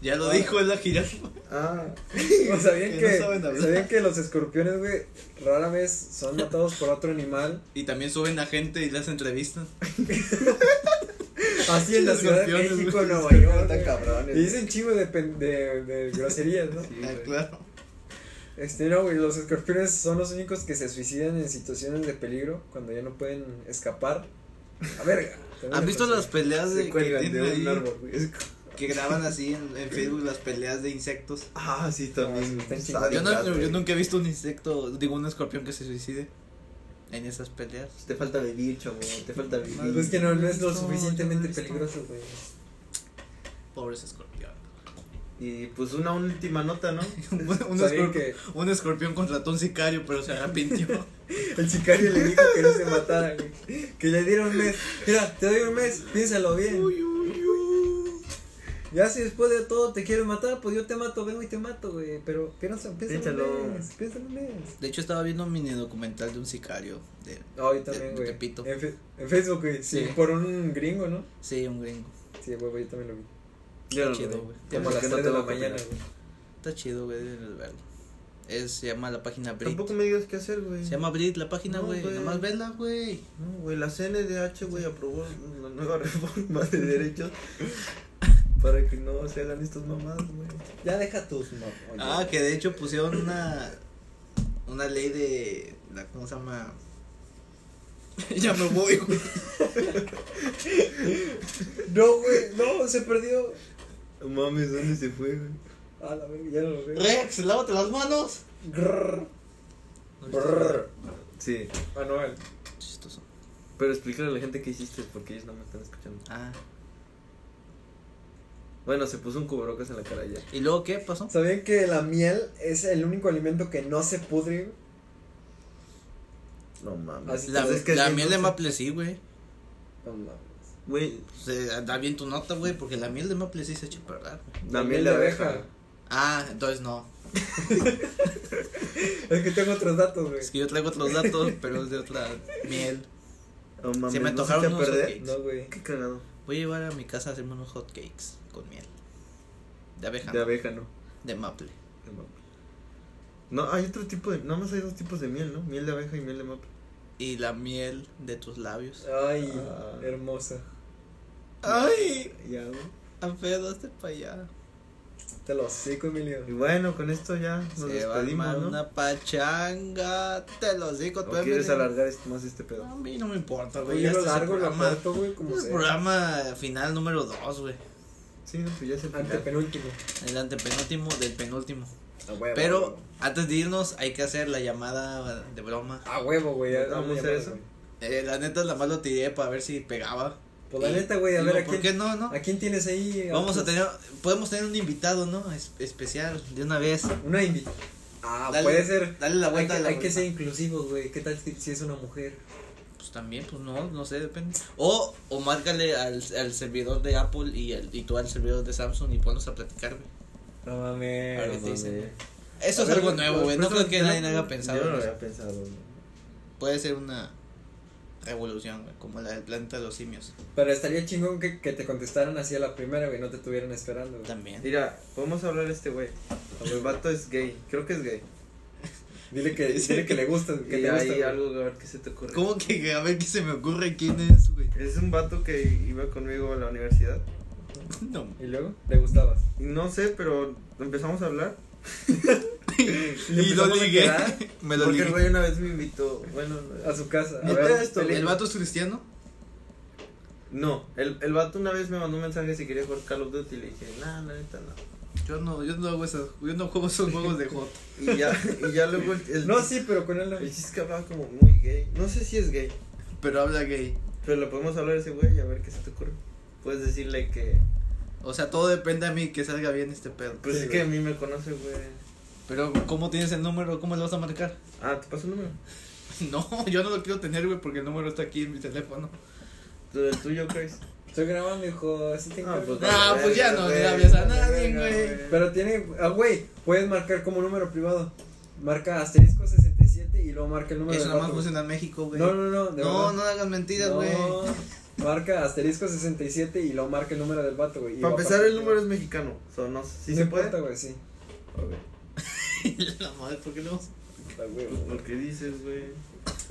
Speaker 4: Ya lo dijo en la jirafa.
Speaker 2: Ah,
Speaker 3: O sabían
Speaker 4: Que
Speaker 3: que,
Speaker 4: no saben hablar.
Speaker 3: sabían que los escorpiones, güey, rara vez son matados por otro animal.
Speaker 4: Y también suben a gente y las entrevistan.
Speaker 3: Así en la ciudad de
Speaker 4: Escorpiones,
Speaker 3: México,
Speaker 4: güey,
Speaker 3: Nueva
Speaker 2: escorpiones
Speaker 3: York.
Speaker 2: tan
Speaker 3: güey.
Speaker 2: cabrones.
Speaker 3: Y dicen chingo de, pen- de, de groserías, ¿no?
Speaker 2: Sí, güey.
Speaker 4: Ah, claro.
Speaker 3: Este, no, güey, los escorpiones son los únicos que se suicidan en situaciones de peligro cuando ya no pueden escapar. A verga.
Speaker 4: ¿Han visto las peleas de
Speaker 2: se
Speaker 4: que,
Speaker 2: cuelgan
Speaker 4: tienen
Speaker 2: de
Speaker 4: ahí,
Speaker 2: un árbol, güey. Es-
Speaker 4: que graban así en, en Facebook las peleas de insectos?
Speaker 2: Ah, sí,
Speaker 3: No,
Speaker 2: también.
Speaker 3: están
Speaker 2: Está
Speaker 3: chingados.
Speaker 4: Yo, no-
Speaker 2: detrás,
Speaker 4: yo
Speaker 2: güey.
Speaker 4: nunca he visto un insecto, digo un escorpión que se suicide en esas peleas.
Speaker 2: Te falta vivir, chavo, te falta vivir.
Speaker 3: Pues que no, no es lo
Speaker 4: No, yo no he
Speaker 3: suficientemente
Speaker 4: visto.
Speaker 3: peligroso, güey.
Speaker 4: Pobres escorpiones.
Speaker 2: Y pues una última nota, ¿no?
Speaker 4: un, un
Speaker 3: ¿Sabían
Speaker 4: escorp-
Speaker 3: que
Speaker 4: un escorpión contrató un sicario, pero se arrepintió.
Speaker 3: El sicario le dijo que no se matara, güey. Que le diera un mes. Mira, te doy un mes, piénsalo bien. Ya si después de todo te quiero matar, pues yo te mato, vengo y te mato, güey. Pero piensa, piénsalo
Speaker 2: Échalo.
Speaker 3: un mes, piénsalo un mes.
Speaker 4: De hecho, estaba viendo un mini documental de un sicario. De,
Speaker 3: No, yo
Speaker 4: De-
Speaker 3: también,
Speaker 4: de
Speaker 3: güey.
Speaker 4: Tepito.
Speaker 3: En, fe- en Facebook, güey. Sí.
Speaker 4: Sí.
Speaker 3: Por un gringo, ¿no?
Speaker 4: sí, un gringo.
Speaker 3: Sí, güey, güey, yo también lo vi.
Speaker 2: Yo
Speaker 4: Chido, güey.
Speaker 3: Como a las 3 de la mañana, güey.
Speaker 4: Está chido, güey, debes verlo. Es, se llama la página Brit.
Speaker 2: Tampoco me digas qué hacer, güey.
Speaker 4: Se llama Brit la página,
Speaker 2: No,
Speaker 4: güey.
Speaker 2: güey.
Speaker 4: Nomás vela, güey.
Speaker 2: No, güey, la CNDH, güey, aprobó la nueva reforma de derechos para que no se hagan estas mamadas, güey.
Speaker 3: Ya deja tus
Speaker 4: Ah, que de hecho pusieron una una ley de la ¿cómo se llama? ya me voy, güey.
Speaker 3: No, güey, no, se perdió.
Speaker 2: No Mames, ¿dónde se fue, güey?
Speaker 3: Ah, la verga, ya no lo veo.
Speaker 4: Rex, lávate las manos.
Speaker 3: Grrr. Brrr.
Speaker 2: Sí.
Speaker 3: Manuel.
Speaker 4: Chistoso.
Speaker 2: Pero explícale a la gente qué hiciste porque ellos no me están escuchando.
Speaker 4: Ah.
Speaker 2: Bueno, se puso un cubrebocas en la cara ya.
Speaker 4: ¿Y luego qué pasó?
Speaker 2: Pues
Speaker 3: ¿Sabían que la miel es el único alimento que no se pudre?
Speaker 2: No mames.
Speaker 4: La,
Speaker 2: Pues es que
Speaker 4: la
Speaker 2: sí,
Speaker 4: miel
Speaker 2: no
Speaker 4: de
Speaker 2: sé.
Speaker 4: maple sí, güey.
Speaker 3: No mames.
Speaker 2: Güey,
Speaker 4: Se- Da bien tu nota, güey, porque la miel de maple sí se echa a perder. güey.
Speaker 2: la miel de abeja.
Speaker 4: Ah, entonces no.
Speaker 3: Es que tengo otros datos, güey.
Speaker 4: Es que yo traigo otros datos, pero es de otra miel.
Speaker 2: No mames.
Speaker 4: me
Speaker 2: ¿no
Speaker 4: antojaron
Speaker 2: a
Speaker 4: unos
Speaker 2: perder.
Speaker 4: hotcakes.
Speaker 3: No, güey.
Speaker 2: Qué cagado.
Speaker 4: Voy a llevar a mi casa a hacerme unos hot cakes con miel. De abeja.
Speaker 2: De
Speaker 4: De,
Speaker 2: abeja, no.
Speaker 4: maple.
Speaker 2: De maple. No, hay otro tipo de. Nada más hay dos tipos de miel, ¿no? Miel de abeja y miel de maple.
Speaker 4: Y la miel de tus labios.
Speaker 3: Ay,
Speaker 2: Ah.
Speaker 3: hermosa.
Speaker 4: ¡Ay!
Speaker 2: Ya, güey.
Speaker 4: Alfredo, hazte para allá.
Speaker 3: Te lo hocico, Emilio.
Speaker 2: Y bueno, con esto ya nos
Speaker 4: Se va a
Speaker 2: despedimos,
Speaker 4: armar
Speaker 2: ¿no?
Speaker 4: una pachanga. Te los digo,
Speaker 2: ¿O
Speaker 4: tú
Speaker 2: quieres
Speaker 4: Emily.
Speaker 2: alargar esto- más este
Speaker 4: No,
Speaker 2: pedo?
Speaker 4: A mí no me importa,
Speaker 3: Güey,
Speaker 4: güey.
Speaker 3: yo
Speaker 4: este
Speaker 3: lo
Speaker 4: es el
Speaker 3: largo, lo
Speaker 4: programa.
Speaker 3: corto, güey, como
Speaker 4: Es el
Speaker 3: sea.
Speaker 4: programa final número 2, güey.
Speaker 2: Sí, no, pues ya se
Speaker 3: Antepenúltimo.
Speaker 4: El antepenúltimo del penúltimo.
Speaker 3: A Ah, huevo.
Speaker 4: Pero antes de irnos, hay que hacer la llamada de broma.
Speaker 3: A huevo, güey. ya-
Speaker 2: ¿Vamos
Speaker 3: ya
Speaker 2: a hacer
Speaker 3: me-
Speaker 2: eso?
Speaker 3: güey.
Speaker 4: Eh, la neta, la más lo tiré para ver si pegaba.
Speaker 3: Pues la
Speaker 4: Y-
Speaker 3: neta, güey, a
Speaker 4: digo,
Speaker 3: ver a
Speaker 4: ¿Por qué
Speaker 3: quién.
Speaker 4: no, no?
Speaker 3: ¿A quién tienes ahí?
Speaker 4: Vamos a
Speaker 3: Arturo?
Speaker 4: tener, podemos tener un invitado, ¿no? Es- especial, de una vez.
Speaker 3: Una invita. Ah,
Speaker 4: Dale-
Speaker 3: puede ser.
Speaker 4: Dale la
Speaker 3: Hay
Speaker 4: vuelta.
Speaker 3: que,
Speaker 4: a la
Speaker 3: hay que
Speaker 4: vuelta.
Speaker 3: ser inclusivos, güey. ¿Qué tal si si es una mujer?
Speaker 4: Pues también, pues no, no sé, depende. O, o márcale al, al servidor de Apple y, el- y tú al servidor de Samsung y ponlos a platicar, güey.
Speaker 3: No mames.
Speaker 4: A ver qué te
Speaker 3: no
Speaker 4: dicen.
Speaker 3: mames.
Speaker 4: Eso
Speaker 3: A
Speaker 4: es
Speaker 3: ver,
Speaker 4: algo
Speaker 3: güey,
Speaker 4: nuevo,
Speaker 3: pues,
Speaker 4: güey. No
Speaker 3: por eso
Speaker 4: creo que
Speaker 3: tenemos-
Speaker 4: nadie haya pensado.
Speaker 2: Yo no lo
Speaker 4: en eso.
Speaker 2: había pensado. ¿no?
Speaker 4: Puede ser una revolución, güey, como la del planeta de los simios.
Speaker 3: Pero estaría chingón que, que te contestaran así a la primera, güey. No te tuvieran esperando, güey.
Speaker 4: También.
Speaker 2: Mira, podemos hablar de este güey. El vato es gay. Creo que es gay.
Speaker 3: Dile que, dile que le gusta, que
Speaker 2: y
Speaker 3: te gusta.
Speaker 2: hay
Speaker 3: güey.
Speaker 2: algo, a ver qué se te ocurre.
Speaker 4: ¿Cómo que a ver qué se me ocurre quién es, güey?
Speaker 2: Es un vato que iba conmigo a la universidad.
Speaker 4: No.
Speaker 3: Y luego, le gustabas.
Speaker 2: Y No sé, pero empezamos a hablar.
Speaker 4: Y lo
Speaker 3: empezamos a
Speaker 4: ligué.
Speaker 3: quedar,
Speaker 4: Me lo
Speaker 2: porque
Speaker 4: ligué.
Speaker 2: el güey una vez me invitó. Bueno,
Speaker 3: A su casa. A
Speaker 2: Neta
Speaker 3: ver,
Speaker 2: esto,
Speaker 3: peli-
Speaker 4: ¿El vato es cristiano?
Speaker 2: no. El, el vato una vez me mandó un mensaje si quería jugar Call of Duty. Y le dije, nah, la neta no.
Speaker 4: Yo no, yo no hago esas, yo no juego esos juegos de Hot.
Speaker 2: Y ya, y ya luego el. el-
Speaker 3: No, sí, pero con él no.
Speaker 2: El chiste que hablaba como muy gay. No sé si es gay.
Speaker 4: Pero habla gay.
Speaker 2: Pero le podemos hablar a ese güey y a ver qué se te ocurre. Puedes decirle que.
Speaker 4: O sea, todo depende a mí que salga bien este pedo.
Speaker 2: Pues
Speaker 3: Sí,
Speaker 2: es
Speaker 3: güey.
Speaker 2: que a mí me conoce, güey.
Speaker 4: Pero, ¿cómo tienes el número? ¿Cómo lo vas a marcar?
Speaker 2: Ah, ¿te paso el número?
Speaker 4: No, yo no lo quiero tener, güey, porque el número está aquí en mi teléfono.
Speaker 2: ¿Tú, el tuyo, Chris?
Speaker 3: Estoy grabando, hijo. Así te
Speaker 2: Ah, pues,
Speaker 3: encargo.
Speaker 4: Ah, pues ya no
Speaker 2: Güey,
Speaker 4: le hables a
Speaker 2: güey,
Speaker 4: nadie,
Speaker 2: güey.
Speaker 4: güey.
Speaker 3: Pero tiene. Ah, güey, puedes marcar como número privado. Marca asterisco 67 y luego marca el número
Speaker 4: Eso
Speaker 3: del
Speaker 4: nada más
Speaker 3: vato.
Speaker 4: funciona en México, güey.
Speaker 3: No, no, no. De
Speaker 4: No,
Speaker 3: verdad.
Speaker 4: no hagas mentiras,
Speaker 3: No,
Speaker 4: güey.
Speaker 3: Marca asterisco 67 y luego marca el número del vato, güey. y
Speaker 2: Para
Speaker 3: va
Speaker 2: empezar,
Speaker 3: aparecer.
Speaker 2: el número es mexicano. So, no sé si
Speaker 3: No
Speaker 2: se
Speaker 3: importa,
Speaker 2: puede.
Speaker 3: güey, sí.
Speaker 4: La madre, ¿por qué no?
Speaker 3: Ah, güey,
Speaker 2: Pues,
Speaker 3: güey.
Speaker 2: ¿Por qué dices, güey?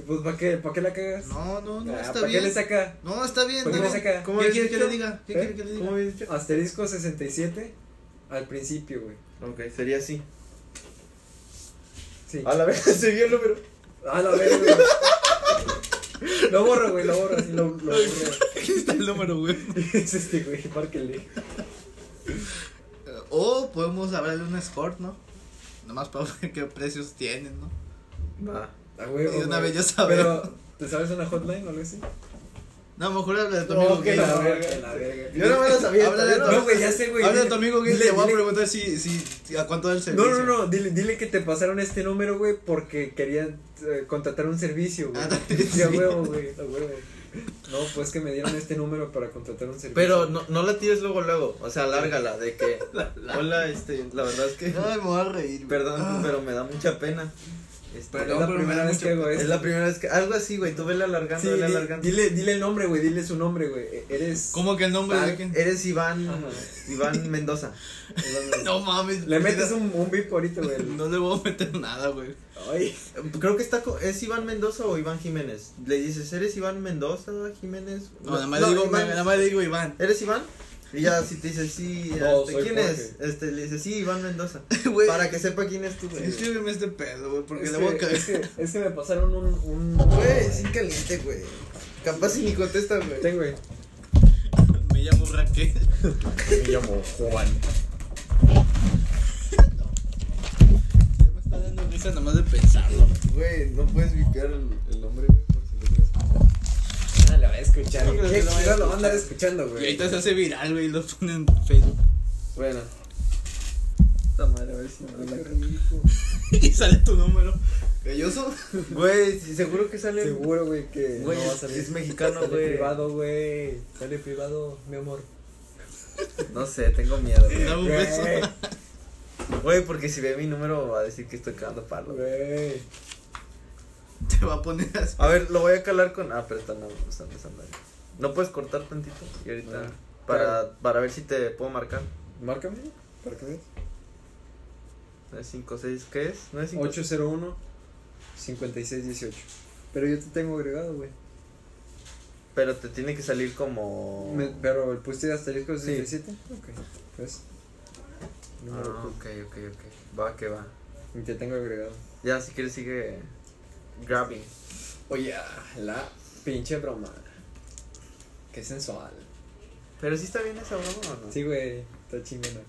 Speaker 3: Pues, ¿para qué, ¿pa' qué la cagas?
Speaker 4: No, no, no,
Speaker 3: Ah,
Speaker 4: está
Speaker 3: ¿Para qué
Speaker 4: bien.
Speaker 3: le saca?
Speaker 4: No, está bien.
Speaker 3: ¿Por qué
Speaker 4: no.
Speaker 3: le saca?
Speaker 2: ¿Cómo
Speaker 4: ¿Qué
Speaker 2: habías
Speaker 4: quiere que
Speaker 2: dicho?
Speaker 4: le diga? ¿Qué
Speaker 3: ¿Eh?
Speaker 4: quiere que le diga?
Speaker 2: ¿Cómo habías dicho?
Speaker 3: Asterisco 67 al principio, güey.
Speaker 2: Ok, sería así.
Speaker 3: Sí.
Speaker 2: A la vez se vio el número.
Speaker 3: A la vez, güey. Lo borro, güey, lo borro, así lo, lo borro.
Speaker 4: Aquí está el número, güey.
Speaker 3: Es este, güey, márquenle.
Speaker 4: O podemos hablarle un escort, ¿no? Nomás para ver qué precios tienen, ¿no?
Speaker 2: Va.
Speaker 3: A huevo,
Speaker 4: Y de una
Speaker 3: güey.
Speaker 4: vez ya sabemos.
Speaker 3: Pero, ¿te sabes una hotline o algo así?
Speaker 4: No, mejor habla de tu
Speaker 2: No,
Speaker 4: amigo
Speaker 2: ok,
Speaker 4: gay.
Speaker 2: la verga. Yo no me lo sabía.
Speaker 4: Habla
Speaker 2: yo
Speaker 4: de
Speaker 2: no-
Speaker 4: todo.
Speaker 3: No, güey, ya sé, güey.
Speaker 4: Habla de
Speaker 3: dile-
Speaker 4: tu amigo gay.
Speaker 3: dile-
Speaker 4: Le voy a
Speaker 3: dile-
Speaker 4: preguntar si, si, si- a cuánto es el
Speaker 3: No,
Speaker 4: servicio.
Speaker 3: no, no, dile, dile que te pasaron este número, güey, porque querían eh, contratar un servicio, güey.
Speaker 4: Ah, también,
Speaker 3: Sí, a
Speaker 4: sí.
Speaker 3: huevo, güey, a huevo. No, pues que me dieron este número para contratar un servicio.
Speaker 2: Pero no, no la tires luego, luego. O sea, lárgala de que. Hola, este. La verdad es que.
Speaker 4: Ay, me voy a reír. Ah,
Speaker 2: Perdón, pero me da mucha pena. Este,
Speaker 3: es la
Speaker 4: Perdón, pero me
Speaker 3: primera
Speaker 4: da
Speaker 3: vez
Speaker 4: mucho-
Speaker 3: que hago
Speaker 2: Es
Speaker 3: esto.
Speaker 2: la primera vez que. Algo así, güey. Tú vele alargando,
Speaker 3: Sí,
Speaker 2: vele
Speaker 3: di-
Speaker 2: alargando.
Speaker 3: dile, dile el nombre, güey, dile su nombre, güey. E- Eres.
Speaker 4: ¿Cómo que el nombre
Speaker 2: Ah,
Speaker 4: de quién?
Speaker 2: eres Iván.
Speaker 3: Ajá.
Speaker 2: Iván Mendoza.
Speaker 4: No mames.
Speaker 3: Le metes un, un bip ahorita, güey.
Speaker 4: No le voy a meter nada, güey.
Speaker 3: Ay,
Speaker 2: Creo que está. co- ¿Es Iván Mendoza o Iván Jiménez? Le dices, ¿eres Iván Mendoza, Jiménez?
Speaker 4: No, nada más le digo,
Speaker 2: Iván.
Speaker 4: nada más le digo Iván.
Speaker 2: ¿Eres Iván? Y ya si te dice, sí,
Speaker 3: No,
Speaker 2: este,
Speaker 3: soy
Speaker 2: ¿quién
Speaker 3: Jorge.
Speaker 2: es? Este, le dice, sí, Iván Mendoza.
Speaker 4: Güey,
Speaker 2: Para que sepa quién es tú, güey.
Speaker 4: escríbeme este pedo, güey, porque
Speaker 3: es,
Speaker 4: le voy
Speaker 3: que,
Speaker 4: a caer.
Speaker 3: es, que, es que me pasaron un. un...
Speaker 2: Güey, sin caliente, güey. Capaz y ni contesta, güey.
Speaker 3: Ten, güey.
Speaker 4: Me llamo Raquel.
Speaker 8: Me llamo Juan.
Speaker 4: Ya me está dando risa. risa nomás de pensarlo.
Speaker 2: Güey, no puedes vipear el, el nombre, güey, por si lo quieres escuchar.
Speaker 3: Ah, la voy a escuchar.
Speaker 4: Sí,
Speaker 3: ¿Qué
Speaker 4: lo voy a
Speaker 3: culero lo van a
Speaker 4: escuchar.
Speaker 3: andar escuchando,
Speaker 4: Y
Speaker 3: güey?
Speaker 4: ahorita se hace viral, güey, y lo ponen en Facebook.
Speaker 2: Bueno.
Speaker 1: Puta madre, a ver si me da la
Speaker 4: y sale tu número.
Speaker 2: ¿Galloso? Güey, sí, seguro que sale.
Speaker 3: Seguro, güey, que
Speaker 2: Güey,
Speaker 3: no va a
Speaker 2: es-
Speaker 3: salir.
Speaker 2: es mexicano,
Speaker 3: Sale
Speaker 2: güey.
Speaker 3: privado, güey. Sale privado, mi amor.
Speaker 2: No sé, tengo miedo,
Speaker 4: Dame
Speaker 2: güey.
Speaker 4: un
Speaker 3: Güey,
Speaker 4: beso.
Speaker 2: Güey, porque si ve mi número va a decir que estoy cagando palo. güey.
Speaker 3: güey.
Speaker 4: Te va a poner así.
Speaker 2: A ver, lo voy a calar con. Ah, pero está no, está empezando ahí. No puedes cortar tantito y ahorita.
Speaker 3: Ah,
Speaker 2: Para, para ver si te puedo marcar.
Speaker 3: Márcame, para que veas.
Speaker 2: 5, 6, ¿qué es? ¿No es 5?
Speaker 3: 801 5618. Pero yo te tengo agregado, güey.
Speaker 2: Pero te tiene que salir como.
Speaker 3: Me- Pero el pusiste asterisco
Speaker 2: Sí.
Speaker 3: 67. Ok, pues.
Speaker 2: Ah,
Speaker 3: Número oculto.
Speaker 2: ok, ok, ok. Va, que va.
Speaker 3: Y te tengo agregado.
Speaker 2: Ya, si quieres, sigue. Grabbing.
Speaker 3: Oye, la pinche broma. Qué sensual.
Speaker 2: Pero sí está bien esa broma o no?
Speaker 3: Sí, güey, está chingona.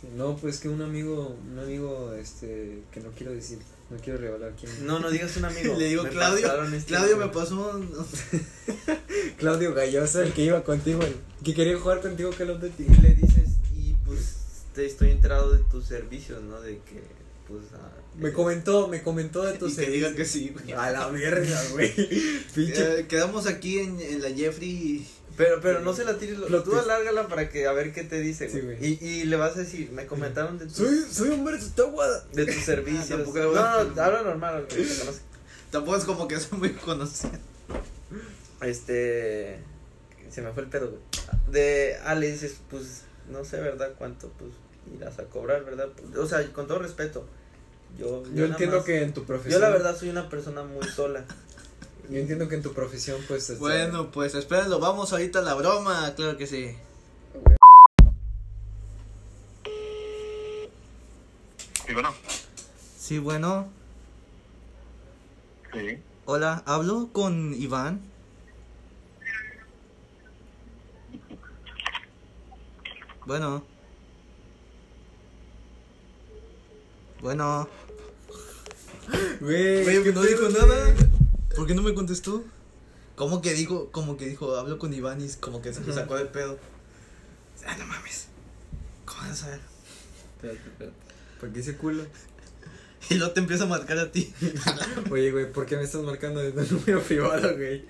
Speaker 3: Sí, no, pues que un amigo, un amigo, este, que no quiero decir, no quiero revelar quién.
Speaker 2: No, no digas un amigo.
Speaker 4: Le digo,
Speaker 2: Me
Speaker 4: Claudio,
Speaker 2: pasaron este-
Speaker 4: Claudio me pasó un...
Speaker 3: Claudio Gallosa, el que iba contigo, el que quería jugar contigo Call of Duty.
Speaker 2: Y le dices, y pues te estoy enterado de tus servicios, ¿no? De que, pues. ah,
Speaker 3: Me
Speaker 2: eh,
Speaker 3: comentó, me comentó de tus
Speaker 4: y que digan que sí, güey.
Speaker 3: A la verga, güey. Pinche.
Speaker 4: Eh, quedamos aquí en, en la Jeffrey.
Speaker 2: Pero, pero no se la tires, lo-
Speaker 3: Plot
Speaker 2: tú
Speaker 3: twist.
Speaker 2: alárgala para que a ver qué te dice,
Speaker 3: Sí,
Speaker 2: güey.
Speaker 3: güey.
Speaker 2: y, y le vas a decir, me comentaron de tus,
Speaker 3: Soy, soy hombre de Tutahuada.
Speaker 2: de tus servicios.
Speaker 4: Ah, tampoco le
Speaker 2: no,
Speaker 4: voy a-
Speaker 2: no, habla normal, güey, te conoce.
Speaker 4: Tampoco es como que son muy conocidos.
Speaker 2: Este. Se me fue el pedo, güey. De. Ah, le dices, pues, no sé, ¿verdad? ¿Cuánto, pues, irás a cobrar, verdad? Pues, O sea, con todo respeto. Yo,
Speaker 3: Yo
Speaker 2: nada
Speaker 3: entiendo
Speaker 2: más-
Speaker 3: que en tu
Speaker 2: Yo
Speaker 3: profesión.
Speaker 2: la verdad soy una persona muy sola.
Speaker 3: Yo entiendo que en tu profesión, pues. este,
Speaker 4: Bueno, pues espérenlo, vamos ahorita a la broma, Ah, claro que sí.
Speaker 9: Sí, bueno.
Speaker 4: Sí, bueno.
Speaker 9: Sí.
Speaker 4: Hola, hablo con Iván. Bueno. Bueno.
Speaker 3: Güey,
Speaker 4: Güey,
Speaker 3: ¿qué
Speaker 4: no
Speaker 3: pedo,
Speaker 4: dijo
Speaker 3: güey?
Speaker 4: nada. ¿Por qué no me contestó? ¿Cómo que dijo, como que dijo, hablo con Iván y es como que se me sacó de pedo? Ah, no mames. ¿Cómo vas a saber?
Speaker 3: ¿Por qué ese pues, culo?
Speaker 4: Y luego te empieza a marcar a ti.
Speaker 3: Oye, güey, ¿por qué me estás marcando desde el número privado, güey?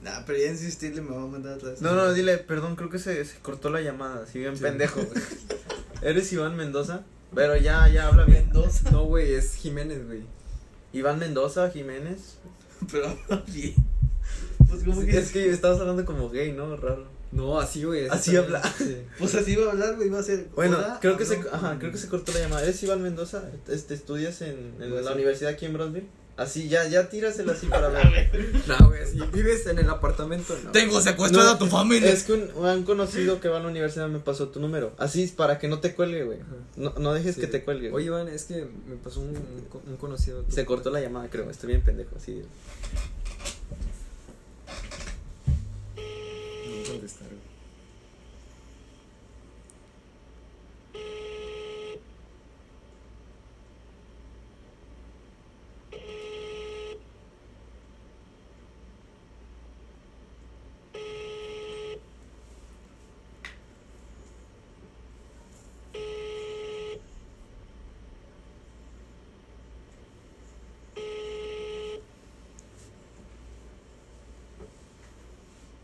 Speaker 4: nah, pero ya insistirle me va a mandar atrás.
Speaker 2: No, no, dile, perdón, creo que se, se cortó la llamada, si bien pendejo. güey. ¿Eres Iván Mendoza? Pero ya, ya habla bien.
Speaker 4: Mendoza.
Speaker 3: No, güey, es Jiménez, güey.
Speaker 2: Iván Mendoza, Jiménez.
Speaker 4: Pero habla bien. Pues como que.
Speaker 2: Es que estabas hablando como gay, ¿no? Raro.
Speaker 3: No, así, güey. es-
Speaker 2: Así habla.
Speaker 3: Sí.
Speaker 4: Pues así iba a hablar, güey, iba a ser.
Speaker 2: Bueno,
Speaker 4: hola,
Speaker 2: creo que se,
Speaker 4: hablo-
Speaker 2: ajá, creo que se cortó la llamada. ¿Eres Iván Mendoza? Este, ¿Estudias en, en
Speaker 3: Pues
Speaker 2: la
Speaker 3: sí.
Speaker 2: universidad aquí en Brownsville? Así, ya, ya tírasela así para ver.
Speaker 3: No, güey, si vives en el apartamento, no.
Speaker 4: Tengo secuestrada
Speaker 2: No,
Speaker 4: a tu familia.
Speaker 2: Es que un, un conocido que va a la universidad me pasó tu número. Así, es para que no te cuelgue, güey. No, no dejes
Speaker 3: Sí.
Speaker 2: que te cuelgue. güey.
Speaker 3: Oye, Iván, es que me pasó un, un co- un conocido.
Speaker 2: Se cortó la llamada, creo. Estoy bien pendejo, así.
Speaker 3: No contestar, güey.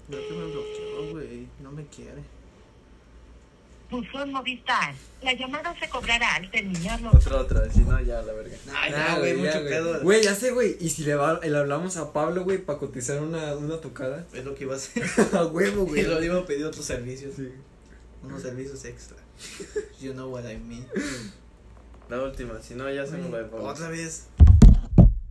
Speaker 4: Creo que me bloqueó, güey. No me quiere.
Speaker 10: Buzón Movistar. La llamada se cobrará al terminar los
Speaker 2: Otra, otra. Si no, ya, la verga.
Speaker 4: Ay,
Speaker 3: Nah, güey, ya, güey. Güey, ya sé, güey. Y si le, va- le hablamos a Pablo, güey, para cotizar una, una tocada.
Speaker 4: Es lo que iba a hacer.
Speaker 3: a huevo,
Speaker 4: Y
Speaker 3: güey.
Speaker 4: lo iba a pedir otros servicios.
Speaker 3: Sí.
Speaker 4: Unos servicios extra. You know what I mean.
Speaker 2: La última, si no, ya se me va el
Speaker 4: Otra vez.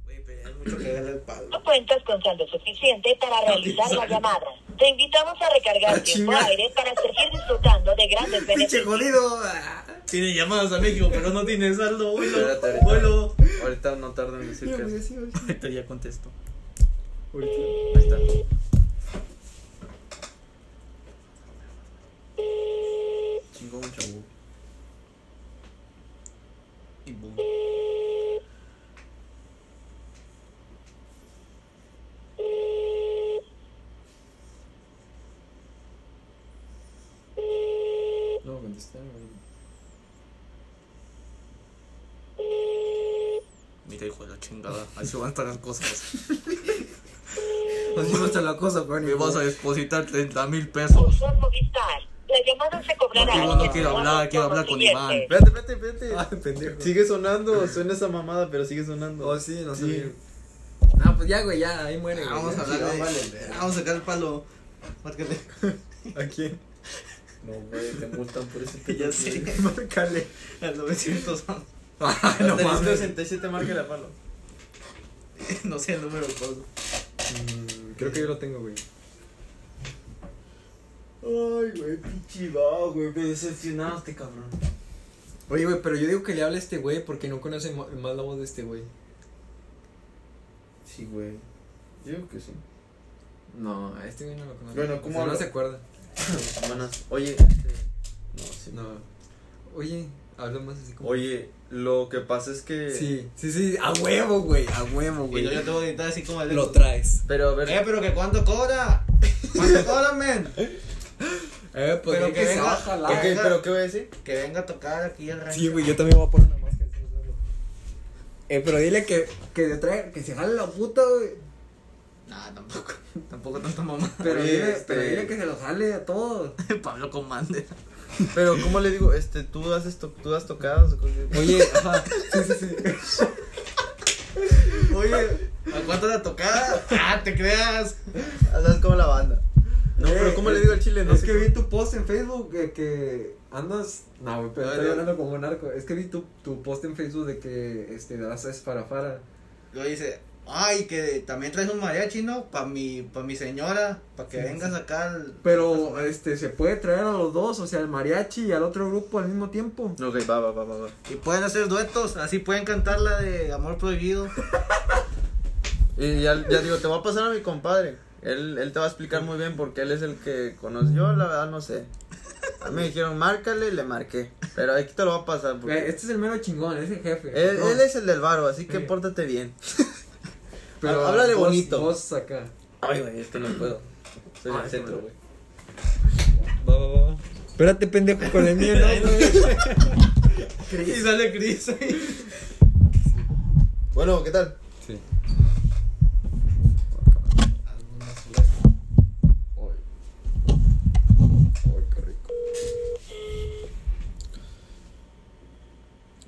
Speaker 4: Güey, pero ya es mucho que agarrar el palo.
Speaker 10: No cuentas con saldo suficiente para realizar la llamada. Te invitamos a recargar
Speaker 3: Ah,
Speaker 10: tiempo
Speaker 3: chinga.
Speaker 10: aire para seguir disfrutando de grandes
Speaker 4: ¡Pinche
Speaker 10: beneficios.
Speaker 4: jodido! Ah. Tiene llamadas a México, pero no tiene saldo. Vuelo,
Speaker 2: Espérate, ahorita.
Speaker 4: vuelo.
Speaker 2: Ahorita no tardo en decir
Speaker 3: Ya,
Speaker 2: que
Speaker 3: güey,
Speaker 2: es.
Speaker 3: así, güey.
Speaker 4: Ahorita ya contesto.
Speaker 3: Ahorita.
Speaker 2: Ahí está. Chingón, chavo.
Speaker 4: Y boom.
Speaker 3: No, contestaron.
Speaker 4: Mira, hijo de la chingada. Así van a estar las cosas. Así va a estar la cosa, Juan. Me vas a depositar 30 mil pesos.
Speaker 10: Opción Movistar. La llamada se cobrará.
Speaker 4: No, no quiero hablar, quiero hablar con Iván.
Speaker 10: Siguiente.
Speaker 2: Espérate, espérate, espérate.
Speaker 3: Ah, pendejo.
Speaker 2: Sigue sonando, suena esa mamada, pero sigue sonando.
Speaker 3: Oh, sí, no sé.
Speaker 2: Sí.
Speaker 3: Ah, pues ya, güey, ya, ahí muere. güey.
Speaker 4: Vamos a hablar
Speaker 2: Sí,
Speaker 4: de...
Speaker 2: vale, verga.
Speaker 4: Vamos a sacar el palo. Márcate.
Speaker 3: ¿A quién?
Speaker 2: No, güey, te multan por ese pedo.
Speaker 4: Ya sé.
Speaker 3: Márcale.
Speaker 4: Al 900.
Speaker 3: Ah, no
Speaker 2: No mames.
Speaker 3: mames.
Speaker 2: 67 marca la palo.
Speaker 4: No sé el número. pues. Pablo.
Speaker 3: Mm, Creo que yo lo tengo, güey.
Speaker 2: Ay, güey, pinche va, güey, me decepcionaste, cabrón.
Speaker 3: Oye, güey, pero yo digo que le hable a este güey porque no conoce mo- más la voz de este güey.
Speaker 2: Sí, güey. Yo creo que sí.
Speaker 3: No,
Speaker 2: eh,
Speaker 3: a este güey no lo conoce.
Speaker 2: Bueno, ¿cómo
Speaker 3: O sea,
Speaker 2: habla?
Speaker 3: No se acuerda.
Speaker 2: Semanas. Ah, Oye, este, no, sí.
Speaker 3: No. Oye, habla más así como.
Speaker 2: Oye, lo que pasa es que.
Speaker 3: Sí, sí, sí, a huevo, güey, a huevo,
Speaker 4: Y
Speaker 3: güey.
Speaker 4: yo ya te voy a editar así como el...
Speaker 3: Lo traes.
Speaker 2: Pero a ver.
Speaker 4: Eh, pero que cuánto cobra. ¿Cuánto cobra, men?
Speaker 3: Eh, pues
Speaker 4: Pero
Speaker 3: di
Speaker 4: que
Speaker 3: que se
Speaker 4: venga.
Speaker 3: baja la.
Speaker 2: ok, pero ¿qué voy a decir?
Speaker 4: Que venga a tocar aquí el rancho.
Speaker 3: Sí, güey, yo también voy a poner una máscara. sí, sí, sí. Eh, pero dile que, que te traiga, que se jale la puta, güey.
Speaker 4: Nah, tampoco. Tampoco tanta mamá.
Speaker 3: Pero,
Speaker 2: Oye,
Speaker 3: dile,
Speaker 2: este-
Speaker 3: pero dile que se lo jale a todos.
Speaker 4: Pablo Comande.
Speaker 2: Pero, ¿cómo le digo? Este, tú haces to- tú das tocadas. o qué?
Speaker 3: Oye, ajá, sí, sí, sí.
Speaker 2: Oye,
Speaker 4: ¿A cuánto la tocada? Ah, te creas.
Speaker 2: andas como la banda. No,
Speaker 3: Eh,
Speaker 2: pero ¿cómo le digo al chile? No
Speaker 3: es
Speaker 2: sé
Speaker 3: que
Speaker 2: cómo-
Speaker 3: vi tu post en Facebook de que andas. No, güey, pero
Speaker 2: No,
Speaker 3: estoy
Speaker 2: ya.
Speaker 3: hablando como un narco. Es que vi tu, tu post en Facebook de que este, das esparafara.
Speaker 4: Luego dice, ay, que también traes un mariachi, ¿no? Pa' mi, pa' mi señora, para que
Speaker 3: Sí,
Speaker 4: vengas acá al...
Speaker 3: Pero este, se puede traer a los dos, o sea, al mariachi y al otro grupo al mismo tiempo.
Speaker 2: Ok, va, va, va, va. va.
Speaker 4: Y pueden hacer duetos, así pueden cantar la de Amor Prohibido.
Speaker 2: Y ya, ya digo, te va a pasar a mi compadre. Él, él te va a explicar muy bien porque él es el que conoce. Yo, la verdad, no sé. A mí me dijeron, márcale, le marqué. Pero aquí te lo va a pasar.
Speaker 3: Eh,
Speaker 2: Porque
Speaker 3: Este es el mero chingón, es el jefe.
Speaker 2: él,
Speaker 3: No,
Speaker 2: Eh, él es el del varo, así que
Speaker 3: Sí.
Speaker 2: pórtate bien. háblale
Speaker 3: vos-
Speaker 2: bonito.
Speaker 3: Vos acá.
Speaker 2: Ay, güey, es que no puedo. Soy
Speaker 3: Ah,
Speaker 2: del
Speaker 3: es
Speaker 2: centro,
Speaker 3: bueno.
Speaker 2: güey.
Speaker 3: Va, va, va. Espérate, pendejo, con el mío, no, güey.
Speaker 4: y sale Cris. ahí.
Speaker 2: Bueno, ¿qué tal?
Speaker 3: Sí.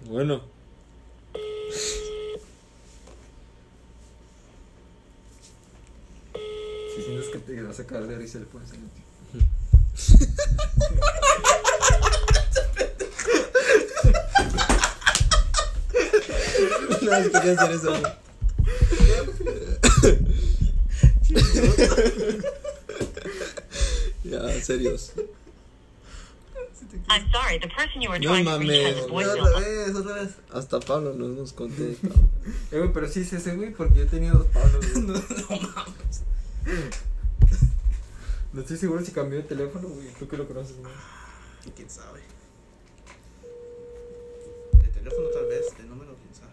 Speaker 2: Bueno.
Speaker 3: Si sientes que te vas a caer de risa, le pones el
Speaker 2: No, quería hacer eso. ya, serios.
Speaker 10: I'm sorry, the person you were
Speaker 2: No
Speaker 10: trying to reach
Speaker 2: mames.
Speaker 10: has a
Speaker 2: Otra
Speaker 10: voicemail.
Speaker 4: Pues,
Speaker 2: vez, otra vez. Hasta Pablo nos, nos contesta.
Speaker 3: Eh, güey, pero sí es ese, güey, porque yo he tenido dos Pablos, güey. no, estoy seguro si cambió de teléfono, güey. Creo que lo conoces, güey.
Speaker 4: ¿Quién sabe? De teléfono tal vez, de número, quién sabe.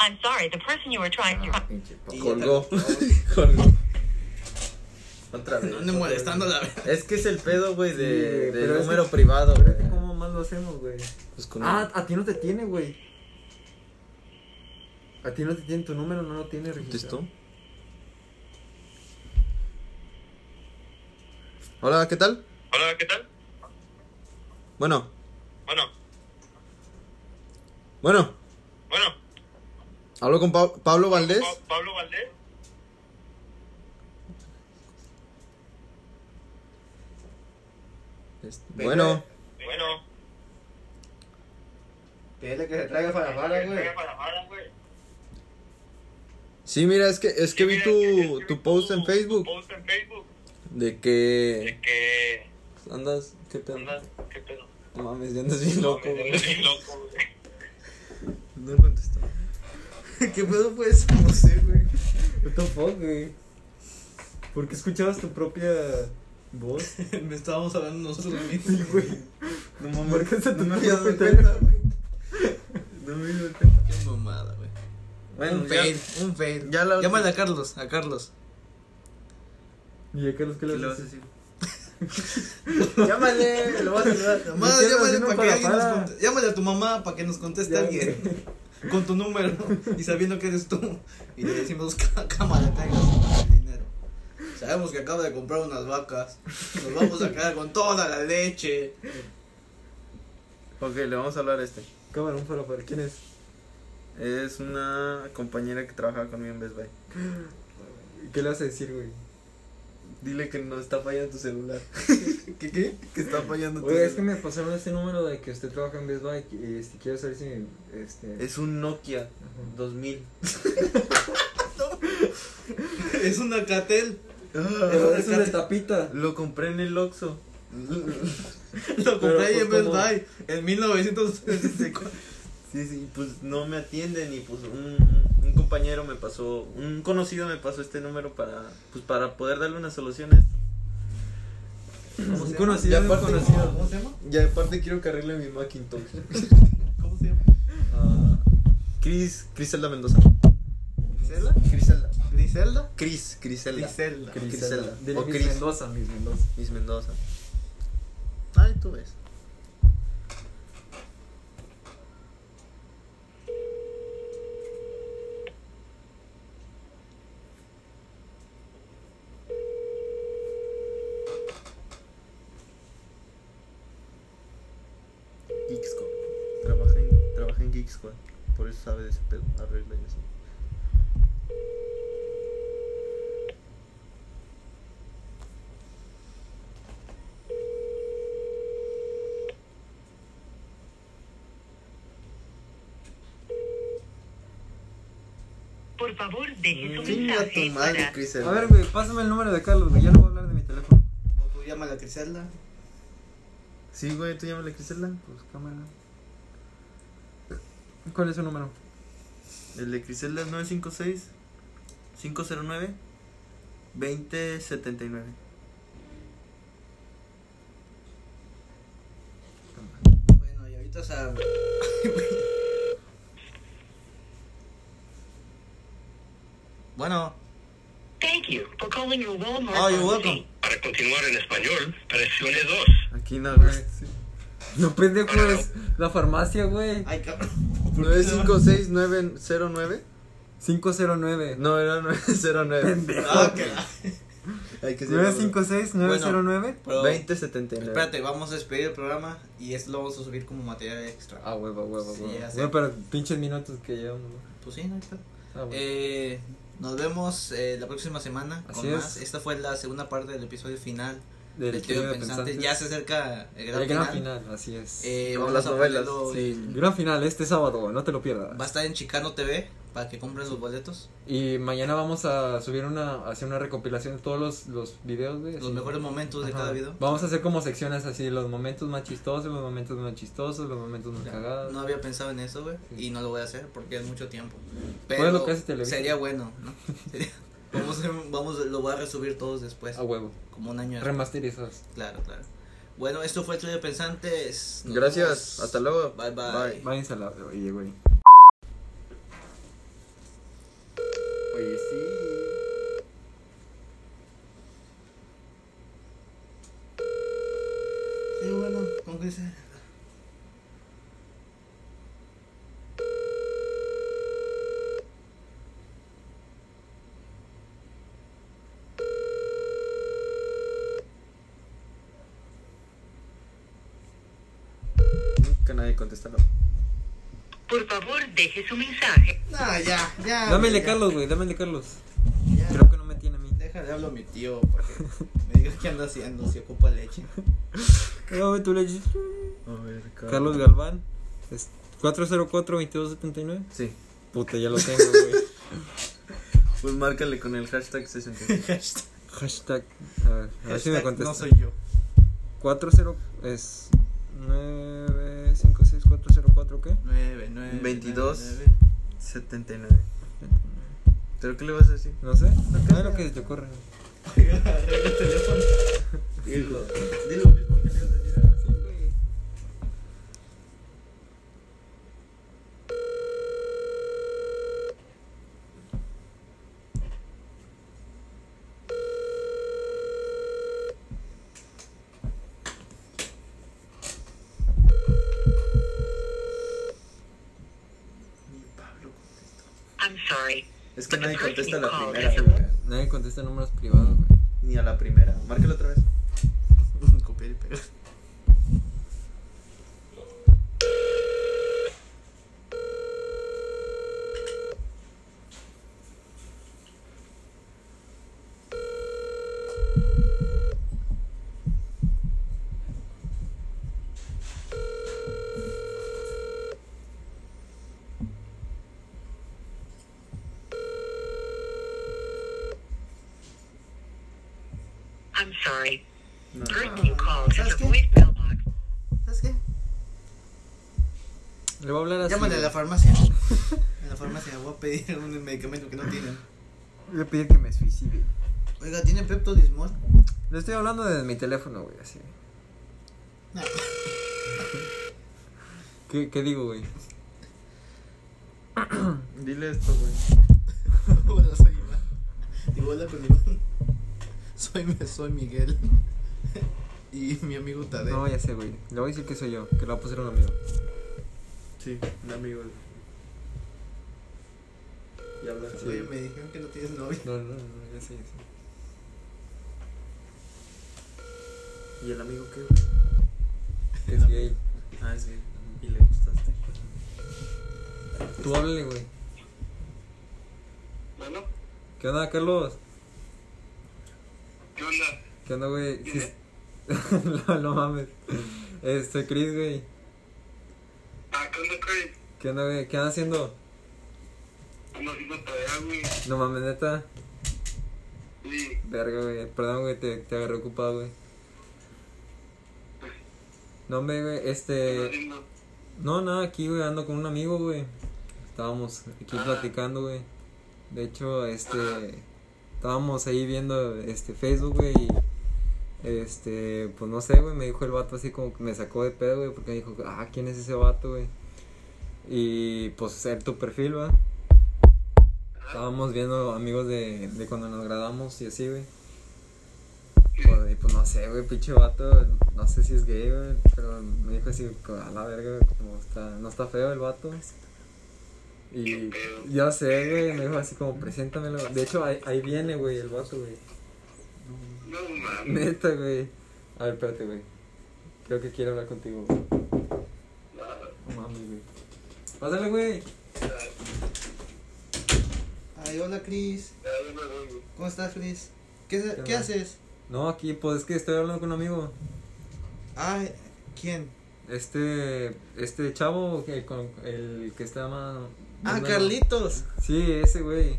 Speaker 10: I'm sorry, the person you were trying
Speaker 2: Ah.
Speaker 10: to.
Speaker 4: Y ya
Speaker 2: Colgó.
Speaker 4: te-
Speaker 2: Colgó. Otra vez.
Speaker 4: No ande molestando la verdad.
Speaker 2: Es que es el pedo, güey,
Speaker 3: Sí, güey,
Speaker 2: de, del
Speaker 3: pero es
Speaker 2: número
Speaker 3: que-
Speaker 2: privado.
Speaker 3: Espérate,
Speaker 2: güey.
Speaker 3: ¿cómo más lo hacemos, güey?
Speaker 2: Pues con
Speaker 3: Ah, a ti no te tiene, güey. A ti no te tiene tu número, no lo tiene registrado.
Speaker 2: ¿Contestó? Hola, ¿qué tal?
Speaker 9: Hola, ¿qué tal?
Speaker 2: Bueno,
Speaker 9: Bueno,
Speaker 2: bueno.
Speaker 9: bueno,
Speaker 2: Hablo con Pa- Pablo Valdés.
Speaker 9: Pa- Pablo Valdés.
Speaker 2: Este, Bueno,
Speaker 9: Bueno,
Speaker 4: Pídele que se traiga para para, güey.
Speaker 9: para Mara, güey.
Speaker 2: sí, mira, es que es que vi
Speaker 9: Mira, es que
Speaker 2: tu,
Speaker 9: vi
Speaker 2: tu post en Facebook
Speaker 9: Tu post en Facebook.
Speaker 2: de
Speaker 9: De
Speaker 2: que
Speaker 9: que.
Speaker 2: andas, qué pedo.
Speaker 9: andas- ¿Qué pedo?
Speaker 2: No mames, ya andas bien loco,
Speaker 9: Me
Speaker 2: güey.
Speaker 9: siento bien loco, güey.
Speaker 2: No contestó.
Speaker 4: ¿Qué pedo fue eso? No sé, güey.
Speaker 3: What the fuck, güey? ¿Por qué escuchabas tu propia voz?
Speaker 4: Me estábamos hablando nosotros mismos.
Speaker 3: Sí, güey.
Speaker 2: No mames.
Speaker 3: ¿Por qué se
Speaker 2: no
Speaker 3: te
Speaker 2: me
Speaker 3: ocurrió
Speaker 2: había dado
Speaker 3: meter?
Speaker 2: cuenta, güey. No me había dado cuenta.
Speaker 4: Qué mamada, güey.
Speaker 2: Bueno,
Speaker 4: un
Speaker 2: ya.
Speaker 4: fail, un fail.
Speaker 2: ya la-
Speaker 4: Llámale a Carlos, a Carlos.
Speaker 3: ¿Y a Carlos qué
Speaker 2: ¿Qué
Speaker 3: le
Speaker 2: le
Speaker 3: vas
Speaker 2: vas
Speaker 3: a
Speaker 2: a
Speaker 3: decir?
Speaker 2: decir?
Speaker 3: Llámale, lo vas a saludar.
Speaker 4: Mamá,
Speaker 3: ¿Qué andas
Speaker 4: llámale,
Speaker 3: haciendo
Speaker 4: para que
Speaker 3: para
Speaker 4: alguien nos
Speaker 3: para?
Speaker 4: conte- llámale a tu mamá para que nos conteste
Speaker 3: Ya,
Speaker 4: alguien. Con tu número y sabiendo que eres tú. Y le decimos "Cá- cámara, traigas el dinero. Sabemos que acaba de comprar unas vacas. Nos vamos a quedar con toda la leche.
Speaker 2: Ok, le vamos a hablar a este.
Speaker 3: Cámara, un para para. ¿Quién es?
Speaker 2: Es una compañera que trabaja conmigo en Best Buy.
Speaker 3: ¿Qué le vas a decir, güey?
Speaker 2: Dile que no está fallando tu celular.
Speaker 4: ¿Qué qué?
Speaker 2: Que está fallando tu
Speaker 3: Oye, es que
Speaker 2: celular.
Speaker 3: me pasaron este número de que usted trabaja en Best Buy y este, quiero saber si este
Speaker 2: Es un Nokia 2000.
Speaker 4: Es un alcatel.
Speaker 3: pero es una tapita.
Speaker 2: Lo compré en el Oxxo.
Speaker 4: Lo compré ahí
Speaker 3: pues,
Speaker 4: en Best
Speaker 3: ¿cómo?
Speaker 4: Buy en 1964.
Speaker 2: Sí, sí, pues no me atienden y pues un, un compañero me pasó, un conocido me pasó este número para, pues para poder darle una solución a esto.
Speaker 3: Un
Speaker 4: se
Speaker 3: conocido,
Speaker 2: llama?
Speaker 3: un
Speaker 2: Ya aparte-
Speaker 3: conocido.
Speaker 4: ¿Cómo se llama?
Speaker 2: Y aparte quiero que arregle mi Macintosh.
Speaker 4: ¿Cómo se llama?
Speaker 2: Ah, Cris, Criselda Mendoza.
Speaker 4: ¿Griselda?
Speaker 2: Criselda.
Speaker 4: ¿Griselda?
Speaker 2: Cris, Criselda.
Speaker 4: Griselda.
Speaker 2: Griselda.
Speaker 3: Dile
Speaker 2: O
Speaker 3: Miss
Speaker 2: Cris.
Speaker 3: Mendoza, Miss Mendoza.
Speaker 2: Miss Mendoza. Ay, tú ves. Geek Squad. Trabaja en, trabaja en Geek Squad. Por eso sabe de ese pedo. Arregla y así.
Speaker 10: Por favor, deje su
Speaker 2: Chinga tu
Speaker 10: mensaje
Speaker 2: madre,
Speaker 10: para...
Speaker 2: Criselda.
Speaker 3: A ver, güey, pásame el número de Carlos, güey, ya no voy a hablar de mi teléfono.
Speaker 4: ¿O tú llámale a Griselda?
Speaker 2: Sí, güey, tú llámale a Criselda.
Speaker 3: Pues cámara. ¿Cuál es su número?
Speaker 2: El de Criselda es 956 509 2079.
Speaker 4: Bueno, y ahorita sabe. bueno,
Speaker 10: Thank you for calling your Walmart
Speaker 4: Oh, you're
Speaker 10: pharmacy.
Speaker 4: welcome.
Speaker 9: Para continuar en español, presione 2.
Speaker 2: Aquí no, güey.
Speaker 3: Pues, No pendejo es la farmacia, güey.
Speaker 4: ay cabrón.
Speaker 2: 956 909.
Speaker 3: 509.
Speaker 2: No, era 909.
Speaker 4: Ah, que la-
Speaker 2: Hay que ser
Speaker 3: 956 909.
Speaker 4: Pero,
Speaker 2: 2079.
Speaker 4: espérate, vamos a despedir el programa y es lo vamos a subir como material extra.
Speaker 3: Ah, huevo, huevo,
Speaker 4: Sí,
Speaker 3: huevo.
Speaker 4: ya sé.
Speaker 3: Güey, pero pinches minutos que llevamos. güey.
Speaker 4: Pues sí, no hay pedo.
Speaker 3: Ah, bueno.
Speaker 4: Eh, nos vemos eh, la próxima semana
Speaker 3: Así
Speaker 4: con
Speaker 3: es.
Speaker 4: más. Esta fue la segunda parte del episodio final
Speaker 3: Del
Speaker 4: del
Speaker 3: trío
Speaker 4: Tío
Speaker 3: de
Speaker 4: Pensante.
Speaker 3: pensantes.
Speaker 4: Ya se acerca el gran
Speaker 3: El gran
Speaker 4: final.
Speaker 3: final, así es.
Speaker 4: Eh,
Speaker 2: Como
Speaker 4: vamos
Speaker 2: las
Speaker 4: a
Speaker 2: novelas,
Speaker 4: ponerlo
Speaker 3: Sí,
Speaker 4: en-
Speaker 3: gran final este sábado, no te lo pierdas.
Speaker 4: Va a estar en Chicano TV para que compren sus boletos.
Speaker 3: Y mañana vamos a subir una, a hacer una recopilación de todos los, los videos, güey.
Speaker 4: Los
Speaker 3: así.
Speaker 4: mejores momentos de
Speaker 3: Ajá.
Speaker 4: cada video.
Speaker 3: Vamos a hacer como secciones así, los momentos más chistosos, los momentos más chistosos, los momentos más cagados.
Speaker 4: No había pensado en eso, güey.
Speaker 3: Sí.
Speaker 4: Y no lo voy a hacer porque es mucho tiempo.
Speaker 3: Pues lo
Speaker 4: Pero
Speaker 3: que hace Televisa.
Speaker 4: sería bueno, ¿no? Sería- vamos, a- vamos, a- lo voy a resubir todos después.
Speaker 3: A huevo.
Speaker 4: Como un año después.
Speaker 3: Remasterizados.
Speaker 4: Claro, claro. Bueno, esto fue el Trío de Pensantes. Nos
Speaker 2: Gracias,
Speaker 4: vemos.
Speaker 2: hasta luego.
Speaker 4: Bye, bye.
Speaker 3: Váyanse a la. Oye, güey. Oye, sí.
Speaker 4: Sí, bueno, ¿cómo que dice?
Speaker 2: Que nadie contesta. no.
Speaker 10: Por favor, deje su mensaje.
Speaker 4: No, Ah, ya, ya.
Speaker 3: Dámele,
Speaker 4: ya,
Speaker 3: Carlos, güey, dámele, Carlos.
Speaker 4: ya.
Speaker 3: Creo que no me tiene a mí.
Speaker 4: Déjale, hablo a mi tío para que me diga qué anda haciendo, si ocupa leche.
Speaker 3: Dame tu leche.
Speaker 2: A ver, Carlos.
Speaker 3: Carlos Galván. es 404-2279.
Speaker 2: Sí,
Speaker 3: Puta, ya lo tengo, güey.
Speaker 2: pues márcale con el hashtag 60.
Speaker 4: Hashtag,
Speaker 3: Hashtag. A ver, a ver si me
Speaker 4: hashtag
Speaker 3: contesta.
Speaker 4: no soy yo.
Speaker 3: 40 es 956404, ¿qué?
Speaker 4: 9, 9.
Speaker 2: 22. 79. ¿Pero qué le vas a decir?
Speaker 3: No sé. No es lo que se te ocurre.
Speaker 4: Oiga, arregla el teléfono. Dilo, dilo mismo que le ibas a decir.
Speaker 9: sorry.
Speaker 2: Es que nadie contesta a la
Speaker 9: Oh,
Speaker 2: primera,
Speaker 9: ya.
Speaker 2: güey.
Speaker 3: Nadie contesta números privados, güey.
Speaker 2: Ni a la primera. Márcalo otra vez.
Speaker 4: Copiar y pegar.
Speaker 9: I'm sorry.
Speaker 2: No.
Speaker 9: Currently called to
Speaker 4: ¿Sabes
Speaker 9: the
Speaker 4: qué?
Speaker 9: voicemail box.
Speaker 4: ¿Sabes qué?
Speaker 3: Le voy a hablar así.
Speaker 4: Llámale a la farmacia. En la farmacia voy a pedir un medicamento que no tienen.
Speaker 3: Voy a pedir que me suicide.
Speaker 4: Oiga, ¿tienen Pepto-Bismol?
Speaker 3: Le estoy hablando desde mi teléfono, güey, así.
Speaker 4: No.
Speaker 3: ¿Qué, qué digo, güey?
Speaker 2: Dile esto, güey.
Speaker 4: Hola, soy Iván. Digo, hola con Iván. Soy, soy Miguel. Y mi amigo Tadeo.
Speaker 3: No, ya sé, güey. Le voy a decir que soy yo, que lo va a poner un amigo.
Speaker 2: Sí, un amigo. Y habla así.
Speaker 4: Oye, me dijeron que no tienes novia.
Speaker 3: No, no, no, ya sé, ya sé.
Speaker 2: ¿Y el amigo qué, güey?
Speaker 3: Que es gay.
Speaker 2: Ah, es gay. Y le gustaste.
Speaker 3: Tú háblale, güey.
Speaker 9: Bueno,
Speaker 3: ¿Qué onda, Carlos?
Speaker 9: ¿qué onda?
Speaker 3: ¿Qué onda, güey? Sí- no, no mames. Este, Chris, güey.
Speaker 9: Ah, ¿qué onda, Craig?
Speaker 3: ¿Qué onda, güey? ¿Qué andas haciendo?
Speaker 9: Ando haciendo tarea, güey.
Speaker 3: No mames, neta.
Speaker 9: Sí,
Speaker 3: Verga, güey. Perdón, güey, te, te agarré ocupado, güey. No, hombre, güey,
Speaker 9: ¿qué ando
Speaker 3: este...
Speaker 9: haciendo?
Speaker 3: No, nada, aquí, güey, ando con un amigo, güey. Estábamos aquí platicando, güey. De hecho, este. Estábamos ahí viendo este Facebook, güey. Y, este, pues no sé, güey. Me dijo el vato así como que me sacó de pedo, güey. Porque me dijo, ah, ¿quién es ese vato, güey? Y pues ver tu perfil, va. Estábamos viendo amigos de, de cuando nos graduamos y así, güey. Pues, y, pues no sé, güey, pinche vato, no sé si es gay, güey, pero me dijo así, co- a la verga, güey, como está, no está feo el vato. Y ya sé, güey, me dijo así como, preséntamelo. De hecho, ahí, ahí viene, güey, el vato, güey.
Speaker 9: No mames.
Speaker 3: Neta, güey. A ver, espérate, güey. Creo que quiere hablar contigo, güey. No mames, güey. Pásale, güey.
Speaker 4: Ay, hola, Chris. ¿Cómo estás, Chris? ¿Qué,
Speaker 3: ¿Qué
Speaker 4: ¿qué,
Speaker 3: onda?
Speaker 4: haces?
Speaker 3: No, aquí, pues es que estoy hablando con un amigo.
Speaker 4: Ay, ¿quién?
Speaker 3: Este, este chavo, que, con, el que está más...
Speaker 4: Ah,
Speaker 3: más bueno.
Speaker 4: Carlitos.
Speaker 3: Sí, ese, güey.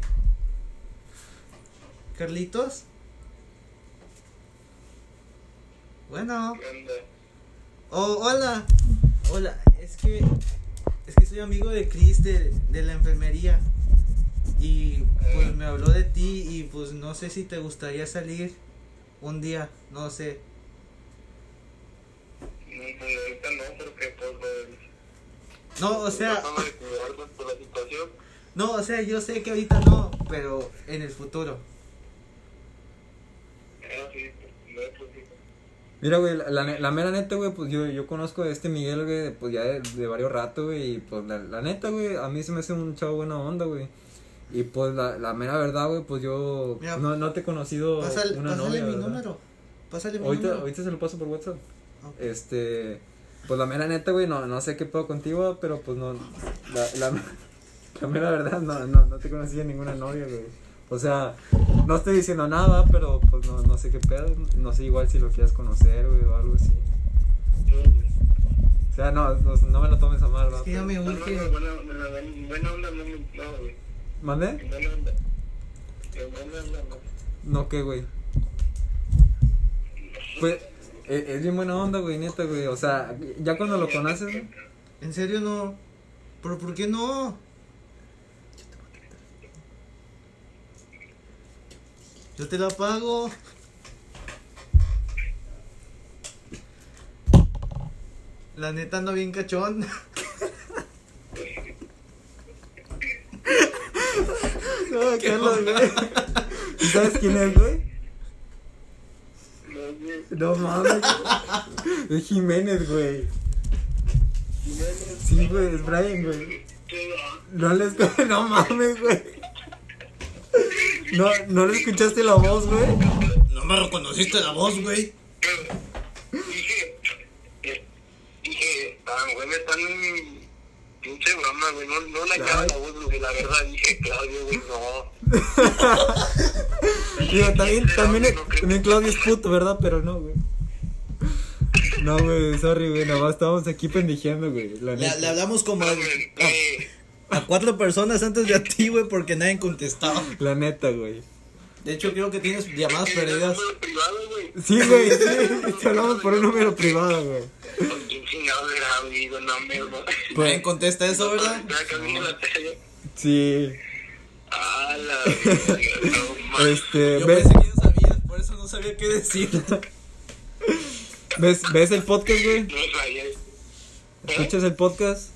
Speaker 4: ¿Carlitos? Bueno.
Speaker 9: ¿Qué onda?
Speaker 4: Oh, hola. Hola, es que es que soy amigo de Chris de, de la enfermería y pues me habló de ti y pues no sé si te gustaría salir un día, no sé.
Speaker 9: No, pues ahorita no, porque pues eh,
Speaker 4: No, o sea,
Speaker 9: tratando de cuidarnos por la situación.
Speaker 4: no, o sea, yo sé que ahorita no, pero en el futuro.
Speaker 9: Ah, sí, pues, no es posible.
Speaker 3: Mira, güey, la, la, la mera neta, güey, pues yo, yo conozco a este Miguel, güey, pues ya de, de varios ratos, güey, y pues la, la neta, güey, a mí se me hace un chavo buena onda, güey. Y pues la, la mera verdad, güey, pues yo
Speaker 4: Mira,
Speaker 3: no, no te he conocido
Speaker 4: Pásale,
Speaker 3: una
Speaker 4: pásale
Speaker 3: novia,
Speaker 4: mi
Speaker 3: ¿verdad?
Speaker 4: número. Pásale mi
Speaker 3: Ahorita,
Speaker 4: número.
Speaker 3: ahorita se lo paso por WhatsApp.
Speaker 4: Ok.
Speaker 3: Este, pues la mera neta, güey, no, no sé qué puedo contigo, pero pues no, la, la, la mera verdad, no, no, no te conocí en ninguna novia, güey. O sea, no estoy diciendo nada, pero pues no, no sé qué pedo, no sé igual si lo quieras conocer, güey, o algo así. O sea, no, no, no me lo tomes a mal,
Speaker 4: Es
Speaker 3: va.
Speaker 4: que ya me
Speaker 9: No,
Speaker 4: urge.
Speaker 9: no, no, buena, buena, buena- buena onda, no, no, no, güey.
Speaker 3: ¿Mande?
Speaker 9: Buena onda. Eh, buena onda, no.
Speaker 3: No, ¿qué, güey? Pues, es, es bien buena onda, güey, neta, güey. O sea, ya cuando lo conoces, güey,
Speaker 4: En serio no. ¿Pero por qué no? Yo te la pago. La neta ando bien cachón.
Speaker 3: No, Carlos, güey. ¿Y ¿Sabes quién es, güey?
Speaker 9: No, güey.
Speaker 3: No mames. güey. Es Jiménez, güey.
Speaker 9: No, no.
Speaker 3: Sí, güey, es Brian, güey.
Speaker 9: Qué va.
Speaker 3: No les. No mames, güey. No, ¿No le escuchaste la voz, güey?
Speaker 1: No me reconociste la voz, güey.
Speaker 9: Dije, eh, dije, "Ah, tan güey, me están pinche broma, güey. No, no la cara la voz, güey. La verdad, dije, Claudio, güey, no.
Speaker 3: Digo, también, también, también Claudio es puto, ¿verdad? Pero no, güey. No, güey, sorry, güey, nada más estábamos aquí pendejeando, güey. La
Speaker 1: Le,
Speaker 3: neta.
Speaker 1: le hablamos como a,
Speaker 9: Güey, eh,
Speaker 1: a- a cuatro personas antes de a ti, güey, porque nadie contestaba.
Speaker 3: La neta, güey.
Speaker 1: De hecho, creo que tienes llamadas
Speaker 9: ¿tienes un
Speaker 1: perdidas.
Speaker 9: número privado, güey?
Speaker 3: Sí, güey, sí. Te hablamos por un número privado, güey.
Speaker 9: ¿Con quién chingados era, amigo? No, me Pues,
Speaker 3: Pues
Speaker 1: Nadie contesta eso, ¿verdad?
Speaker 9: Estaba camino a la calle.
Speaker 3: Sí.
Speaker 9: A la verga, no mames.
Speaker 3: Este,
Speaker 1: Yo
Speaker 3: ¿ves,
Speaker 1: pensé que ya sabías, por eso no sabía qué decir.
Speaker 3: ves, ¿ves el podcast, güey?
Speaker 9: No sabía.
Speaker 3: ¿Escuchas el podcast?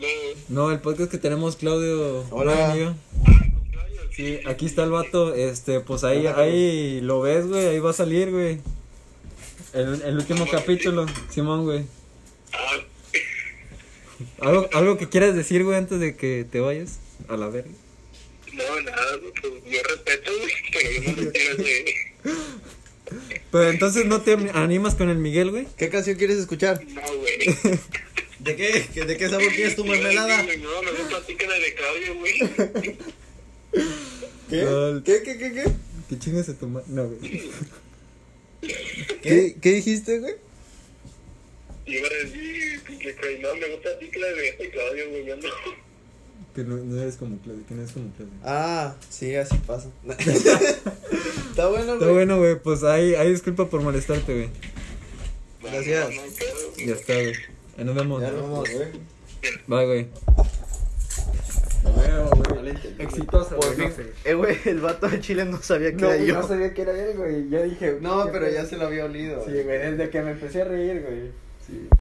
Speaker 9: No.
Speaker 3: No, el podcast que tenemos Claudio.
Speaker 4: Hola.
Speaker 3: Brian y yo. Sí, aquí está el vato, este, pues ahí, ahí lo ves, güey, ahí va a salir, güey. El, el último capítulo, Simón, güey.
Speaker 9: Ah,
Speaker 3: ¿Algo, algo que quieras decir, güey, antes de que te vayas a la verga.
Speaker 9: no, nada, güey, pues, yo respeto, güey, pero yo no le quiero hacer.
Speaker 3: Pero entonces no te animas con el Miguel, güey.
Speaker 4: ¿Qué canción quieres escuchar?
Speaker 9: No, güey.
Speaker 1: ¿De qué? ¿De qué sabor tienes tu mermelada?
Speaker 9: No, no me platiquen la de Claudio, güey.
Speaker 3: Lol.
Speaker 4: ¿Qué, qué, qué, qué?
Speaker 3: Que chingas a tu ma- No, güey.
Speaker 4: ¿Qué, qué dijiste, güey?
Speaker 9: Y iba a decir, que- que no, me gusta así que la de Claudio, güey, yo no.
Speaker 3: Que no, no eres como Claudio, que no eres como Claudio.
Speaker 4: Ah, sí, así pasa. Está bueno,
Speaker 3: Está
Speaker 4: güey.
Speaker 3: bueno, güey, pues ahí, ahí disculpa por molestarte, güey.
Speaker 4: Gracias.
Speaker 9: No, no, claro, güey.
Speaker 3: Ya está, güey. Ahí nos vemos.
Speaker 4: Ya
Speaker 3: ¿no?
Speaker 4: nos vamos, güey.
Speaker 3: Bye, güey. Exitoso,
Speaker 4: Por fin. Eh, güey, el vato de Chile no sabía que era yo.
Speaker 3: pues, sabía que era él, güey. Ya dije.
Speaker 4: No, pero ya se lo había olido. güey.
Speaker 3: desde que me empecé a reír, güey.